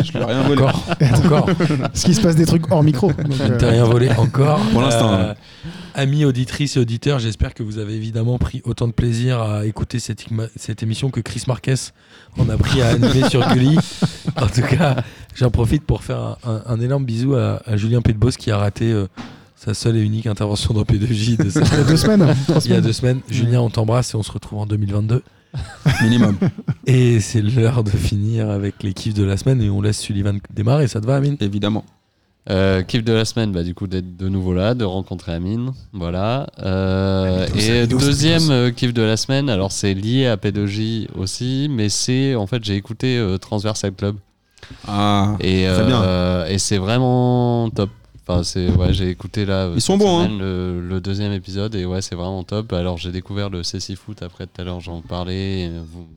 Speaker 1: je t'ai rien volé.
Speaker 4: Encore, encore.
Speaker 2: Parce qu'il se passe des trucs hors micro. donc,
Speaker 4: Je ne
Speaker 2: euh,
Speaker 4: t'ai rien volé encore. Euh,
Speaker 1: Pour l'instant, ouais.
Speaker 4: Amis auditrices et auditeurs, j'espère que vous avez évidemment pris autant de plaisir à écouter cette, ima- cette émission que Chris Marquez en a pris à animer sur Gulli. En tout cas, j'en profite pour faire un, un- un énorme bisou à, à Julien Pédebos qui a raté euh, sa seule et unique intervention dans P2J de cette-
Speaker 2: Il y a deux semaines. trois
Speaker 4: il y a
Speaker 2: semaines.
Speaker 4: deux semaines. Julien, on t'embrasse et on se retrouve en 2022.
Speaker 1: Minimum.
Speaker 4: Et c'est l'heure de finir avec les kiffs de la semaine et on laisse Sullivan démarrer. Ça te va, Amine
Speaker 1: Évidemment.
Speaker 5: Euh, kiff de la semaine, bah, du coup d'être de nouveau là, de rencontrer Amine, voilà. Euh, et deuxième euh, kiff de la semaine, alors c'est lié à P2J aussi, mais c'est en fait j'ai écouté euh, Transversal Club
Speaker 1: Ah.
Speaker 5: et,
Speaker 1: Très bien.
Speaker 5: euh, et c'est vraiment top. Enfin, c'est ouais, j'ai écouté là. euh,
Speaker 1: Ils sont
Speaker 5: cette
Speaker 1: bons, hein.
Speaker 5: semaine, le, le deuxième épisode et ouais, c'est vraiment top. Alors j'ai découvert le CC Foot après tout à l'heure, j'en parlais. et euh, vous-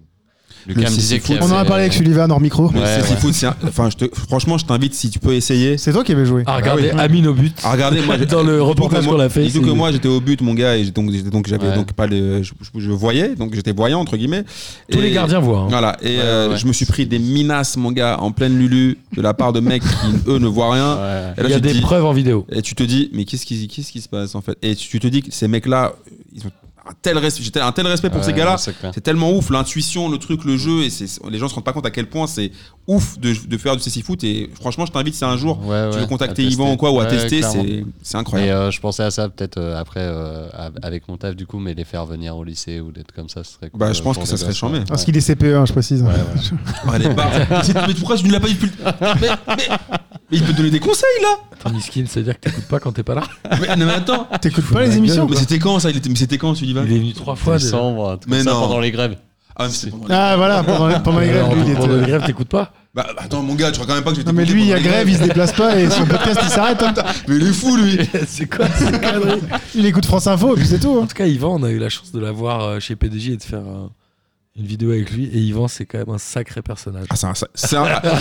Speaker 5: Lucas me
Speaker 1: CC
Speaker 5: disait qu'il y
Speaker 2: On en a
Speaker 5: avait-
Speaker 2: parlé avec Sullivan hors micro.
Speaker 1: Mais
Speaker 5: Ouais,
Speaker 1: c'est
Speaker 5: ouais.
Speaker 1: foot, c'est un- enfin, je te- franchement, je t'invite si tu peux essayer.
Speaker 2: C'est toi qui avais joué.
Speaker 4: Ah, regardez,
Speaker 1: oui.
Speaker 4: Amine au but.
Speaker 1: Ah, regardez, moi, j'ai-
Speaker 4: dans le reportage
Speaker 1: Dis-toi
Speaker 4: qu'on
Speaker 1: que
Speaker 4: a fait.
Speaker 1: dis-toi
Speaker 4: c'est-
Speaker 1: que moi j'étais au but, mon gars, et j'ai donc j'étais- donc j'avais
Speaker 5: Ouais.
Speaker 1: donc pas les, je, je- je voyais, donc j'étais voyant entre guillemets.
Speaker 4: Tous
Speaker 1: Et-
Speaker 4: les gardiens voient. hein.
Speaker 1: Voilà, et
Speaker 5: Ouais,
Speaker 1: euh,
Speaker 5: ouais.
Speaker 1: je me suis pris des menaces, mon gars, en pleine lulu, de la part de mecs qui eux ne voient rien.
Speaker 5: Ouais.
Speaker 1: Et là,
Speaker 4: Il y a
Speaker 1: tu te
Speaker 4: des
Speaker 1: dis-
Speaker 4: preuves en vidéo.
Speaker 1: Et tu te dis, mais qu'est-ce qui, qu'est-ce qui se passe en fait Et tu te dis que ces mecs-là, euh, ils ont un tel respect, j'étais un tel respect pour
Speaker 5: Ouais,
Speaker 1: ces gars-là.
Speaker 5: non, c'est clair.
Speaker 1: C'est tellement ouf, l'intuition, le truc, le jeu, et c'est- les gens se rendent pas compte à quel point c'est ouf de, de faire du CC Foot. Et franchement, je t'invite, si un jour
Speaker 5: Ouais,
Speaker 1: tu
Speaker 5: ouais,
Speaker 1: veux contacter
Speaker 5: à
Speaker 1: Yvan
Speaker 5: tester.
Speaker 1: ou quoi, ou à
Speaker 5: Ouais,
Speaker 1: tester,
Speaker 5: clairement.
Speaker 1: c'est- c'est
Speaker 5: Mais
Speaker 1: incroyable.
Speaker 5: euh, je pensais à ça peut-être euh, après euh, av- avec mon taf du coup, mais les faire venir au lycée ou d'être comme ça, ce serait cool.
Speaker 1: Bah, je
Speaker 5: euh,
Speaker 1: pense
Speaker 5: pour
Speaker 1: que
Speaker 5: les
Speaker 1: ça serait
Speaker 5: gosses,
Speaker 1: charmé.
Speaker 5: ouais.
Speaker 2: Parce qu'il est CPE, hein, je précise.
Speaker 5: Ouais, voilà.
Speaker 1: Ah, les barres. C'est- mais pourquoi tu ne l'as pas dit plus le- mais, mais- mais il peut te donner des conseils là
Speaker 4: Miskin, c'est-à-dire que t'écoutes pas quand t'es pas là
Speaker 1: mais, non, mais attends
Speaker 2: T'écoutes
Speaker 4: ma
Speaker 2: pas les
Speaker 4: gueule,
Speaker 2: émissions
Speaker 1: Mais
Speaker 2: quoi.
Speaker 1: c'était quand ça Il était- Mais c'était quand celui-là
Speaker 4: Il est venu trois fois. déjà.
Speaker 5: Décembre, un truc
Speaker 1: Mais
Speaker 5: comme ça,
Speaker 1: non.
Speaker 5: pendant les grèves.
Speaker 1: Ah, mais c'est pendant la-
Speaker 2: Ah voilà, pendant, pendant les grèves,
Speaker 4: Alors,
Speaker 2: lui, il
Speaker 4: pendant
Speaker 2: était- euh,
Speaker 4: les grèves, t'écoutes pas
Speaker 1: Bah, bah, attends, mon gars, tu crois quand même pas que j'étais.
Speaker 2: Non mais
Speaker 1: content
Speaker 2: lui, il y a
Speaker 1: pendant la
Speaker 2: grève, il se déplace pas et son podcast, il s'arrête. hein.
Speaker 1: Mais il est fou, lui
Speaker 4: C'est quoi
Speaker 2: Il écoute France Info et puis c'est tout. hein.
Speaker 4: En tout cas, Yvan, on a eu la chance de l'avoir euh, chez PDJ et de faire euh, une vidéo avec lui. Et Yvan, c'est quand même un sacré personnage.
Speaker 1: Ah, c'est un, sa- c'est un- ah,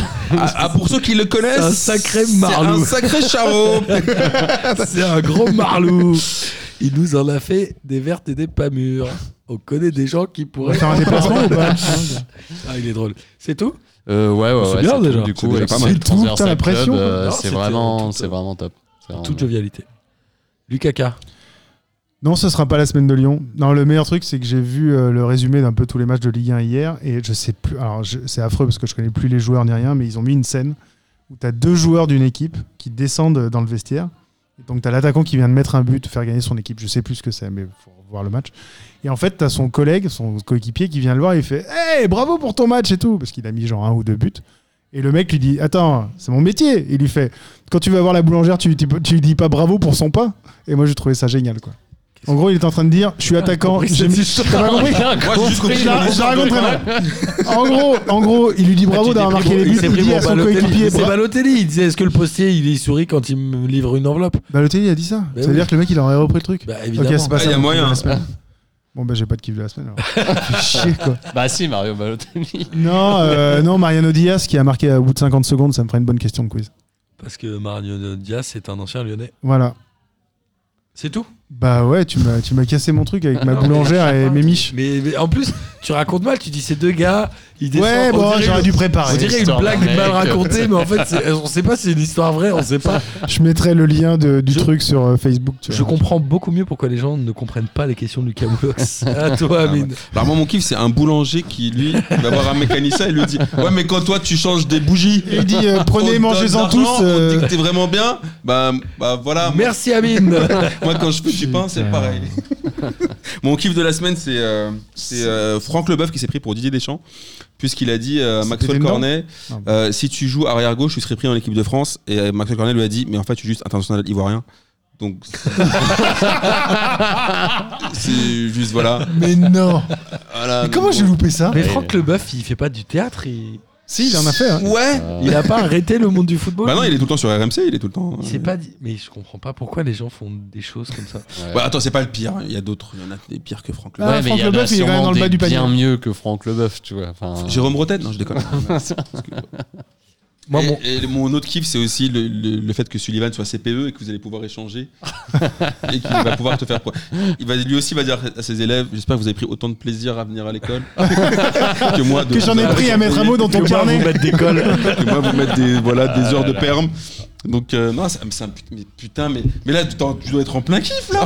Speaker 1: ah, pour ceux qui le connaissent,
Speaker 4: C'est un sacré
Speaker 1: c'est
Speaker 4: marlou.
Speaker 1: un sacré charreau.
Speaker 4: c'est un gros marlou. Il nous en a fait des vertes et des pas mûres. On connaît des gens qui
Speaker 2: On va
Speaker 4: pourraient.
Speaker 2: faire un déplacement ou pas
Speaker 4: Ah, il est drôle. C'est tout
Speaker 5: Euh, ouais, ouais,
Speaker 4: C'est
Speaker 5: ouais.
Speaker 4: bien,
Speaker 5: tout,
Speaker 4: déjà.
Speaker 5: Du
Speaker 1: C'est
Speaker 5: coup,
Speaker 1: déjà
Speaker 5: et
Speaker 1: pas
Speaker 5: puis
Speaker 1: mal.
Speaker 5: c'est le
Speaker 2: Tout, t'as
Speaker 5: Transversal
Speaker 2: l'impression,
Speaker 5: Club,
Speaker 2: quoi.
Speaker 5: euh,
Speaker 4: Non,
Speaker 5: C'est
Speaker 4: c'était
Speaker 5: vraiment,
Speaker 4: toute-
Speaker 5: c'est vraiment top. C'est vraiment-
Speaker 4: Toute jovialité. Lucas K.
Speaker 2: Non, ce sera pas la semaine de Lyon. Non, le meilleur truc, c'est que j'ai vu euh, le résumé d'un peu tous les matchs de Ligue 1 hier et je sais plus. Alors, je- c'est affreux parce que je connais plus les joueurs ni rien, mais ils ont mis une scène où t'as deux joueurs d'une équipe qui descendent dans le vestiaire. Donc, t'as l'attaquant qui vient de mettre un but, faire gagner son équipe. Je sais plus ce que c'est, mais faut voir le match. Et en fait, t'as son collègue, son coéquipier qui vient le voir et il fait Hey, bravo pour ton match et tout, parce qu'il a mis genre un ou deux buts. Et le mec lui dit Attends, c'est mon métier. Et il lui fait Quand tu vas voir la boulangère, tu, tu, tu lui dis pas bravo pour son pain. Et moi, j'ai trouvé ça génial, quoi. En gros, il est en train de dire Je suis attaquant. j'ai mis- T'as pas compris
Speaker 1: Moi, j'ai juste compris
Speaker 2: Je la-
Speaker 1: le
Speaker 2: je la raconte très mal. En gros, en gros, il lui dit
Speaker 4: Ah,
Speaker 2: bravo d'avoir marqué les buts. Il dit à son coéquipier.
Speaker 4: C'est
Speaker 2: bra-
Speaker 4: Balotelli. Il disait est-ce que le postier il y sourit quand il me livre une enveloppe
Speaker 2: Balotelli Bah, a dit ça.
Speaker 4: Ben
Speaker 2: Ça veut
Speaker 4: oui.
Speaker 2: dire que le mec, il aurait repris le truc.
Speaker 4: Bah
Speaker 2: Ok,
Speaker 4: évidemment.
Speaker 2: c'est pas
Speaker 1: Ah,
Speaker 2: ça.
Speaker 1: il y a
Speaker 2: mon kiff de
Speaker 1: moyen.
Speaker 2: la semaine. Bon, bah, j'ai pas de kiff de la semaine. alors. Fais chier, quoi.
Speaker 5: Bah si, Mario Balotelli.
Speaker 2: Non, euh, non, Mariano Diaz qui a marqué au bout de 50 secondes, ça me ferait une bonne question de quiz.
Speaker 4: Parce que Mario Diaz c'est un ancien lyonnais.
Speaker 2: Voilà.
Speaker 4: C'est tout.
Speaker 2: Bah ouais, tu m'as tu m'as cassé mon truc avec ma
Speaker 4: Non,
Speaker 2: boulangère et mes miches.
Speaker 4: Mais, mais en plus, tu racontes mal, tu dis ces deux gars, ils descendent.
Speaker 2: Ouais,
Speaker 4: on
Speaker 2: bon,
Speaker 4: dirait-
Speaker 2: j'aurais dû
Speaker 4: on
Speaker 2: préparer.
Speaker 4: dirait une
Speaker 5: Histoire
Speaker 4: blague
Speaker 5: d'un mec.
Speaker 4: mal racontée, mais en fait, c'est- on sait pas si c'est une histoire vraie, on sait pas.
Speaker 2: Je mettrai le lien de- du
Speaker 4: Je-
Speaker 2: truc sur euh, Facebook. tu
Speaker 4: Je
Speaker 2: vois.
Speaker 4: comprends beaucoup mieux pourquoi les gens ne comprennent pas les questions de Lucas Boulox. À toi, Amine.
Speaker 1: Alors Bah, moi mon kiff c'est un boulanger qui lui va voir un mécanicien et lui dit ouais mais quand toi tu changes des bougies
Speaker 2: Il dit euh, prenez,
Speaker 1: on
Speaker 2: mangez-en
Speaker 1: te donne de
Speaker 2: tous.
Speaker 1: l'argent,
Speaker 2: euh,
Speaker 1: on dit que t'es vraiment bien bah, bah voilà moi,
Speaker 4: Merci, Amine.
Speaker 1: moi, quand je fais du pain c'est pareil mon kiff de la semaine c'est euh, c'est euh, Franck Leboeuf qui s'est pris pour Didier Deschamps puisqu'il a dit euh, à
Speaker 2: C'était
Speaker 1: Maxwell
Speaker 2: dedans
Speaker 1: Cornet
Speaker 2: Non.
Speaker 1: euh, si tu joues arrière gauche tu serais pris dans l'équipe de France et euh, Maxwell Cornet lui a dit mais en fait tu es juste international ivoirien donc c'est juste voilà,
Speaker 2: Mais non
Speaker 1: Voilà,
Speaker 2: Mais
Speaker 1: donc
Speaker 2: comment
Speaker 1: bon.
Speaker 2: j'ai loupé ça
Speaker 4: mais
Speaker 5: Ouais.
Speaker 4: Franck Leboeuf, il fait pas du théâtre, il,
Speaker 2: Si, il en a fait. hein.
Speaker 1: ouais
Speaker 4: il a pas arrêté le monde du football.
Speaker 1: Bah non, il est tout le temps sur RMC, il est tout le temps. euh.
Speaker 4: Il s'est pas dit. Mais je comprends pas pourquoi les gens font des choses comme ça.
Speaker 1: Ouais, attends, c'est pas le pire. hein. Il y a d'autres. Il y en a des pires que Bah, Franck
Speaker 2: Ah,
Speaker 1: Leboeuf.
Speaker 5: ouais, mais
Speaker 2: Franck
Speaker 5: il y en a
Speaker 2: Leboeuf, il est quand même
Speaker 5: sûrement
Speaker 2: dans le bas
Speaker 5: des
Speaker 2: du panier.
Speaker 5: bien mieux que Franck Leboeuf, tu vois. Enfin,
Speaker 1: Jérôme Rotten Non, je déconne.
Speaker 4: Moi,
Speaker 1: et,
Speaker 4: mon-
Speaker 1: et mon autre kiff, c'est aussi le, le- le fait que Sullivan soit CPE et que vous allez pouvoir échanger et qu'il va pouvoir te faire quoi. Il va, lui aussi va dire à ses élèves J'espère que vous avez pris autant de plaisir à venir à l'école que moi. de-
Speaker 2: Que j'en ai pris à mettre un mot dans ton
Speaker 4: Que moi, vous
Speaker 2: carnet.
Speaker 4: mettre des cols.
Speaker 1: que moi vous mettre des voilà des
Speaker 4: Ah
Speaker 1: heures de perm. Donc euh, non, c'est un- c'est un put- mais putain, mais mais là tu, t'en- tu dois être en plein kiff là.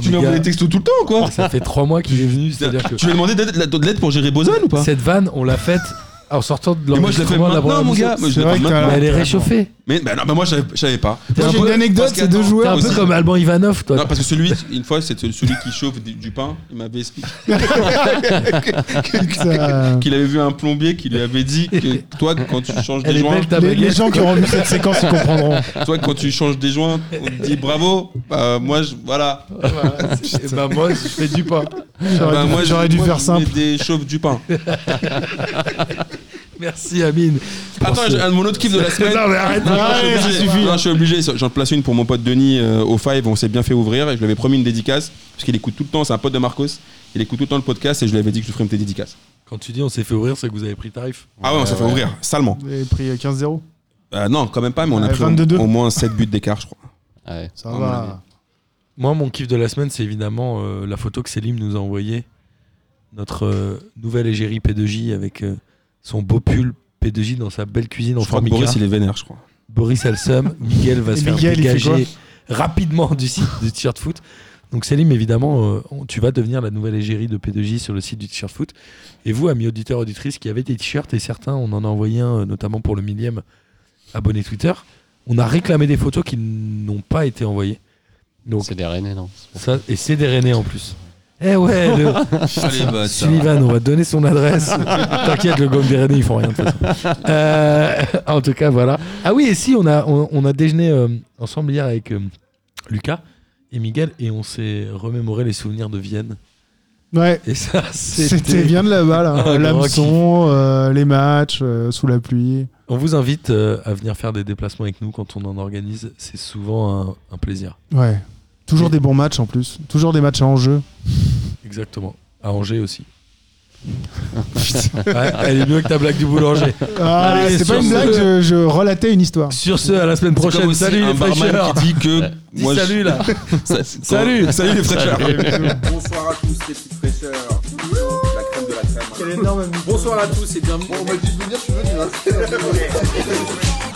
Speaker 1: tu
Speaker 4: les
Speaker 1: lui envoies
Speaker 4: gars.
Speaker 1: des textos tout le temps ou quoi.
Speaker 4: ça fait trois mois qu'il est venu, c'est-à-dire que
Speaker 1: Tu lui as demandé d'aide- de l'aide pour gérer Bozan ou pas
Speaker 4: cette vanne, on l'a faite en sortant de
Speaker 1: Mais moi je l'ai fait
Speaker 4: l'enregistrement de la
Speaker 1: maintenant
Speaker 4: première
Speaker 1: mon gars.
Speaker 4: émission.
Speaker 1: Moi, je l'ai
Speaker 2: vrai
Speaker 1: fait
Speaker 2: que
Speaker 1: maintenant.
Speaker 2: t'as-
Speaker 4: Mais elle est réchauffée.
Speaker 1: Mais bah, non, bah, moi je savais- je savais pas.
Speaker 4: T'es un
Speaker 2: Moi, j'ai
Speaker 4: peu-
Speaker 2: une anecdote,
Speaker 1: parce
Speaker 2: c'est deux
Speaker 1: qu'attends,
Speaker 4: T'es
Speaker 2: joueurs.
Speaker 4: un peu comme Alban Ivanov, toi.
Speaker 1: Non parce que celui une fois c'est celui qui chauffe du, du pain il m'avait expliqué
Speaker 2: Ça-
Speaker 1: qu'il avait vu un plombier qui lui avait dit que toi quand tu changes
Speaker 4: Elle
Speaker 1: des
Speaker 4: est
Speaker 1: joints
Speaker 4: belle ta
Speaker 2: Les, les
Speaker 4: baguette.
Speaker 2: gens qui auront vu cette séquence, ils comprendront.
Speaker 1: toi quand tu changes des joints on te dit bravo bah moi je voilà
Speaker 4: Et bah moi, je fais du pain.
Speaker 2: J'aurais
Speaker 1: Bah,
Speaker 2: dû-
Speaker 1: moi, je-
Speaker 2: J'aurais dû
Speaker 1: moi,
Speaker 2: faire
Speaker 1: je mets
Speaker 2: simple.
Speaker 1: des chauffes du pain
Speaker 4: Merci Amine. Pour
Speaker 1: attends
Speaker 4: ce-
Speaker 1: j'ai un de mon autre kiff de la semaine
Speaker 4: Non mais arrête.
Speaker 1: Non, je suis
Speaker 2: Ouais, ça
Speaker 1: obligé.
Speaker 2: suffit.
Speaker 1: Non, je suis obligé. J'en place une pour mon pote Denis euh, au Five. On s'est bien fait ouvrir et je lui avais promis une dédicace parce qu'il écoute tout le temps. C'est un pote de Marcos. Il écoute tout le temps le podcast et je lui avais dit que je lui ferais une petite dédicace.
Speaker 4: Quand tu dis on s'est fait ouvrir, c'est que vous avez pris le tarif.
Speaker 1: Ah ouais, on s'est fait ouvrir, salement.
Speaker 2: Vous avez pris euh, 15-0.
Speaker 1: Euh, non, quand même pas, mais on a
Speaker 2: Ouais,
Speaker 1: pris au-
Speaker 2: 22-2.
Speaker 1: au moins 7 buts d'écart, je crois.
Speaker 5: ouais.
Speaker 2: Ça
Speaker 1: Ah, mon avis.
Speaker 2: va.
Speaker 4: Moi, mon kiff de la semaine, c'est évidemment euh, la photo que Selim nous a envoyée. Notre euh, nouvelle égérie P2J avec euh, son beau pull P2J dans sa belle cuisine en
Speaker 1: Je crois que
Speaker 4: formica.
Speaker 1: Boris,
Speaker 4: Boris,
Speaker 1: il est vénère, je crois.
Speaker 4: Boris a le seum. Miguel va
Speaker 2: Et
Speaker 4: se faire
Speaker 2: Miguel, il fait
Speaker 4: dégager rapidement du site du t-shirt foot. Donc Selim, évidemment, euh, on- tu vas devenir la nouvelle égérie de P2J sur le site du t-shirt foot. Et vous, amis auditeurs, auditrices, qui avez des t-shirts, et certains, on en a envoyé un, euh, notamment pour le millième abonné Twitter, on a réclamé des photos qui n'ont pas été envoyées. Donc
Speaker 5: C'est des Rennais, non
Speaker 4: ça, et c'est des Rennais en plus. Eh ouais, le-
Speaker 1: Allez, bah, ça.
Speaker 4: Sullivan, on va te donner son adresse. T'inquiète, le Gomberini, ils font rien de toute façon. Euh, en tout cas, voilà. Ah oui, et si, on a, on, on a déjeuné euh, ensemble hier avec euh, Lucas et Miguel et on s'est remémoré les souvenirs de Vienne.
Speaker 2: Ouais.
Speaker 4: Et ça,
Speaker 2: C'était
Speaker 4: c'était.
Speaker 2: bien de là-bas, là.
Speaker 4: Un grand
Speaker 2: L'hameçon, euh, les matchs, euh, sous la pluie.
Speaker 4: On vous invite euh, à venir faire des déplacements avec nous quand on en organise. C'est souvent un, un plaisir.
Speaker 2: Ouais. Toujours des bons matchs en plus. Toujours des matchs à enjeu.
Speaker 4: Exactement. À Angers aussi. Ouais, elle est mieux que ta blague du boulanger.
Speaker 2: Ah,
Speaker 4: Allez,
Speaker 2: c'est
Speaker 4: sur
Speaker 2: pas une
Speaker 4: ce-
Speaker 2: blague, je, je relatais une histoire.
Speaker 4: Sur ce, à la semaine
Speaker 1: C'est comme
Speaker 4: prochaine.
Speaker 1: aussi
Speaker 4: Salut
Speaker 1: un
Speaker 4: les
Speaker 1: barman
Speaker 4: fraîcheurs.
Speaker 1: qui dit que.
Speaker 4: Dis
Speaker 1: moi, je-
Speaker 4: salut là.
Speaker 1: Ça-
Speaker 4: Salut.
Speaker 1: Euh, Salut les fraîcheurs
Speaker 6: Bonsoir à tous les petites fraîcheurs. La crème de la crème. Bonsoir à tous et bienvenue. On m'a dit de venir, tu veux, tu vas.